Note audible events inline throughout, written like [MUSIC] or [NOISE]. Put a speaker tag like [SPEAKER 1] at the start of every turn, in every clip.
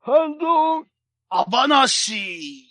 [SPEAKER 1] ハンド
[SPEAKER 2] あばなし。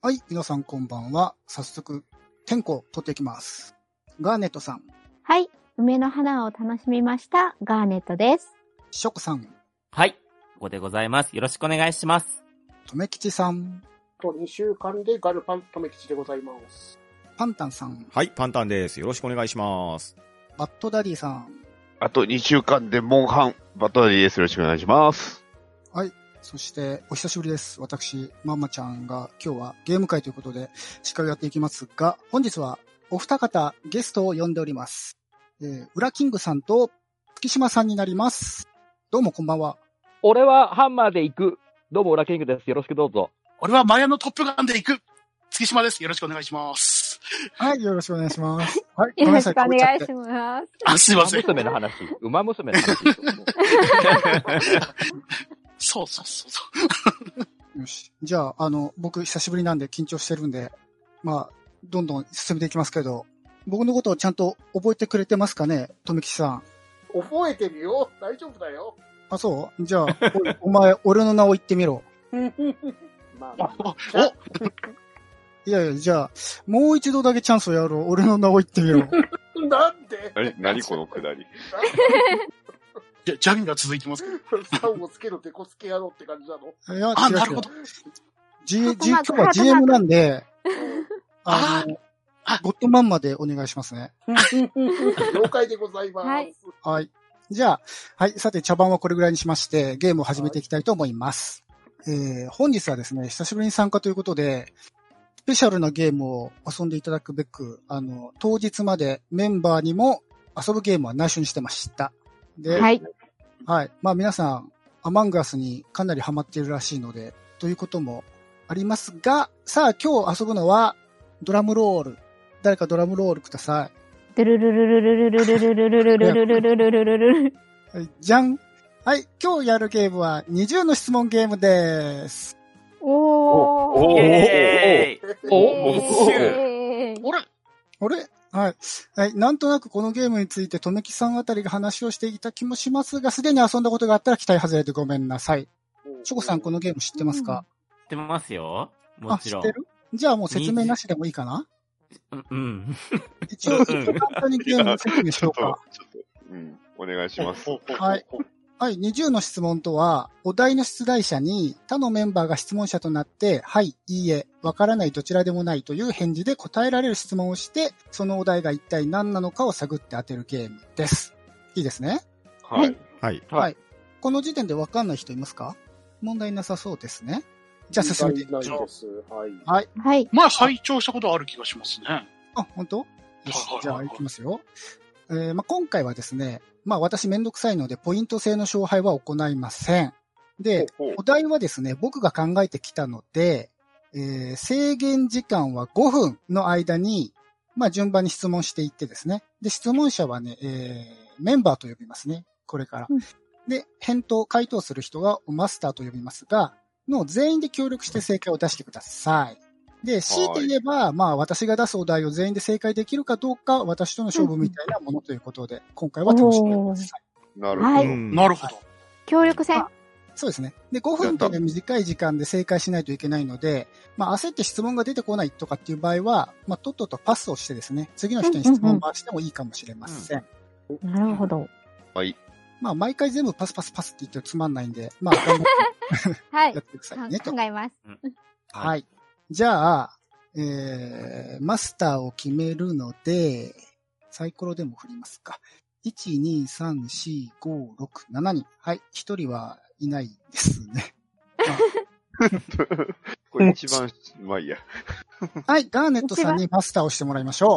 [SPEAKER 3] はい、皆さんこんばんは。早速、天候取っていきます。ガーネットさん、
[SPEAKER 4] はい。梅の花を楽しみました。ガーネットです。
[SPEAKER 3] ショクさん、
[SPEAKER 5] はい。ここでございます。よろしくお願いします。
[SPEAKER 3] とめきちさん、
[SPEAKER 6] と、2週間でガルパンとめきちでございます。
[SPEAKER 3] パンタンさん、
[SPEAKER 7] はい、パンタンです。よろしくお願いします。
[SPEAKER 3] バットダディさん、
[SPEAKER 1] あと2週間でモンハン、バトナリーです。よろしくお願いします。
[SPEAKER 3] そして、お久しぶりです。私、まんまちゃんが今日はゲーム会ということで、司会をやっていきますが、本日はお二方ゲストを呼んでおります。えー、裏キングさんと月島さんになります。どうもこんばんは。
[SPEAKER 8] 俺はハンマーで行く。どうも、裏キングです。よろしくどうぞ。
[SPEAKER 2] 俺はマヤのトップガンで行く。月島です。よろしくお願いします。
[SPEAKER 3] はい、よろしくお願いします。はい、
[SPEAKER 4] よろしくお願い
[SPEAKER 3] す
[SPEAKER 4] し。ます。
[SPEAKER 2] あ、すいません。
[SPEAKER 8] 馬娘の話。馬娘の話。
[SPEAKER 2] そうそうそうそう。
[SPEAKER 3] よし。じゃあ、あの、僕、久しぶりなんで緊張してるんで、まあ、どんどん進めていきますけど、僕のことをちゃんと覚えてくれてますかね、とめきさん。
[SPEAKER 6] 覚えてるよ。大丈夫だよ。
[SPEAKER 3] あ、そうじゃあ、
[SPEAKER 2] [LAUGHS]
[SPEAKER 3] おお前、俺の名を言ってみろ。
[SPEAKER 6] まあま
[SPEAKER 2] お
[SPEAKER 6] あ、
[SPEAKER 2] お、
[SPEAKER 3] いやいや、じゃあ、もう一度だけチャンスをやろう。俺の名を言ってみ
[SPEAKER 2] [LAUGHS]
[SPEAKER 3] ろ。
[SPEAKER 6] なんで
[SPEAKER 1] あれ何このくだり。
[SPEAKER 2] じゃ、ジャギが続いてますけど。
[SPEAKER 6] サンをつけろ、デコつけ野郎って感じな
[SPEAKER 3] [LAUGHS]
[SPEAKER 6] の。
[SPEAKER 3] いや、
[SPEAKER 2] あ、
[SPEAKER 3] 違う
[SPEAKER 2] な
[SPEAKER 3] 違
[SPEAKER 2] る
[SPEAKER 3] う
[SPEAKER 2] ほど。
[SPEAKER 3] G、G、今日
[SPEAKER 4] ハトマーク
[SPEAKER 3] は GM なんで、あの
[SPEAKER 2] あ、
[SPEAKER 3] ゴッドマンまでお願いしますね。
[SPEAKER 6] 了解でございます。
[SPEAKER 4] はい
[SPEAKER 3] はい。じゃあ、はい。さて、茶番はこれぐらいにしまして、ゲームを始めていきたいと思います。えー、本日はですね、久しぶりに参加ということで、スペシャルなゲームを遊んでいただくべく、あの、当日までメンバーにも遊ぶゲームは内緒にしてました。で、
[SPEAKER 4] はい。
[SPEAKER 3] はい。まあ皆さん、アマンガスにかなりハマっているらしいので、ということもありますが、さあ今日遊ぶのはドラムロール。誰かドラムロールくださ
[SPEAKER 4] ドゥルルルルルルルルルルルルルルルルルルルル。
[SPEAKER 3] い。はい、じゃん。はい。今日やるゲームは20の質問ゲームです。
[SPEAKER 4] おー。
[SPEAKER 5] イ
[SPEAKER 1] おー
[SPEAKER 5] エーイ
[SPEAKER 1] おお
[SPEAKER 4] えー
[SPEAKER 2] 俺、
[SPEAKER 3] あれはい。はい。なんとなくこのゲームについて、とめきさんあたりが話をしていた気もしますが、すでに遊んだことがあったら期待外れてごめんなさい。チョコさん、このゲーム知ってますか、
[SPEAKER 5] 知ってますよも
[SPEAKER 3] あ、
[SPEAKER 5] ち
[SPEAKER 3] 知
[SPEAKER 5] ろ
[SPEAKER 3] っ
[SPEAKER 5] ん
[SPEAKER 3] て。るじゃあもう説明なしでもいいかな
[SPEAKER 5] うんうん。
[SPEAKER 3] 一応、簡単にゲームの説明しよう
[SPEAKER 1] ちょっ
[SPEAKER 3] か。
[SPEAKER 1] と、ちょっと、うん、お願いします。
[SPEAKER 3] はい。はい、20の質問とは、お題の出題者に他のメンバーが質問者となって、はい、いいえ、わからないどちらでもないという返事で答えられる質問をして、そのお題が一体何なのかを探って当てるゲームです。いいですね。
[SPEAKER 1] はい。
[SPEAKER 7] はい。
[SPEAKER 3] はい。この時点でわかんない人いますか問題なさそうですね。じゃあ進めていきま
[SPEAKER 6] 問
[SPEAKER 3] し
[SPEAKER 6] 題
[SPEAKER 3] ょ
[SPEAKER 6] な
[SPEAKER 3] う
[SPEAKER 6] いです。はい。
[SPEAKER 3] はい。
[SPEAKER 4] はい。
[SPEAKER 2] 前拝聴したことある気がしますね。
[SPEAKER 3] あ、本当よし
[SPEAKER 2] はいはいはいはい、
[SPEAKER 3] じゃあ行きますよ。えーまあ、今回はですね、まあ私めんどくさいので、ポイント制の勝敗は行いません。で、
[SPEAKER 1] ほうほう
[SPEAKER 3] お題はですね、僕が考えてきたので、えー制限時間は5分の間に、まあ順番に質問していってですね。で、質問者はね、えーメンバーと呼びますね。これから。
[SPEAKER 4] うん
[SPEAKER 3] で、返答、回答する人がマスターと呼びますが、の全員で協力して正解を出してください。で、強いて言えば、まあ私が出すお題を全員で正解できるかどうか、私との勝負みたいなものということで、今回は楽しんでください。
[SPEAKER 1] なるほど。
[SPEAKER 4] は
[SPEAKER 7] う
[SPEAKER 4] い。
[SPEAKER 7] ん
[SPEAKER 2] なるほど。
[SPEAKER 4] 協力戦。
[SPEAKER 3] そうですね。で、5分というのは短い時間で正解しないといけないので、まあ、焦って質問が出てこないとかっていう場合は、まあ、とっととパスをしてですね、次の人に質問を回してもいいかもしれません。
[SPEAKER 4] なるほど。
[SPEAKER 1] はい。
[SPEAKER 3] まあ、毎回全部パスパスパスって言ってもつまんないんで、まあ、頑張って
[SPEAKER 4] はい
[SPEAKER 3] やっ。てください [LAUGHS]
[SPEAKER 4] か
[SPEAKER 3] ね、と。
[SPEAKER 4] 考えます。
[SPEAKER 3] はい。じゃあ、えー、マスターを決めるので、サイコロでも振りますか。1、2、3、4、5、6、7人。はい。1人はいないですね。
[SPEAKER 1] [LAUGHS] これ一番、まあいいや。
[SPEAKER 3] はい、ガーネットさんにマスターをしてもらいましょ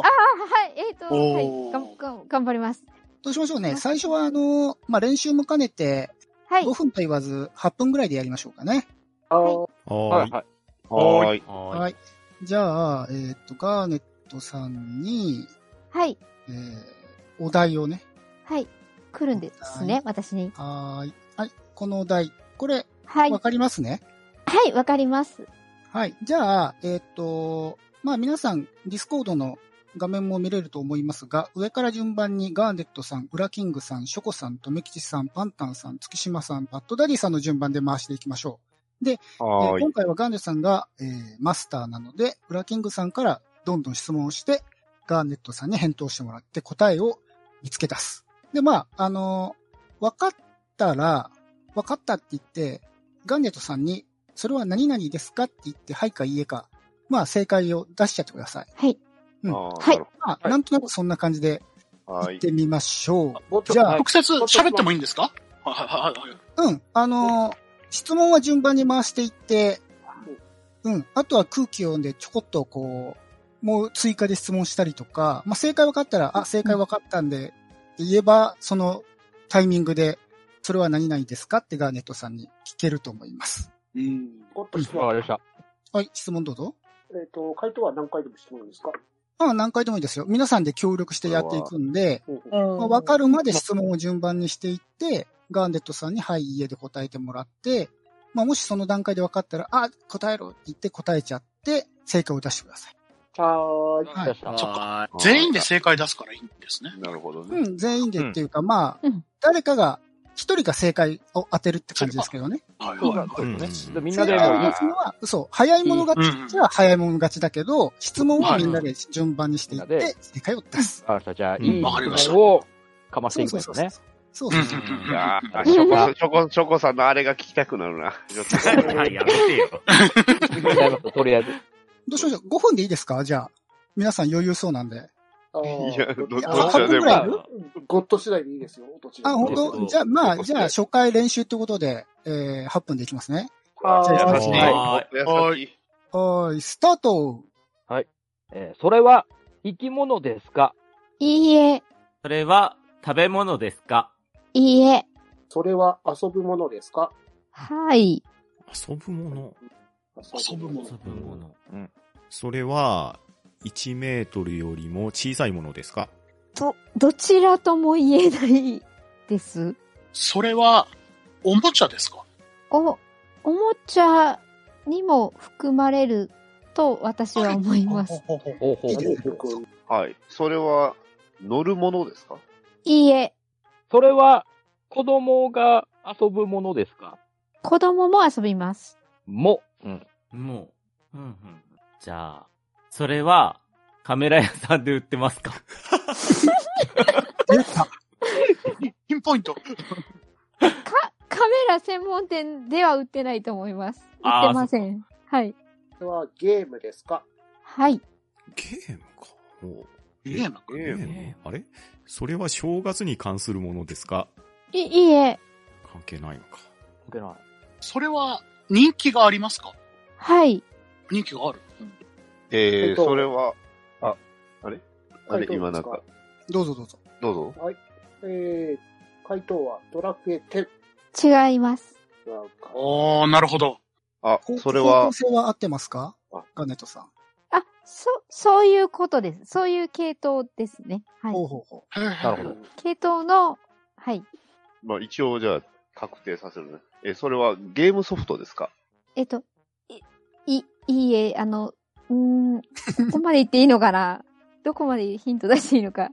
[SPEAKER 3] う
[SPEAKER 4] あ。あ、はい。えっと、
[SPEAKER 2] おー
[SPEAKER 4] はい。がんがん頑張ります。
[SPEAKER 3] どうしましょうね。最初は、あの、まあ、練習も兼ねて、
[SPEAKER 4] はい
[SPEAKER 3] 5。分と言わず、8分ぐらいでやりましょうかね。
[SPEAKER 6] あー
[SPEAKER 7] はーい。
[SPEAKER 1] はーい。
[SPEAKER 5] はーい。
[SPEAKER 3] はい。じゃあ、えーっと、ガーネットさんに、
[SPEAKER 4] はい。
[SPEAKER 3] えーお題をね。
[SPEAKER 4] はい。来るんです
[SPEAKER 3] は
[SPEAKER 4] ね、私に。
[SPEAKER 3] はーい。はい。このお題。これ、
[SPEAKER 4] はい。
[SPEAKER 3] わ
[SPEAKER 4] は
[SPEAKER 3] かりますね。
[SPEAKER 4] い、わかります。
[SPEAKER 3] はい。じゃあ、えーっと、まあ皆さん、ディスコードの画面も見れると思いますが、上から順番にガーネットさん、ウラキングさん、ショコさん、とめきちさん、パンタンさん、月島さん、バッドダディさんの順番で回していきましょう。
[SPEAKER 1] は
[SPEAKER 3] えー
[SPEAKER 1] ーい
[SPEAKER 3] 今。回はガーネットさんが、えーマスターなので、ウラキングさんからどんどん質問をして、ガーネットさんに返答してもらって答えを見つけ出す。で、まあ、あのー分かったら、分かったって言って、ガーネットさんに、それは何々ですかって言って、はいかいいえか、まあ正解を出しちゃってください。
[SPEAKER 4] はい。
[SPEAKER 3] うん
[SPEAKER 1] あー
[SPEAKER 4] はい
[SPEAKER 1] なる
[SPEAKER 3] まあ、
[SPEAKER 6] はい
[SPEAKER 3] なんとなくそんな感じで
[SPEAKER 1] ほどは
[SPEAKER 3] 行っ
[SPEAKER 1] い。
[SPEAKER 3] てみましょう。
[SPEAKER 6] もうちょっと
[SPEAKER 3] じゃあ
[SPEAKER 6] はい
[SPEAKER 2] 直接喋ってもいいんですかはいはいはいはい。
[SPEAKER 3] うん。あのー質問は順番に回していって、うん。あとは空気を読んでちょこっとこう、もう追加で質問したりとか、まあ、正解分かったら、あ、正解分かったんで、って言えば、そのタイミングで、それは何々ですかってガーネットさんに聞けると思います。
[SPEAKER 2] うん。
[SPEAKER 6] もっと質
[SPEAKER 8] わ
[SPEAKER 6] 問
[SPEAKER 8] かりました。
[SPEAKER 3] はい、質問どうぞ。
[SPEAKER 6] えっと、回答は何回でも質問ですか
[SPEAKER 3] あ何回でもいいですよ。皆さんで協力してやっていくんで、
[SPEAKER 6] うんうん
[SPEAKER 3] まあ、分かるまで質問を順番にしていって、ガーネットさんにはい、いいえで答えてもらって、まあ、もしその段階で分かったら、あ、答えろって言って答えちゃって、正解を出してください。
[SPEAKER 6] はーい。
[SPEAKER 2] そ
[SPEAKER 3] はい
[SPEAKER 8] わかりました
[SPEAKER 2] っ
[SPEAKER 5] は
[SPEAKER 2] か
[SPEAKER 5] ー。い
[SPEAKER 2] 全員で正解出すからいいんですね。
[SPEAKER 1] なるほどね。
[SPEAKER 3] うん、全員でっていうか、まあ、
[SPEAKER 4] うん
[SPEAKER 3] 誰かが、一人が正解を当てるって感じですけどね。
[SPEAKER 2] はい
[SPEAKER 6] そうなん
[SPEAKER 2] は
[SPEAKER 6] で
[SPEAKER 2] い。
[SPEAKER 6] すよね。
[SPEAKER 8] じゃあみんな
[SPEAKER 3] 正
[SPEAKER 8] で
[SPEAKER 3] 解を
[SPEAKER 8] もいい
[SPEAKER 3] 出すのは、そう、早い者勝ちじゃ早い者勝ちだけど、質問はみんなで順番にしていっ
[SPEAKER 8] みんな
[SPEAKER 3] て
[SPEAKER 8] で、
[SPEAKER 3] 正解を出す。
[SPEAKER 8] わかりました。じゃあ、
[SPEAKER 7] うん
[SPEAKER 8] いい
[SPEAKER 2] わかりまし
[SPEAKER 8] 質
[SPEAKER 2] た
[SPEAKER 8] 問をかまし
[SPEAKER 3] そ
[SPEAKER 8] ていうくん
[SPEAKER 3] そう
[SPEAKER 8] です
[SPEAKER 3] そうそう
[SPEAKER 8] ね。。
[SPEAKER 2] うん
[SPEAKER 3] そううんそう。
[SPEAKER 1] い
[SPEAKER 2] うん
[SPEAKER 1] やーショコ、ショコ、ショコさんのあれが聞きたくなるな。ちょっと
[SPEAKER 5] [LAUGHS] い、やめてよ。
[SPEAKER 8] [LAUGHS] わかりましたとりあえず。
[SPEAKER 3] どうしましょう ?5 分でいいですかじゃあ。皆さん余裕そうなんで。
[SPEAKER 6] あー
[SPEAKER 1] いやどど
[SPEAKER 3] いやどっちでも半分ぐらいいる
[SPEAKER 6] ゴッド次第でいいですよ、どっちで
[SPEAKER 3] あ、
[SPEAKER 6] も
[SPEAKER 3] 本
[SPEAKER 5] そうそ
[SPEAKER 3] 当
[SPEAKER 5] う
[SPEAKER 3] じゃあ、まあ、
[SPEAKER 1] そう
[SPEAKER 3] じ
[SPEAKER 1] そう
[SPEAKER 3] ゃあ、初回練習ってことで、えー、8分でいきますね。
[SPEAKER 6] あー
[SPEAKER 3] じゃあ
[SPEAKER 1] 優しい。もっと優しい。
[SPEAKER 3] はーい、スタート
[SPEAKER 8] えーそれは生き物ですか
[SPEAKER 4] いいえ、
[SPEAKER 5] それは、食べ物ですか
[SPEAKER 4] いいえ、
[SPEAKER 6] それは遊ぶものですか
[SPEAKER 4] はい。
[SPEAKER 7] 遊ぶもの。
[SPEAKER 2] 遊ぶもの
[SPEAKER 5] 食べ物。
[SPEAKER 7] それは、1メートルよりも小さいものですか
[SPEAKER 4] と、どちらとも言えないです。
[SPEAKER 2] それは、おもちゃですか
[SPEAKER 4] お、おもちゃにも含まれると私は思います。
[SPEAKER 2] ほうほうほう
[SPEAKER 8] ほうほう
[SPEAKER 3] いいですね
[SPEAKER 1] はい。それは、乗るものですか
[SPEAKER 4] いいえ、
[SPEAKER 8] それは子供が遊ぶものですか
[SPEAKER 4] 子供も遊びます。
[SPEAKER 8] も。うん。
[SPEAKER 5] もう。うんうん。じゃあ、それは、カメラ屋さんで売ってますか
[SPEAKER 3] 出た
[SPEAKER 2] ピンポイント。
[SPEAKER 4] カメラ専門店では売ってないと思います。
[SPEAKER 5] あー
[SPEAKER 4] 売ってません。はい。
[SPEAKER 6] それはゲームですか
[SPEAKER 4] はい。
[SPEAKER 7] ゲームか。お
[SPEAKER 2] ゲームか
[SPEAKER 1] ゲーム
[SPEAKER 7] ねあれそれは正月に関するものですか
[SPEAKER 4] い、いいえ、
[SPEAKER 7] 関係ないのか。
[SPEAKER 8] 関係ない
[SPEAKER 2] それは、人気がありますか
[SPEAKER 4] はい。
[SPEAKER 2] 人気がある。
[SPEAKER 1] え
[SPEAKER 6] え
[SPEAKER 1] ー、
[SPEAKER 6] っと
[SPEAKER 1] それは、あ、あれあ
[SPEAKER 6] 回
[SPEAKER 1] れ
[SPEAKER 6] 答
[SPEAKER 1] 今なん
[SPEAKER 6] です
[SPEAKER 1] か、
[SPEAKER 3] どうぞどうぞ。
[SPEAKER 1] どうぞ。
[SPEAKER 6] えー、回答はドラクエ10
[SPEAKER 4] 違います。
[SPEAKER 6] なのか。
[SPEAKER 2] おー、なるほど。
[SPEAKER 1] あ、
[SPEAKER 3] こ
[SPEAKER 1] それは
[SPEAKER 3] 方向、性は合ってますか
[SPEAKER 6] あ
[SPEAKER 3] ガネットさん。
[SPEAKER 4] あ、そ、そういうことです。そういう系統ですね。はい。
[SPEAKER 3] ほうほうほ
[SPEAKER 2] な
[SPEAKER 8] るほど。
[SPEAKER 4] 系統の、はい。
[SPEAKER 1] まあ一応じゃあ確定させるね。えー、それはゲームソフトですか
[SPEAKER 4] えっと、い、い、いいえ、あの、うーん、ここまで言っていいのか
[SPEAKER 8] [LAUGHS]
[SPEAKER 4] などこまでヒント出していいのか。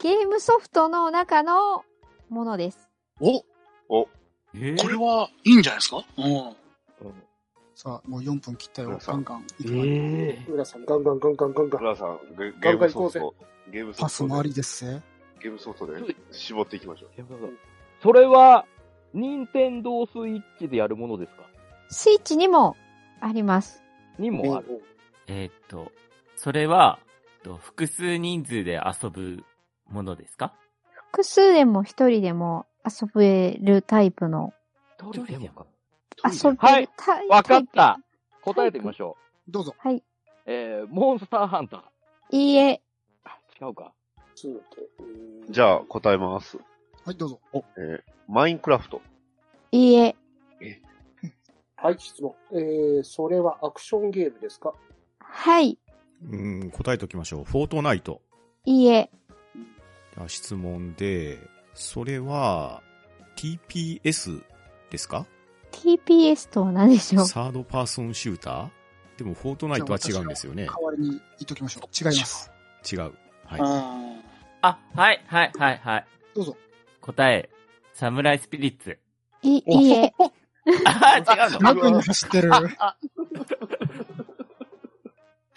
[SPEAKER 4] ゲームソフトの中のものです。
[SPEAKER 2] お、
[SPEAKER 5] [LAUGHS] え
[SPEAKER 2] これはいいんじゃないですかうん。
[SPEAKER 3] う。さあ、もう4分切った
[SPEAKER 1] う
[SPEAKER 3] よ
[SPEAKER 1] ん。さ
[SPEAKER 3] ガンガン。
[SPEAKER 8] え
[SPEAKER 6] 浦さん、ガンガンガンガンガンガン。
[SPEAKER 1] 村さん、ゲゲームソフト。ゲームソ
[SPEAKER 3] パ
[SPEAKER 1] フ
[SPEAKER 3] ス
[SPEAKER 1] ト
[SPEAKER 3] 回
[SPEAKER 1] で
[SPEAKER 3] り。ですぜ。
[SPEAKER 1] ゲームソフトで絞っていきましょう。
[SPEAKER 8] ー。それは、任天堂スイッチでやるものですか
[SPEAKER 4] スイッチにもあります。
[SPEAKER 8] にもある。
[SPEAKER 5] えーっと、それは、えっと複数人数で遊ぶものですか
[SPEAKER 4] 複数でも一人でも遊べるタイプの、
[SPEAKER 5] 人でもか
[SPEAKER 4] 遊べるタ
[SPEAKER 8] はい
[SPEAKER 4] イプ。はい
[SPEAKER 8] わかった。答えてみましょ
[SPEAKER 3] どうぞ。
[SPEAKER 4] はい。
[SPEAKER 8] う。えー、モンスターハンター。
[SPEAKER 4] いいえ、
[SPEAKER 8] あ違うか。
[SPEAKER 1] じゃあ答えます。
[SPEAKER 3] はい、どうぞ。
[SPEAKER 1] えー、マインクラフト。
[SPEAKER 4] いいえ、
[SPEAKER 6] あ。はい、質問。えー、それはアクションゲームですか
[SPEAKER 4] はい。
[SPEAKER 7] うん、答えておきましょう。フォートナイト。
[SPEAKER 4] いいえ。
[SPEAKER 7] あ質問で、それは、TPS ですか
[SPEAKER 4] TPS とは何でしょう
[SPEAKER 7] サードパーソンシューターでも、フォートナイトは違うんですよね
[SPEAKER 3] 代。わりに言っときましょう。違います。
[SPEAKER 7] 違う。は
[SPEAKER 6] あ
[SPEAKER 5] あ、はい、はい、はい、はい。
[SPEAKER 3] どうぞ。
[SPEAKER 5] 答え、サムライスピリ
[SPEAKER 3] [LAUGHS]
[SPEAKER 5] ッツ。
[SPEAKER 4] い、いいえ。
[SPEAKER 5] あー、違うの
[SPEAKER 3] 悪に走ってる。 [LAUGHS]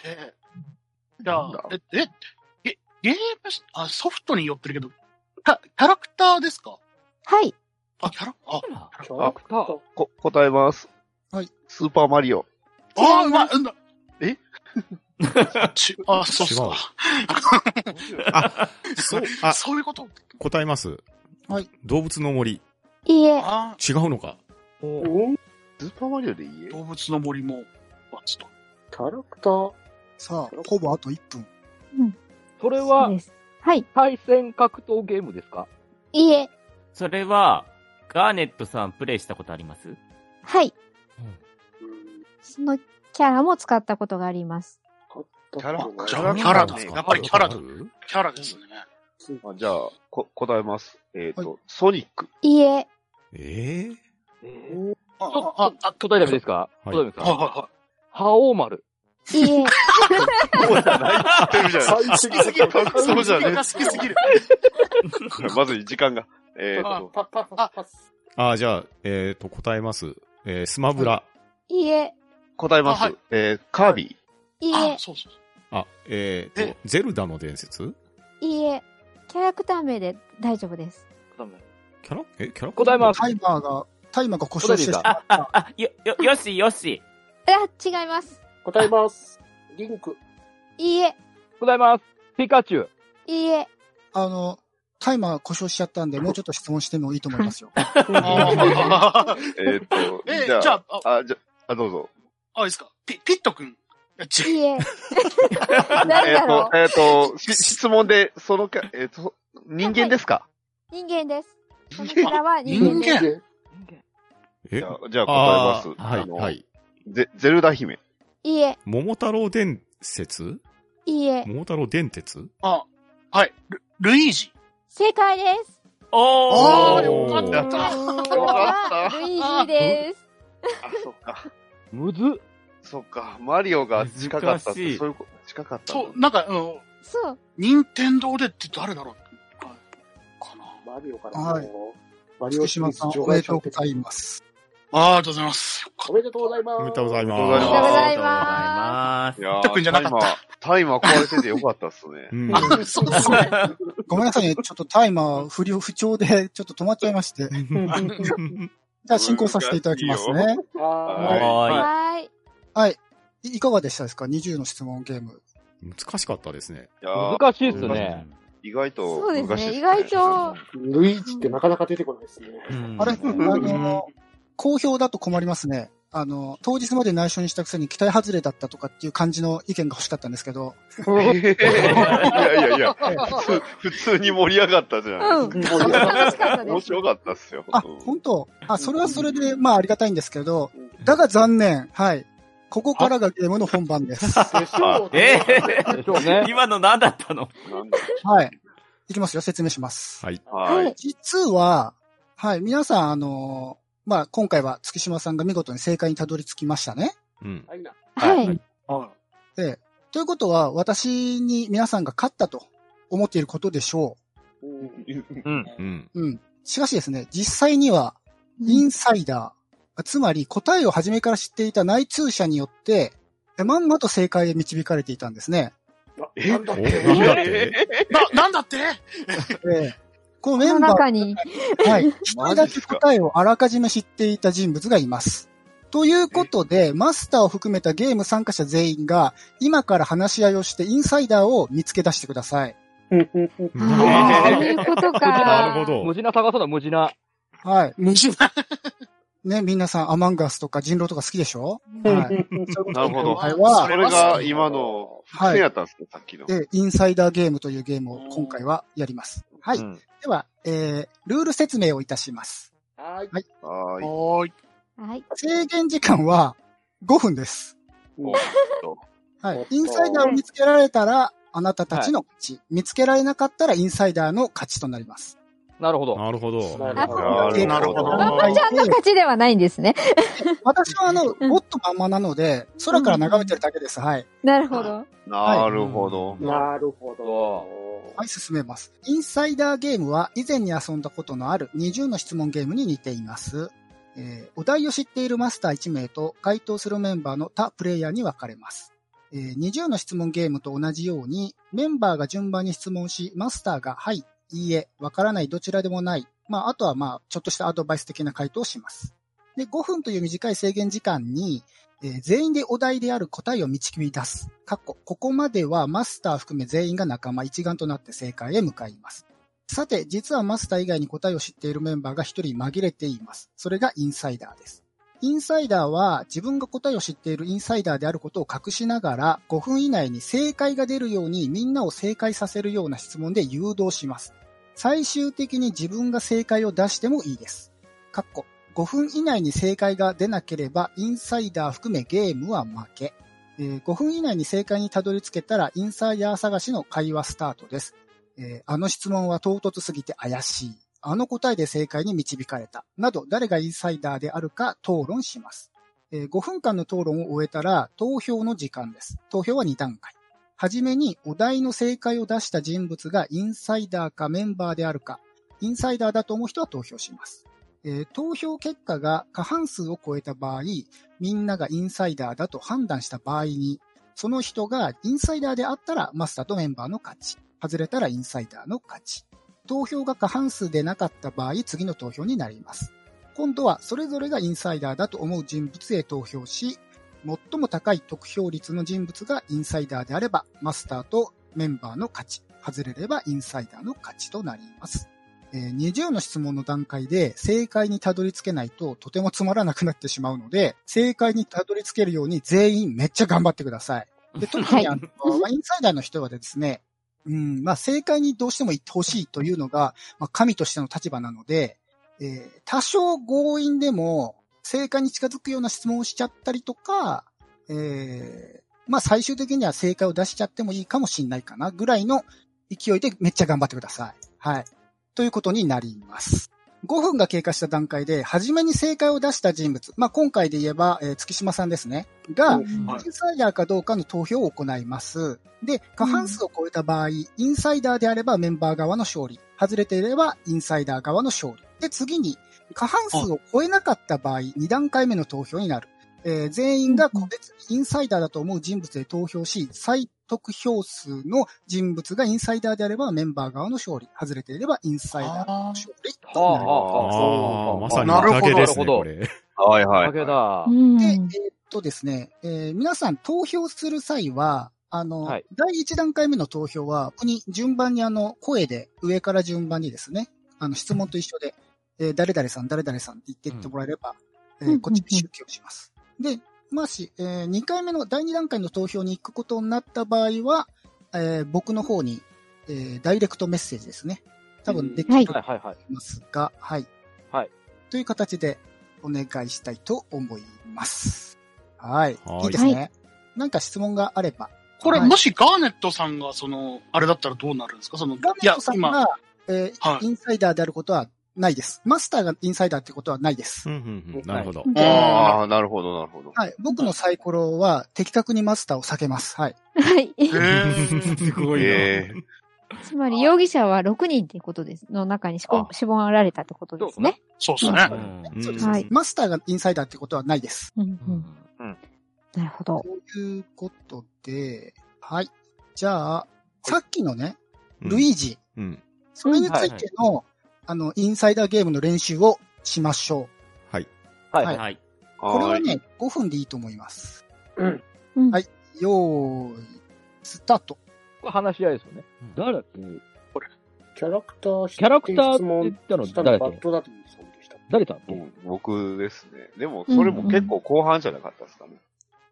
[SPEAKER 2] えーじゃあ、え、え、ゲゲームし、あ、ソフトに寄ってるけど、かキャラクターですか
[SPEAKER 4] はい。
[SPEAKER 2] あ、キャラ、あ、
[SPEAKER 6] ーキャラクター。
[SPEAKER 1] こ、答えます。
[SPEAKER 3] はい。
[SPEAKER 1] スーパーマリオ。
[SPEAKER 2] あー、うまい、うんだ。
[SPEAKER 1] え
[SPEAKER 2] [LAUGHS] ちあ、そうっすか。
[SPEAKER 7] い。そう、あ、
[SPEAKER 2] そういうこと。
[SPEAKER 7] 答えます。
[SPEAKER 3] はい。
[SPEAKER 7] 動物の森。
[SPEAKER 4] いいえ。
[SPEAKER 2] あ
[SPEAKER 7] 違うのか。
[SPEAKER 6] うん
[SPEAKER 1] スーパーマリオでいい
[SPEAKER 2] ー
[SPEAKER 1] え
[SPEAKER 2] 動物の森も、あちょっ
[SPEAKER 6] キャラクター。
[SPEAKER 3] さあ、ほぼあと1分。
[SPEAKER 8] それ
[SPEAKER 4] そう
[SPEAKER 8] は
[SPEAKER 4] です。はい。
[SPEAKER 8] 対戦格闘ゲームですか
[SPEAKER 4] いいえ。
[SPEAKER 5] それは、ガーネットさんプレイしたことあります
[SPEAKER 4] はい。そのキャラも使ったことがあります。
[SPEAKER 1] キャラ
[SPEAKER 2] キャラキャラだ
[SPEAKER 1] ね
[SPEAKER 2] ね。やっぱりキャラだ
[SPEAKER 7] あ。る
[SPEAKER 2] と、キャラですね。
[SPEAKER 1] あじゃあ、こ、答えます。えっ、と、
[SPEAKER 3] は
[SPEAKER 1] ソニック。
[SPEAKER 4] いいえ。
[SPEAKER 7] え
[SPEAKER 2] あ、あ、
[SPEAKER 8] あ
[SPEAKER 2] あ、あ、
[SPEAKER 8] 答えダメですか答え
[SPEAKER 7] はい
[SPEAKER 8] ダメです
[SPEAKER 2] はい
[SPEAKER 8] か
[SPEAKER 2] は
[SPEAKER 8] 覇王丸。
[SPEAKER 4] いいえ。
[SPEAKER 1] ってるじゃない
[SPEAKER 6] 最
[SPEAKER 2] いはい。好きすぎる。
[SPEAKER 1] そうじゃね
[SPEAKER 2] 好きすぎる。
[SPEAKER 1] [LAUGHS] まずい時間が。えっ、と、
[SPEAKER 6] パパパパス。
[SPEAKER 7] ー、あ、じゃあ、えっ、と、答えます。えー、スマブラ。
[SPEAKER 4] いいえ。
[SPEAKER 1] 答えます。
[SPEAKER 2] あはい
[SPEAKER 1] えー、カー [LAUGHS] ビ
[SPEAKER 4] いい
[SPEAKER 2] あ
[SPEAKER 4] え、。
[SPEAKER 2] そうそう。
[SPEAKER 7] あ、えー、と
[SPEAKER 2] え、
[SPEAKER 7] ゼルダの伝説
[SPEAKER 4] いいえ。キャラクター名で大丈夫です。
[SPEAKER 7] キャラえ、キャラ
[SPEAKER 8] 答えます
[SPEAKER 3] タイマーが、タイマーが故障してしま
[SPEAKER 8] 答
[SPEAKER 3] っ
[SPEAKER 5] あ
[SPEAKER 3] た、。
[SPEAKER 5] あ、よ、よ、よし、よし。
[SPEAKER 4] あ、違います。
[SPEAKER 6] 答えます。リンク。
[SPEAKER 4] いいえ。
[SPEAKER 8] 答えます。ピカチュウ。
[SPEAKER 4] いいえ。
[SPEAKER 3] あの、タイマーが故障しちゃったんで、もうちょっと質問してもいいと思いますよ。
[SPEAKER 2] あー、
[SPEAKER 1] ィ。えっ、と
[SPEAKER 2] え、
[SPEAKER 1] じゃあ、
[SPEAKER 2] じゃあ、
[SPEAKER 1] あ、じゃあ、どうぞ。
[SPEAKER 2] あ、いいですか。ピ、ピット君。いやち
[SPEAKER 4] いいえ。誰だろう
[SPEAKER 1] えっ、と、えっ、と、し質問で、そのか、えっ、と、人間ですか、
[SPEAKER 4] 人間です。このキ
[SPEAKER 1] 人
[SPEAKER 4] ャ
[SPEAKER 1] 間
[SPEAKER 4] ラは人間です。
[SPEAKER 6] で
[SPEAKER 7] え
[SPEAKER 1] じゃあ、じゃあ答えます。
[SPEAKER 7] は
[SPEAKER 1] あ
[SPEAKER 7] い、
[SPEAKER 1] の
[SPEAKER 7] はい。
[SPEAKER 1] ゼゼルダ姫。
[SPEAKER 4] いいえ。
[SPEAKER 7] 桃太郎伝説
[SPEAKER 4] いいえ。
[SPEAKER 7] 桃太郎電鉄
[SPEAKER 2] あ、はい。ルルイージ。
[SPEAKER 4] 正解です。
[SPEAKER 5] お
[SPEAKER 2] あー
[SPEAKER 5] ー
[SPEAKER 2] よかっ
[SPEAKER 4] これ
[SPEAKER 2] た。
[SPEAKER 4] はルイージです。
[SPEAKER 1] あ、そっか。
[SPEAKER 8] むずっ。
[SPEAKER 1] そっか。マリオが近かったっ、
[SPEAKER 5] 難してい
[SPEAKER 1] そういうこと、近かったんだ
[SPEAKER 2] そう、なんか、うん、
[SPEAKER 4] そう。
[SPEAKER 2] 任天堂でって誰だろうかかな。
[SPEAKER 6] マリオから。
[SPEAKER 3] はい。
[SPEAKER 6] マリオ
[SPEAKER 3] 福
[SPEAKER 6] シ
[SPEAKER 3] 島
[SPEAKER 6] リーズ
[SPEAKER 3] さん、
[SPEAKER 6] 除
[SPEAKER 3] おめ
[SPEAKER 6] 外
[SPEAKER 3] で
[SPEAKER 6] 者
[SPEAKER 3] とうございます。
[SPEAKER 2] あーありがとうございます。よ
[SPEAKER 6] お
[SPEAKER 2] かっ
[SPEAKER 6] めでとうございます。
[SPEAKER 7] おめでとうございます。
[SPEAKER 1] おめでとうございま
[SPEAKER 5] あ
[SPEAKER 1] す
[SPEAKER 5] りがとうございま
[SPEAKER 1] い
[SPEAKER 5] す。
[SPEAKER 1] やー
[SPEAKER 2] 特にじゃなかった
[SPEAKER 1] タイマー、タイマー壊れててよかったっす [LAUGHS] ね
[SPEAKER 7] う。ん。
[SPEAKER 2] た。そうですね。
[SPEAKER 3] ごめんなさいね。ちょっとタイマー不良、不調で、ちょっと止まっちゃいまして。じゃあ進行させていただきますね。
[SPEAKER 6] は
[SPEAKER 5] はーい。
[SPEAKER 4] はーい。
[SPEAKER 3] はい。いいかがでしたですか ?20 の質問ゲーム。
[SPEAKER 7] 難しかったですね。
[SPEAKER 1] いやー
[SPEAKER 8] 難しいっすね。
[SPEAKER 1] 意外と
[SPEAKER 4] そう
[SPEAKER 1] 難し
[SPEAKER 4] で
[SPEAKER 1] い
[SPEAKER 4] す
[SPEAKER 1] っす
[SPEAKER 4] ね。
[SPEAKER 1] ね。
[SPEAKER 4] 意外と。
[SPEAKER 6] い。ルイージってなかなか出てこないですね。
[SPEAKER 5] うん
[SPEAKER 3] あれ、あの、好評だと困りますね。あの、当日まで内緒にしたくせに期待外れだったとかっていう感じの意見が欲しかったんですけど、
[SPEAKER 1] [LAUGHS] いやいやいや、普通普通に盛り上がったじゃな
[SPEAKER 4] う
[SPEAKER 1] い
[SPEAKER 4] ん。
[SPEAKER 1] です
[SPEAKER 4] 楽しかった
[SPEAKER 1] か。
[SPEAKER 4] で
[SPEAKER 1] 面
[SPEAKER 4] す。
[SPEAKER 1] 白かったっすよ。
[SPEAKER 3] あ、
[SPEAKER 1] うん
[SPEAKER 3] 本当あ、それはそれで、まあありがたいんですけど、だが残念。はい。ここからがゲームの本番 [LAUGHS] です。
[SPEAKER 6] でしょう
[SPEAKER 5] え
[SPEAKER 6] ね。
[SPEAKER 8] でしょうね。
[SPEAKER 5] [LAUGHS] 今の何だったの
[SPEAKER 1] なんだ
[SPEAKER 3] はい。いきますよ、説明します。
[SPEAKER 7] はい。
[SPEAKER 1] は。
[SPEAKER 4] はいい。
[SPEAKER 3] 実は、はい、皆さん、あのーまあ、今回は月島さんが見事に正解にたどり着きましたね。
[SPEAKER 7] うん。
[SPEAKER 6] はいな。
[SPEAKER 4] はい。
[SPEAKER 2] あ
[SPEAKER 3] で、ということは、私に皆さんが勝ったと思っていることでしょ
[SPEAKER 8] うん。
[SPEAKER 7] うん。
[SPEAKER 3] う。うん。しかしですね、実際には、イ
[SPEAKER 4] うん
[SPEAKER 3] ンサイダー、つまり答えを初めから知っていた内通者によって、えまんまと正解へ導かれていたんですね。
[SPEAKER 1] え
[SPEAKER 6] なんだっ
[SPEAKER 7] お、
[SPEAKER 6] け
[SPEAKER 7] なんだって
[SPEAKER 2] な、なんだって
[SPEAKER 3] ええこの
[SPEAKER 4] こ
[SPEAKER 3] メ
[SPEAKER 4] の
[SPEAKER 3] ンバー
[SPEAKER 4] 中に。
[SPEAKER 3] はい。一人だ
[SPEAKER 1] [LAUGHS] マジ
[SPEAKER 3] け
[SPEAKER 1] っすか
[SPEAKER 3] 答えをあらかじめ知っていた人物がいます。ということで、マスターを含めたゲーム参加者全員が、今から話し合いをしてインサイダーを見つけ出してください。
[SPEAKER 4] あーそういうことか。
[SPEAKER 7] なるほ。
[SPEAKER 8] 無
[SPEAKER 7] ど。
[SPEAKER 8] 地な探そうだ、無地な。
[SPEAKER 3] はい。
[SPEAKER 2] 無事な。
[SPEAKER 3] ね、皆さん、アマンガスとか人狼とか好きでしょはい。
[SPEAKER 1] なるほど。
[SPEAKER 3] 今回
[SPEAKER 1] そ
[SPEAKER 3] は、
[SPEAKER 1] れが今の伏線やったんですね、さっきの。
[SPEAKER 3] えインサイダーゲームというゲームを今回はやります。はい。
[SPEAKER 8] うん
[SPEAKER 3] では、えー、ルール説明をいたします。
[SPEAKER 6] はい。
[SPEAKER 1] は
[SPEAKER 2] はー
[SPEAKER 1] ーい。
[SPEAKER 2] い。
[SPEAKER 4] はい。
[SPEAKER 3] 制限時間は5分です。
[SPEAKER 1] お
[SPEAKER 3] はい。インサイダーを見つけられたら、あなたたちの勝ち。見つけられなかったら、インサイダーの勝ちとなります。
[SPEAKER 8] なるほど。
[SPEAKER 7] なるほど。
[SPEAKER 6] な
[SPEAKER 4] るほ
[SPEAKER 1] ど
[SPEAKER 7] なるほど
[SPEAKER 4] ママちゃんの勝ちではないんですね。
[SPEAKER 3] 私は、あの、ボットまんまなので、空から眺めてるだけです。はい。
[SPEAKER 4] なるほど。
[SPEAKER 1] なるほど。
[SPEAKER 6] なるほど。
[SPEAKER 3] はい、進めます。インサイダーゲームは、以前に遊んだことのある20の質問ゲームに似ています。えーお題を知っているマスター1名と、該当するメンバーの他プレイヤーに分かれます。えー20の質問ゲームと同じように、メンバーが順番に質問し、マスターが、はい、いいえ、わからない、どちらでもない。まあ、あとはまあ、ちょっとしたアドバイス的な回答をします。で、5分という短い制限時間に、えー全員でお題である答えを導き出す。過去、ここまではマスター含め全員が仲間一丸となって正解へ向かいます。さて、実はマスター以外に答えを知っているメンバーが一人紛れています。それがインサイダーです。インサイダーは自分が答えを知っているインサイダーであることを隠しながら5分以内に正解が出るようにみんなを正解させるような質問で誘導します。最終的に自分が正解を出してもいいです。かっこ5分以内に正解が出なければ、インサイダー含めゲームは負け。えー5分以内に正解にたどり着けたら、インサイダー探しの会話スタートです。えーあの質問は唐突すぎて怪しい。あの答えで正解に導かれた。など、誰がインサイダーであるか討論します。えー5分間の討論を終えたら、投票の時間です。投票は2段階。はじめに、お題の正解を出した人物がインサイダーかメンバーであるか、インサイダーだと思う人は投票します。えー投票結果が過半数を超えた場合、みんながインサイダーだと判断した場合に、その人がインサイダーであったらマスターとメンバーの勝ち。外れたらインサイダーの勝ち。投票が過半数でなかった場合、次の投票になります。今度はそれぞれがインサイダーだと思う人物へ投票し、最も高い得票率の人物がインサイダーであれば、マスターとメンバーの勝ち。外れればインサイダーの勝ちとなります。えー20の質問の段階で正解にたどり着けないととてもつまらなくなってしまうので、正解にたどり着けるように全員めっちゃ頑張ってください。で、特にあの、ワインサイダーの人はですね、うん、まあ正解にどうしても言ってほしいというのが、まあ神としての立場なので、えー多少強引でも正解に近づくような質問をしちゃったりとか、えーまあ最終的には正解を出しちゃってもいいかもしれないかなぐらいの勢いでめっちゃ頑張ってください。はい。ということになります。5分が経過した段階で、初めに正解を出した人物、まあ、今回で言えば、えー月島さんですね、が、
[SPEAKER 2] はい
[SPEAKER 3] インサイダーかどうかの投票を行います。で、過半数を超えた場合、インサイダーであればメンバー側の勝利、外れていればインサイダー側の勝利。で、次に、過半数を超えなかった場合、2段階目の投票になる。えー全員が個別にインサイダーだと思う人物で投票し、最得票数の人物がインサイダーであればメンバー側の勝利、外れていればインサイダー側の勝利となります。
[SPEAKER 7] ああ、まさに
[SPEAKER 2] なるほど
[SPEAKER 7] 崖です
[SPEAKER 8] なるほ
[SPEAKER 7] ね、
[SPEAKER 8] ど
[SPEAKER 7] これ。
[SPEAKER 1] はいは
[SPEAKER 8] だけだ
[SPEAKER 4] う。
[SPEAKER 3] で、えー
[SPEAKER 4] ん。
[SPEAKER 3] っとですね、えー皆さん投票する際は、あの、
[SPEAKER 8] はい
[SPEAKER 3] 第1段階目の投票は、ここに順番にあの、声で、上から順番にですね、あの、質問と一緒で、えー誰々さん、誰々さんって言ってってもらえれば、
[SPEAKER 4] ん
[SPEAKER 3] え
[SPEAKER 4] う
[SPEAKER 3] ー
[SPEAKER 4] ん
[SPEAKER 3] こっちに集計をします。で、もし、え2回目の、第2段階の投票に行くことになった場合は、えー僕の方に、えーダイレクトメッセージですね。多分、でき
[SPEAKER 4] はい。
[SPEAKER 8] はいはいはい。
[SPEAKER 3] ますが、はい。
[SPEAKER 8] はい。
[SPEAKER 3] という形でお願いしたいと思います。はい。
[SPEAKER 7] はい
[SPEAKER 3] いいですね。なんか質問があれば。
[SPEAKER 2] これ、
[SPEAKER 3] はい
[SPEAKER 2] もしガーネットさんが、その、あれだったらどうなるんですかその、い
[SPEAKER 3] ガーネッ
[SPEAKER 2] や
[SPEAKER 3] トさ、ん
[SPEAKER 2] 今、
[SPEAKER 3] が、えー
[SPEAKER 2] はい
[SPEAKER 3] インサイダーであることはないです。マスターがインサイダーってことはないです。
[SPEAKER 7] うんうんうんなるほど。
[SPEAKER 1] い。ああ、なるほど、なるほど。
[SPEAKER 3] はい。僕のサイコロは的確にマスターを避けます。はい。
[SPEAKER 4] はい。 [LAUGHS]
[SPEAKER 2] えー
[SPEAKER 7] すごいな。
[SPEAKER 1] え
[SPEAKER 4] つまり、容疑者は6人ってことです。の中にしこ
[SPEAKER 8] あ
[SPEAKER 4] 絞られたってことですね。
[SPEAKER 2] そうですね
[SPEAKER 5] う。ん
[SPEAKER 7] うん
[SPEAKER 3] そうです、
[SPEAKER 4] はい
[SPEAKER 3] マスターがインサイダーってことはないです。
[SPEAKER 4] うんうん。なるほど。
[SPEAKER 3] ということで、はい。じゃあ、さっきのね、
[SPEAKER 7] うん
[SPEAKER 3] ルイージ。
[SPEAKER 7] うん。
[SPEAKER 3] それについての、あの、インサイダーゲームの練習をしましょ
[SPEAKER 7] はい。
[SPEAKER 8] はい
[SPEAKER 3] は
[SPEAKER 8] はいい。
[SPEAKER 5] はい。
[SPEAKER 1] ー
[SPEAKER 3] う。これは
[SPEAKER 1] は
[SPEAKER 3] ね、5分でいいと思います。
[SPEAKER 4] うん
[SPEAKER 3] はいよーい、スタート。
[SPEAKER 8] これ話し合いですよね。誰だっけ
[SPEAKER 6] キャラクター、
[SPEAKER 8] キャラクター
[SPEAKER 6] 質問
[SPEAKER 8] って言ったの
[SPEAKER 6] した
[SPEAKER 8] 誰
[SPEAKER 6] のバ
[SPEAKER 8] だっけ
[SPEAKER 6] ッドだと思うんですよ。
[SPEAKER 8] 誰だっ
[SPEAKER 1] い
[SPEAKER 8] け
[SPEAKER 1] 僕ですね。でも、それも結構後半じゃなかったですかね。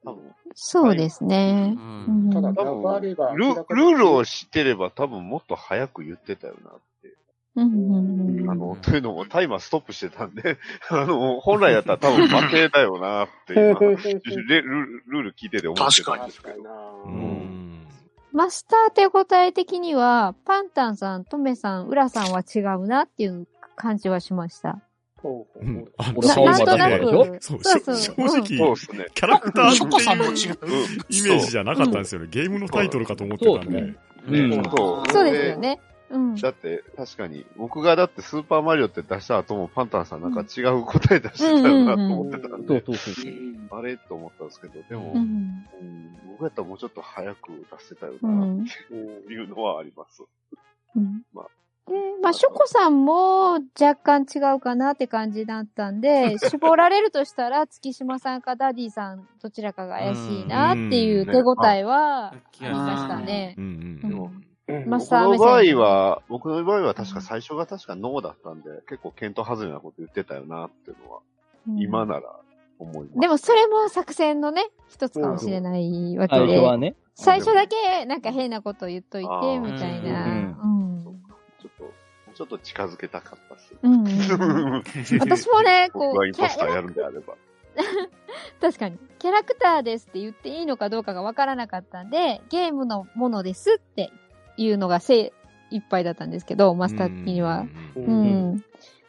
[SPEAKER 1] 多分
[SPEAKER 4] そうですね。
[SPEAKER 5] うん
[SPEAKER 4] うん
[SPEAKER 6] ただ、
[SPEAKER 1] 多分
[SPEAKER 6] 流れが
[SPEAKER 1] ルルールを知ってれば多分もっと早く言ってたよなって
[SPEAKER 4] うんうん
[SPEAKER 1] あ
[SPEAKER 4] うん。
[SPEAKER 1] の、というのもタイマーストップしてたんで、 [LAUGHS] あの、本来だったら多分負けだよなって今、ル [LAUGHS] ルルール聞いてて思ってたんです
[SPEAKER 6] 確
[SPEAKER 1] け
[SPEAKER 6] かに。な
[SPEAKER 1] ど
[SPEAKER 7] う
[SPEAKER 1] うん
[SPEAKER 7] ん。
[SPEAKER 4] マスター手応え的には、パンタンさん、トメさん、ウラさんは違うなっていう感じはしました。
[SPEAKER 6] ほう
[SPEAKER 7] う。
[SPEAKER 6] ほうん
[SPEAKER 7] あの
[SPEAKER 8] 俺は
[SPEAKER 4] な
[SPEAKER 8] そう
[SPEAKER 4] なん
[SPEAKER 8] 思
[SPEAKER 4] とな
[SPEAKER 8] わなかった
[SPEAKER 7] 正
[SPEAKER 8] で
[SPEAKER 4] く
[SPEAKER 8] しょ。
[SPEAKER 7] そう、正
[SPEAKER 4] うん
[SPEAKER 7] 直、
[SPEAKER 1] そうですね。
[SPEAKER 7] キャラクター
[SPEAKER 2] ショコさんも
[SPEAKER 7] っ
[SPEAKER 2] 違う
[SPEAKER 7] ていう。
[SPEAKER 1] う
[SPEAKER 7] イメージじゃなかったんですよね。ゲームのタイトルかと思ってたん
[SPEAKER 8] そう
[SPEAKER 7] で。
[SPEAKER 8] ですね
[SPEAKER 1] ん
[SPEAKER 8] うん
[SPEAKER 1] そう。
[SPEAKER 4] そうですよね。うん。
[SPEAKER 1] だって、確かに、僕がだってスーパーマリオって出した後もパンタンさんなんか違う答え出してたよなと思ってたん
[SPEAKER 8] そう
[SPEAKER 1] で、
[SPEAKER 8] そうそう。
[SPEAKER 1] あれと思ったんですけど、でも
[SPEAKER 4] う、ん。
[SPEAKER 1] うん僕やったらもうちょっと早く出せたよ
[SPEAKER 4] う
[SPEAKER 1] な、
[SPEAKER 4] ん。
[SPEAKER 1] というのはあります。
[SPEAKER 4] うん
[SPEAKER 1] まあ
[SPEAKER 4] で、まあ、ショコさんも若干違うかなって感じだったん
[SPEAKER 1] [LAUGHS]
[SPEAKER 4] で、絞られるとしたら、月島さんかダディさん、どちらかが怪しいなっていう手応えはありましたね。
[SPEAKER 7] うん
[SPEAKER 4] う
[SPEAKER 7] うんん。
[SPEAKER 6] うん
[SPEAKER 4] マス
[SPEAKER 1] 僕
[SPEAKER 4] ター目
[SPEAKER 1] の
[SPEAKER 4] 線
[SPEAKER 1] 場合は、僕の場合は確か最初が確かノーだったんで、結構検討外れなこと言ってたよなっていうのは、
[SPEAKER 4] うん
[SPEAKER 1] 今なら思います。
[SPEAKER 4] でも、それも作戦のね、一つかもしれないわけ
[SPEAKER 8] 最
[SPEAKER 4] で
[SPEAKER 8] 初、はね。
[SPEAKER 4] 最初だけなんか変なこと言っとい
[SPEAKER 1] あ
[SPEAKER 4] て、
[SPEAKER 1] ー
[SPEAKER 4] みたいな。う。
[SPEAKER 8] うん
[SPEAKER 1] ちょっと、ちょっと近づけたかったっす。
[SPEAKER 4] うんうん、
[SPEAKER 1] [LAUGHS]
[SPEAKER 4] 私もね、こ
[SPEAKER 1] 僕がイ
[SPEAKER 4] う、
[SPEAKER 1] ン
[SPEAKER 4] キャ
[SPEAKER 1] ポスターやるんであれば。
[SPEAKER 4] 確かに。キャラクターですって言っていいのかどうかがわからなかったんで、ゲームのものですっていうのが精一杯だったんですけど、マスター的には。う
[SPEAKER 7] う。
[SPEAKER 4] んん。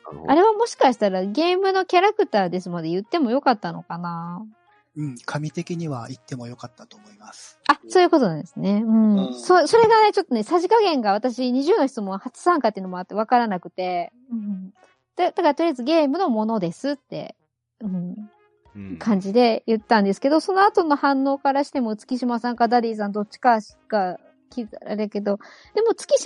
[SPEAKER 1] あの
[SPEAKER 4] あれはもしかしたらゲームのキャラクターですまで言ってもよかったのかな
[SPEAKER 3] うん、神的には言ってもよかったと思います。
[SPEAKER 4] あ、そういうことなんですね。うん。
[SPEAKER 2] うん
[SPEAKER 4] そ、それがね、ちょっとね、さじ加減が私20の質問初参加っていうのもあってわからなくて。うん。でだからとりあえずゲームのものですって。うん、
[SPEAKER 7] うん
[SPEAKER 4] 感じで言ったんですけど、その後の反応からしても、月島さんかダディさんどっちかしか聞いたらあれだけど、でも月島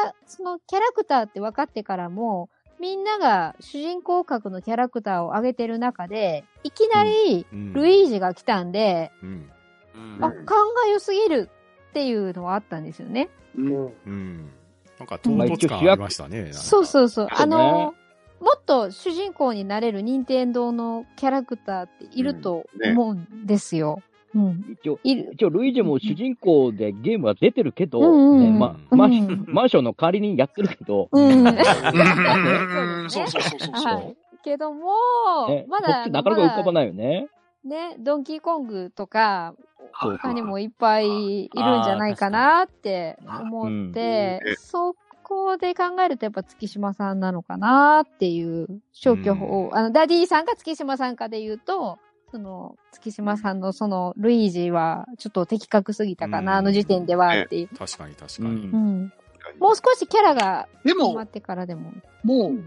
[SPEAKER 4] さんがそのキャラクターって分かってからも、みんなが主人公格のキャラクターを上げてる中で、いきなり
[SPEAKER 7] うん
[SPEAKER 4] ルイージが来たんで、
[SPEAKER 7] うん。
[SPEAKER 5] うん
[SPEAKER 4] あ、勘が良すぎるっていうのはあったんですよね。
[SPEAKER 6] うん
[SPEAKER 7] うん。なんか唐突感ありましたね。なんか
[SPEAKER 4] そうそうそう。
[SPEAKER 8] そ
[SPEAKER 4] あ
[SPEAKER 8] うね
[SPEAKER 4] の、もっと主人公になれる任天堂のキャラクターっていると思うんですよ。うん。
[SPEAKER 8] 一応、
[SPEAKER 4] いる。
[SPEAKER 8] 一応、ルイージも主人公でゲームは出てるけど、
[SPEAKER 4] うんうん
[SPEAKER 8] ねま、
[SPEAKER 4] うん
[SPEAKER 8] マンション [LAUGHS] マンションの代わりにやってるけど、
[SPEAKER 4] うん。 [LAUGHS]
[SPEAKER 2] うんそうそうそうそうそう。
[SPEAKER 4] はい。けども、
[SPEAKER 8] ね、
[SPEAKER 4] ま
[SPEAKER 8] こ
[SPEAKER 4] だ、
[SPEAKER 8] っちなかなか浮かば
[SPEAKER 4] い。
[SPEAKER 8] ないよね。
[SPEAKER 4] ね、ドンキーコングとか、
[SPEAKER 8] そう
[SPEAKER 4] 他にもいっぱいいるんじゃないかなって思って、そこで考えるとやっぱ月島さんなのかなっていう消去法、あの、ダディさんか月島さんかで言うと、その、月島さんのその、ルイージはちょっと的確すぎたかな、
[SPEAKER 7] うん
[SPEAKER 4] あの時点ではっていう。
[SPEAKER 7] 確かに確か
[SPEAKER 8] う。
[SPEAKER 7] に。
[SPEAKER 4] うんん。
[SPEAKER 1] 確かに
[SPEAKER 4] もう少しキャラが
[SPEAKER 2] で
[SPEAKER 4] 決
[SPEAKER 2] も
[SPEAKER 4] まっ、てからでも。
[SPEAKER 2] もう、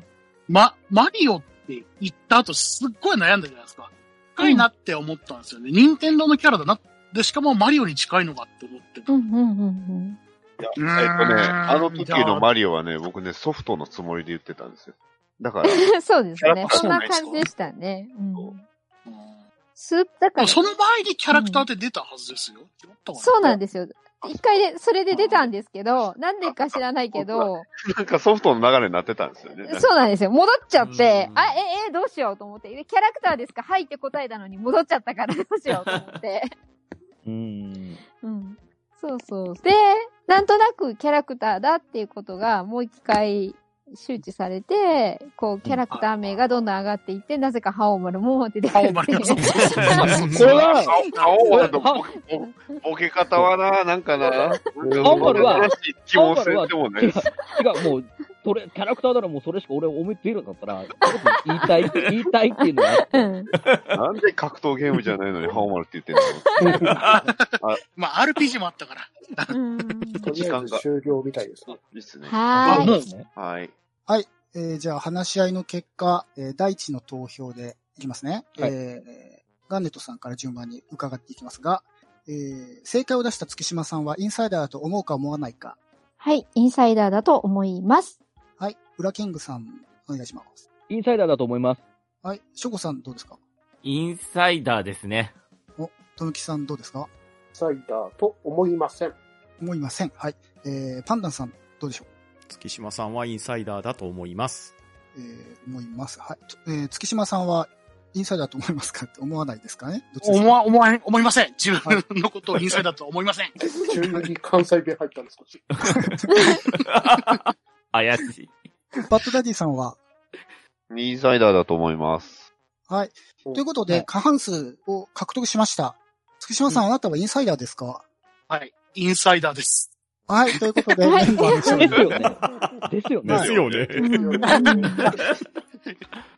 [SPEAKER 2] ま、マリオって言った後すっごい悩んだじゃないですか。深いなって思ったんですよね。任天堂のキャラだな。で、しかもマリオに近いのかって思って
[SPEAKER 4] う
[SPEAKER 2] た。
[SPEAKER 4] んうんうんうん。
[SPEAKER 2] うーん
[SPEAKER 1] えっとね、あの時のマリオはね、僕ね、ソフトのつもりで言ってたんですよ。
[SPEAKER 4] [LAUGHS]
[SPEAKER 1] だから、
[SPEAKER 4] そうです
[SPEAKER 1] キャラ
[SPEAKER 4] ね。
[SPEAKER 1] クター
[SPEAKER 4] そんな感じでしたね。うん
[SPEAKER 1] そう。
[SPEAKER 4] スープ、だ
[SPEAKER 2] でも
[SPEAKER 4] から、
[SPEAKER 2] その前にキャラクターって出たはずですよ。
[SPEAKER 4] そうなん
[SPEAKER 2] で
[SPEAKER 4] ですよ。一回で、それで出たんですけど、なんでか知らないけど、
[SPEAKER 1] なんかソフトの流れになってたんですよね。
[SPEAKER 4] そうなんですよ。戻っちゃって
[SPEAKER 5] う、ん
[SPEAKER 4] あ、え、え、どうしようと思って、でキャラクターですかはいって答えたのに戻っちゃったからどうしようと思って。
[SPEAKER 8] うん。
[SPEAKER 4] うん。そうそう。で、なんとなくキャラクターだっていうことがもう一回周知されて、こう、キャラクター名がどんどん上がっていって、なぜかハオマルも出てくる
[SPEAKER 2] 青
[SPEAKER 4] っ
[SPEAKER 2] 丸
[SPEAKER 4] てい。
[SPEAKER 2] がそうう
[SPEAKER 1] [LAUGHS]
[SPEAKER 2] そうそうそう
[SPEAKER 8] これは
[SPEAKER 1] 青青はどボケボケ方はな、なんかな、
[SPEAKER 8] 青丸は
[SPEAKER 1] 新しい気もせんでも
[SPEAKER 8] 違
[SPEAKER 1] ね
[SPEAKER 8] う、、違うもう、それ、キャラクターならもうそれしか俺思いついるんだったら、ちょっと言いた
[SPEAKER 4] [LAUGHS]
[SPEAKER 8] い、言いたいっていうのは、
[SPEAKER 4] [LAUGHS] うん。
[SPEAKER 1] なんで格闘ゲームじ
[SPEAKER 2] [LAUGHS]
[SPEAKER 1] ゃないのに青丸って言ってんの
[SPEAKER 2] まあ、RPG もあったから。
[SPEAKER 4] うん
[SPEAKER 6] とりあえず終了みたいですね。
[SPEAKER 1] いいっすね。
[SPEAKER 4] はーい。
[SPEAKER 8] うね。
[SPEAKER 1] はい。
[SPEAKER 3] えーじゃあ話し合いの結果、えー第一の投票でいきますね。
[SPEAKER 8] はい
[SPEAKER 3] えーガンネットさんから順番に伺っていきますが、えー正解を出した月島さんはインサイダーだと思うか思わないか。
[SPEAKER 4] はい、インサイダーだと思います。
[SPEAKER 3] はい。ウラキングさん、お願いします。
[SPEAKER 8] インサイダーだと思います。
[SPEAKER 3] はい。ショコさん、どうですか
[SPEAKER 5] インサイダーですね。
[SPEAKER 3] とぬきさん、どうですか
[SPEAKER 6] サイダーと思いません。
[SPEAKER 3] 思いません。はい。えーパンダンさん、どうでしょう
[SPEAKER 7] 月島さんはインサイダーだと思います。
[SPEAKER 3] えー思います。はい。とえー月島さんは、インサイダーと思いますかって思わないですかねどっちです
[SPEAKER 2] 思
[SPEAKER 3] か
[SPEAKER 2] わ、思わへん、思いません。自分のことをインサイダーとは思いません。
[SPEAKER 6] 急に関西弁入ったんです、少し。
[SPEAKER 5] 怪しい。
[SPEAKER 3] バッドダディさんは
[SPEAKER 1] インサイダーだと思います。
[SPEAKER 3] はい。
[SPEAKER 6] お
[SPEAKER 3] [LAUGHS] ということで、過半数を獲得しました。月島さん、あなたはインサイダーですか
[SPEAKER 2] はい。インサイダーです。
[SPEAKER 3] はい。ということで、
[SPEAKER 4] は
[SPEAKER 3] メ
[SPEAKER 4] い
[SPEAKER 3] ンバーの勝
[SPEAKER 8] で
[SPEAKER 3] 利
[SPEAKER 4] [LAUGHS]
[SPEAKER 8] すよね。ですよね。
[SPEAKER 7] ですよね。
[SPEAKER 2] 昨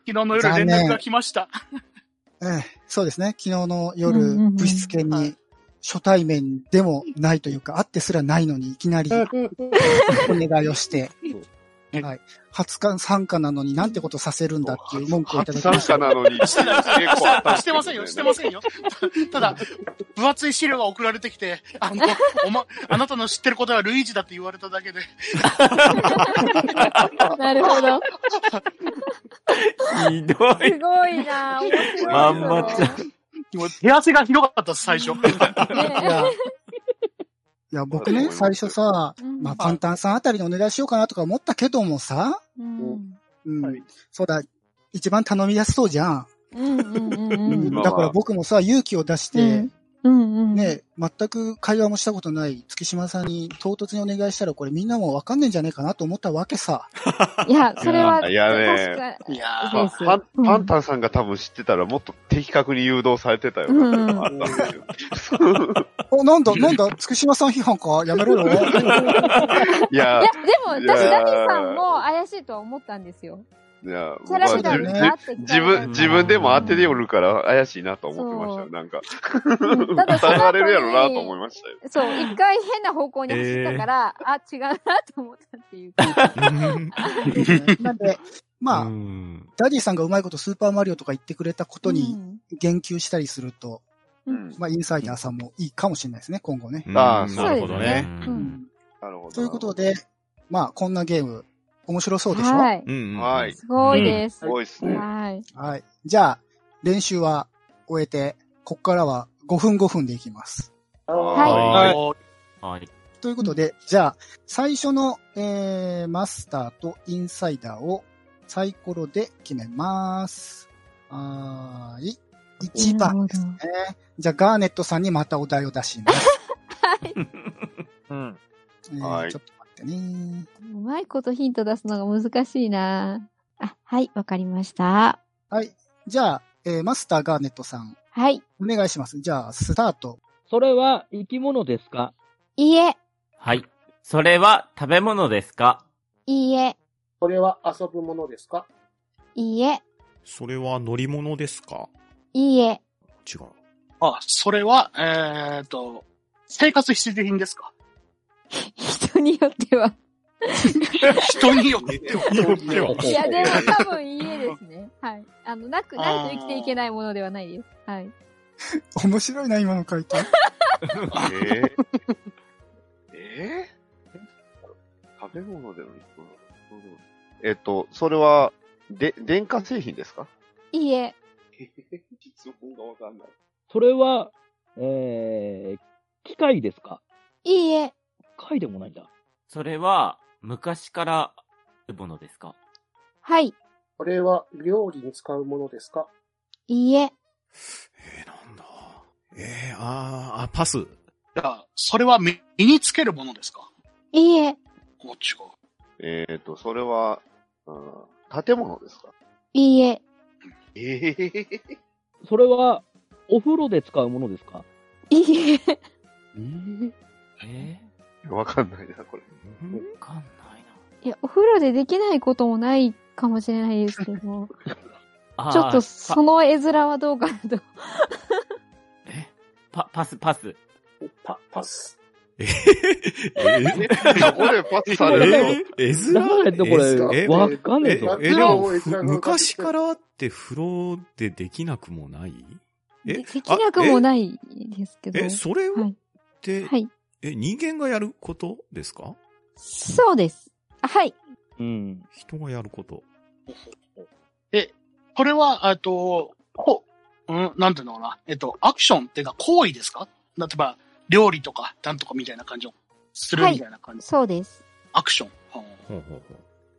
[SPEAKER 2] 日の夜連絡が来ました。
[SPEAKER 3] ええそうですね。昨日の
[SPEAKER 4] うん
[SPEAKER 3] 夜、
[SPEAKER 4] うんうん
[SPEAKER 3] 物質圏
[SPEAKER 2] は
[SPEAKER 3] に
[SPEAKER 2] い
[SPEAKER 3] 初対面でもないというか、会ってすらないのに、いきなりお願いをして、はい。初参参加なのになんてことささせるんだっていう文句をいただ
[SPEAKER 1] 初
[SPEAKER 3] きま
[SPEAKER 1] 参
[SPEAKER 3] した。
[SPEAKER 1] 加なのに、
[SPEAKER 2] してないして
[SPEAKER 1] 結構あった
[SPEAKER 2] ないしてませんよ、してませんよ。ただ、分厚い資料が送られてきて、あの、おま、あなたの知ってる答えはルイージだって言われただけで、
[SPEAKER 4] なるほど。
[SPEAKER 5] ひどい
[SPEAKER 4] す。ごいな面白いぞ。
[SPEAKER 5] まんまちゃん。
[SPEAKER 2] もう手汗がひどかったです、最 [LAUGHS] 初。
[SPEAKER 3] いや、いや僕ね、最初さ、まあ、パンタンさんあたりにお願いしようかなとか思ったけどもさ、
[SPEAKER 4] うん
[SPEAKER 3] うん、
[SPEAKER 2] はい
[SPEAKER 3] そうだ、一番頼みやすそうじゃん。
[SPEAKER 4] うんうんうんう
[SPEAKER 3] うんん
[SPEAKER 1] まあ
[SPEAKER 3] だから僕もさ、勇気を出して、
[SPEAKER 4] うんうん。
[SPEAKER 3] ね、全く会話もしたことない月島さんに唐突にお願いしたら、これみんなもわかんねえんじゃねえかなと思ったわけさ。
[SPEAKER 4] いや、それは、
[SPEAKER 1] いやね
[SPEAKER 4] 確か
[SPEAKER 2] いや
[SPEAKER 1] ま
[SPEAKER 4] で
[SPEAKER 1] あ
[SPEAKER 4] す
[SPEAKER 1] パン
[SPEAKER 4] うん
[SPEAKER 1] パンタンさんが多分知ってたらもっと的確に誘導されてたよ
[SPEAKER 4] う
[SPEAKER 1] な。
[SPEAKER 4] ん
[SPEAKER 1] あったんですよ
[SPEAKER 3] お、なんだ、なんだ、月島さん批判か、やめろ
[SPEAKER 8] [LAUGHS]
[SPEAKER 3] よ。
[SPEAKER 1] い
[SPEAKER 4] い、
[SPEAKER 1] や
[SPEAKER 4] や、
[SPEAKER 1] い
[SPEAKER 4] でも、
[SPEAKER 1] や
[SPEAKER 4] 私、ダディさんも怪しいとは思ったんですよ。
[SPEAKER 1] いや、
[SPEAKER 4] キャラ
[SPEAKER 1] まあ
[SPEAKER 4] 次
[SPEAKER 1] じ
[SPEAKER 4] 第
[SPEAKER 3] ね
[SPEAKER 4] に
[SPEAKER 1] じ
[SPEAKER 4] なってきたら
[SPEAKER 1] 自分、自分でも当てておるから怪しいなと思ってましたよ。なんか、
[SPEAKER 4] うんただそ
[SPEAKER 1] 疑
[SPEAKER 4] の後
[SPEAKER 1] わ
[SPEAKER 4] に
[SPEAKER 1] れるやろなと思いましたよ。
[SPEAKER 4] そう、一回変な方向に走ったから、あ、違うなと思ったっていうか。
[SPEAKER 3] なんで、まあ、
[SPEAKER 7] うん
[SPEAKER 3] ダディさんがうまいことスーパーマリオとか言ってくれたこと
[SPEAKER 4] う
[SPEAKER 3] に
[SPEAKER 4] ん
[SPEAKER 3] 言及したりすると、
[SPEAKER 1] うん。
[SPEAKER 3] まあ、インサイダーさんもいいかもしれないですね、今後ね。
[SPEAKER 1] ああ
[SPEAKER 7] うん
[SPEAKER 1] そう
[SPEAKER 7] なるほどね。
[SPEAKER 5] う
[SPEAKER 4] うんん
[SPEAKER 1] なるほど。
[SPEAKER 3] ということで、まあ、こんなゲーム、面白そうでしょは。
[SPEAKER 4] はいい。
[SPEAKER 7] うんうんうん
[SPEAKER 1] はい。
[SPEAKER 4] すごいです
[SPEAKER 1] す。ごいっすね。
[SPEAKER 4] はい。
[SPEAKER 3] じゃあ、練習は終えて、こっからは5分5分でいきます。
[SPEAKER 1] は
[SPEAKER 7] はい
[SPEAKER 2] お
[SPEAKER 5] はい。
[SPEAKER 3] ということで、じゃあ、最初の、えー、マスターとインサイダーをサイコロで決めます。はーい。1番ですね。じゃあ、ガーネットさんにまたお題を出
[SPEAKER 1] [LAUGHS]
[SPEAKER 3] します。
[SPEAKER 1] うん。
[SPEAKER 3] えー
[SPEAKER 1] はい
[SPEAKER 3] ちょっと待ってね。
[SPEAKER 4] うまいことヒント出すのが難しいなあ、はい、わかりました。
[SPEAKER 3] はい。じゃあ、えーマスターガーネットさん、
[SPEAKER 4] はい。
[SPEAKER 3] お願いします。じゃあ、スタート。
[SPEAKER 8] それは生き物ですか
[SPEAKER 4] いいえ、
[SPEAKER 5] はい。それは食べ物ですか
[SPEAKER 4] いいえ、
[SPEAKER 6] これは遊ぶものですか
[SPEAKER 4] いいえ、
[SPEAKER 7] それは乗り物ですか
[SPEAKER 4] いいえ、
[SPEAKER 7] 違う。
[SPEAKER 2] あ、それは、えーっと、生活必需品です [LAUGHS] か
[SPEAKER 4] 人によっ
[SPEAKER 3] [LAUGHS]
[SPEAKER 4] ては。
[SPEAKER 2] 人によっては。
[SPEAKER 4] いや、でも多分いいえですね。はい。あの、なく、ないと生きていけないものではないです。はい。
[SPEAKER 3] 面白いな、今の回
[SPEAKER 1] [LAUGHS]
[SPEAKER 3] 答。
[SPEAKER 1] えー、えー、食べ物でもいくのえっと、それは、で、電化製品ですか
[SPEAKER 4] いいえ、
[SPEAKER 1] 質問がわかんない。
[SPEAKER 8] それは、えー、機械ですか
[SPEAKER 4] いいえ、
[SPEAKER 8] 機械でもないんだ。
[SPEAKER 5] それは昔からあるものですか
[SPEAKER 4] はい、
[SPEAKER 6] これは料理に使うものですか
[SPEAKER 4] いいえ、
[SPEAKER 7] えー、なんだ。えー、あーあ、パス。
[SPEAKER 2] じゃあそれは身につけるものですか
[SPEAKER 4] いいえ、
[SPEAKER 2] もう違う。
[SPEAKER 1] えっと、それは、うん、建物ですか
[SPEAKER 4] いいえ、
[SPEAKER 1] ええ
[SPEAKER 8] それは、お風呂で使うものですか
[SPEAKER 4] いいえ、
[SPEAKER 5] え
[SPEAKER 1] わかんないな、これ。
[SPEAKER 5] ー、わかんないな。
[SPEAKER 4] いや、お風呂でできないこともないかもしれないですけ
[SPEAKER 3] [LAUGHS]
[SPEAKER 4] ど、
[SPEAKER 5] あー
[SPEAKER 4] ちょっとそ
[SPEAKER 5] パ
[SPEAKER 4] の絵面はどうかなと。
[SPEAKER 5] えパ、パス、パス。
[SPEAKER 6] パ、パス。
[SPEAKER 7] え
[SPEAKER 1] そこでパスされる
[SPEAKER 7] ええず
[SPEAKER 8] だ
[SPEAKER 7] ら
[SPEAKER 8] からこ
[SPEAKER 7] え
[SPEAKER 8] れ、わかんねえ
[SPEAKER 7] え
[SPEAKER 8] ぞ。
[SPEAKER 7] えでもふ昔からあって風呂でできなくもないえ
[SPEAKER 4] できなくも
[SPEAKER 7] い。
[SPEAKER 4] ないですけど。
[SPEAKER 7] え、それっ
[SPEAKER 4] はい。
[SPEAKER 7] て、
[SPEAKER 4] はい。
[SPEAKER 7] え、人間がやることですか
[SPEAKER 4] そうです。あはい。
[SPEAKER 8] うん。
[SPEAKER 7] 人がやること。
[SPEAKER 2] これは、えっと、こう、うん、なんていうのかな。えっと、アクションっていうか行為ですか例えば、料理とか、なんとかみたいな感じをするみたいな感じ。
[SPEAKER 4] そうです。
[SPEAKER 2] アクション。うん
[SPEAKER 7] ほうほうほう。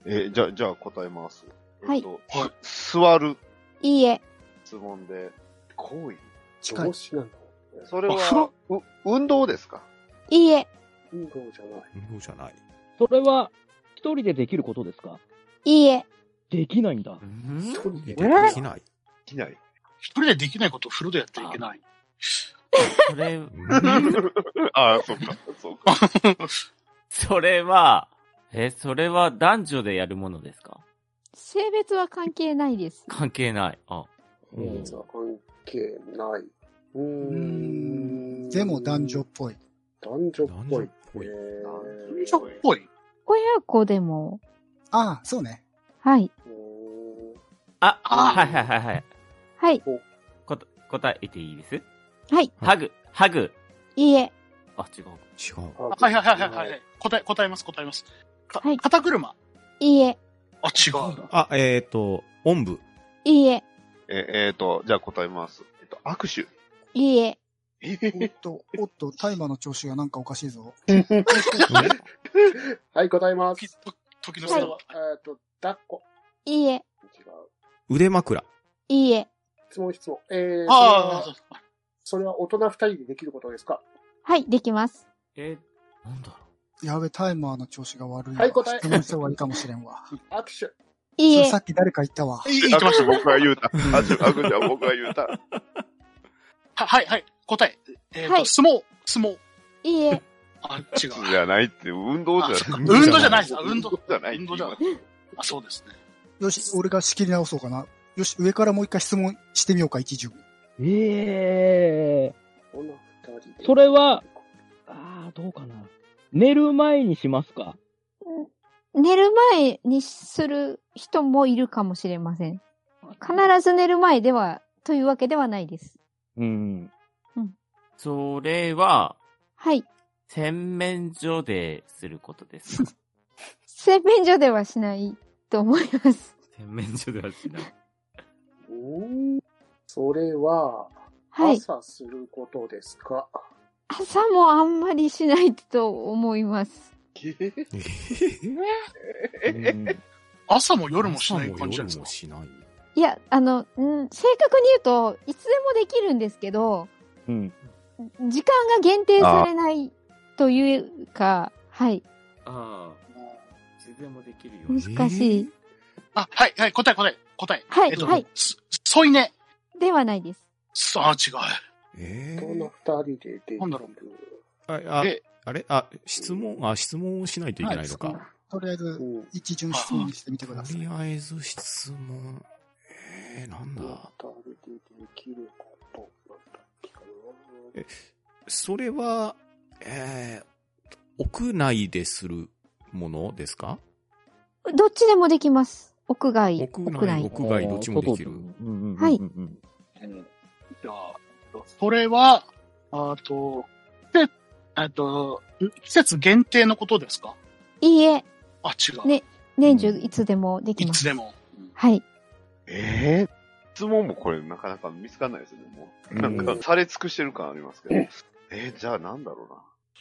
[SPEAKER 1] え、じゃあ、じゃあ答えます。
[SPEAKER 4] はい
[SPEAKER 1] えっと、す座る
[SPEAKER 4] いいえ。
[SPEAKER 1] 質問で、行為
[SPEAKER 3] 近
[SPEAKER 6] ど。
[SPEAKER 3] いう
[SPEAKER 6] しなんだ
[SPEAKER 1] それ
[SPEAKER 2] あ風
[SPEAKER 1] は
[SPEAKER 2] 呂、
[SPEAKER 1] う運動ですか
[SPEAKER 4] いいえ。
[SPEAKER 6] 運動じゃない。
[SPEAKER 7] 運動じゃない。
[SPEAKER 8] それは、一人でできることですか
[SPEAKER 4] いいえ。
[SPEAKER 8] できないんだ。
[SPEAKER 5] うん
[SPEAKER 6] 一人
[SPEAKER 7] で
[SPEAKER 6] で
[SPEAKER 7] きない。
[SPEAKER 1] きない。
[SPEAKER 2] 一人でできないことを風呂でやっちゃいけない。
[SPEAKER 5] それ、
[SPEAKER 1] ああ、そっか、 [LAUGHS] そうか。
[SPEAKER 5] それは、え、それは男女でやるものですか
[SPEAKER 4] 性別は関係ないです。
[SPEAKER 5] 関係ない。あ、
[SPEAKER 6] 実は関係ない。うーん。
[SPEAKER 3] でも男女っぽい。
[SPEAKER 6] 男女っぽい。
[SPEAKER 7] 男女っぽい
[SPEAKER 6] えー
[SPEAKER 2] ちょっぽい。
[SPEAKER 4] 親子でも、
[SPEAKER 3] ああ、そうね。
[SPEAKER 4] はい。
[SPEAKER 6] う
[SPEAKER 5] あ、
[SPEAKER 2] あ
[SPEAKER 5] はいはいはいはい。
[SPEAKER 4] はい。
[SPEAKER 5] こた答えていいです
[SPEAKER 4] はい。
[SPEAKER 5] ハグ、ハグ。
[SPEAKER 4] いいえ。
[SPEAKER 5] あ、違う。
[SPEAKER 7] 違う。
[SPEAKER 6] ーん
[SPEAKER 2] はいはいはいはいはい。。答え、答えます、答えます。か
[SPEAKER 4] はい
[SPEAKER 2] 肩車。
[SPEAKER 4] いいえ。
[SPEAKER 2] あ、違う。
[SPEAKER 7] あ、えっ、と、おんぶ。
[SPEAKER 4] いいえ。
[SPEAKER 1] え、えーと、じゃあ答えます。えっと、握手。
[SPEAKER 4] いいえ。
[SPEAKER 1] [LAUGHS]
[SPEAKER 3] おっと、おっと、大麻の調子がなんかおかしいぞ。
[SPEAKER 6] はい、答えます。
[SPEAKER 2] き
[SPEAKER 6] え
[SPEAKER 2] と時の
[SPEAKER 6] っ
[SPEAKER 2] 差は。
[SPEAKER 6] と、抱っこ。
[SPEAKER 4] いいえ。
[SPEAKER 6] 違う。
[SPEAKER 7] 腕枕。
[SPEAKER 4] いいえ。
[SPEAKER 6] 質問質問。えー、
[SPEAKER 2] ああ、
[SPEAKER 6] それは大人二人でできることですか
[SPEAKER 4] はい、できます。
[SPEAKER 5] え、なんだろ
[SPEAKER 3] やべ、タイマーの調子が悪いわ。
[SPEAKER 6] はい答え
[SPEAKER 3] 質問した方がいいかもしれんわ。
[SPEAKER 6] 握手。
[SPEAKER 4] いい
[SPEAKER 3] それ
[SPEAKER 4] え
[SPEAKER 3] さ。っき誰か言ったわ。
[SPEAKER 2] いい、いい、いきま
[SPEAKER 1] 握
[SPEAKER 2] し
[SPEAKER 1] 手
[SPEAKER 2] ょう。
[SPEAKER 1] 僕が言うた。握手、握手は僕が言うた。
[SPEAKER 2] ははいはい。答え。えっ
[SPEAKER 4] は
[SPEAKER 2] と、
[SPEAKER 4] い
[SPEAKER 2] 相撲、相撲。
[SPEAKER 4] いいえ。
[SPEAKER 2] あ、違。
[SPEAKER 1] そううじゃないって、運動じゃない。
[SPEAKER 2] 運動じゃないです運動
[SPEAKER 1] じゃない。
[SPEAKER 2] 運動じゃない
[SPEAKER 1] って言いま
[SPEAKER 2] あ、
[SPEAKER 1] す
[SPEAKER 2] そうですね。
[SPEAKER 3] よし、俺が仕切り直そうかな。よし、上からもう一回質問してみようか、一巡。
[SPEAKER 8] ええ
[SPEAKER 6] 大人二人で。
[SPEAKER 8] それは、ああ、どうかな。寝る前にしますか
[SPEAKER 4] 寝る前にする人もいるかもしれません。必ず寝る前では、というわけではないです。
[SPEAKER 8] うん。
[SPEAKER 5] う。それは、
[SPEAKER 4] はい。
[SPEAKER 5] 洗面所ですることですか
[SPEAKER 4] 洗面所ではしないと思います。
[SPEAKER 5] [LAUGHS] 洗面所ではしない。
[SPEAKER 6] うーんそれは、
[SPEAKER 4] はい。
[SPEAKER 6] 朝することですか、
[SPEAKER 4] 朝もあんまりしないと思います。
[SPEAKER 8] うん
[SPEAKER 2] 朝も [LAUGHS] 夜もしない感じなんです
[SPEAKER 7] 朝も夜も
[SPEAKER 2] か
[SPEAKER 7] しない。
[SPEAKER 4] いや、あの、ん正確に言うと、いつでもできるんですけど、
[SPEAKER 8] うん。
[SPEAKER 4] 時間が限定されないというか、はい。
[SPEAKER 5] ああ。自然もできるよ
[SPEAKER 4] 難しい。
[SPEAKER 2] あ、はいはい。答え、答え、答え。
[SPEAKER 4] はい
[SPEAKER 2] えっと
[SPEAKER 4] はい、
[SPEAKER 2] す添い寝。
[SPEAKER 4] ではないです。
[SPEAKER 2] すあ、違う。
[SPEAKER 7] え
[SPEAKER 6] 大
[SPEAKER 7] ー
[SPEAKER 6] 人二人でできる。
[SPEAKER 2] なんだろ
[SPEAKER 7] ああ
[SPEAKER 2] え
[SPEAKER 7] あれあ、質問、あ、質問をしないといけないのか。
[SPEAKER 3] はいとりあえず
[SPEAKER 6] う、ん。
[SPEAKER 3] 一巡質問してみてくださ
[SPEAKER 7] とり
[SPEAKER 3] い。
[SPEAKER 7] あえず質問。えー、なん
[SPEAKER 6] 大人
[SPEAKER 7] だ。
[SPEAKER 6] 二人でできること。なんだっけかな
[SPEAKER 7] それは、えー、屋内でするものですか
[SPEAKER 4] どっちでもできます。屋外、
[SPEAKER 7] 屋内
[SPEAKER 4] 屋内。
[SPEAKER 7] 屋外どっちもできる
[SPEAKER 8] あー外うんうんうんうん
[SPEAKER 4] はい
[SPEAKER 2] じゃあ、それは、あと、で、えっと、ん季節限定のことですか
[SPEAKER 4] いいえ、
[SPEAKER 2] あ、違う。
[SPEAKER 4] ね年中いつでもでき
[SPEAKER 2] い
[SPEAKER 4] ま
[SPEAKER 2] つ
[SPEAKER 4] す。
[SPEAKER 2] でも。
[SPEAKER 4] はい。
[SPEAKER 1] ええ質問もこれなかなか見つかんないですよね、もう。
[SPEAKER 7] うん
[SPEAKER 1] なんか、され尽くしてる感ありますけど。えーじゃあなんだろう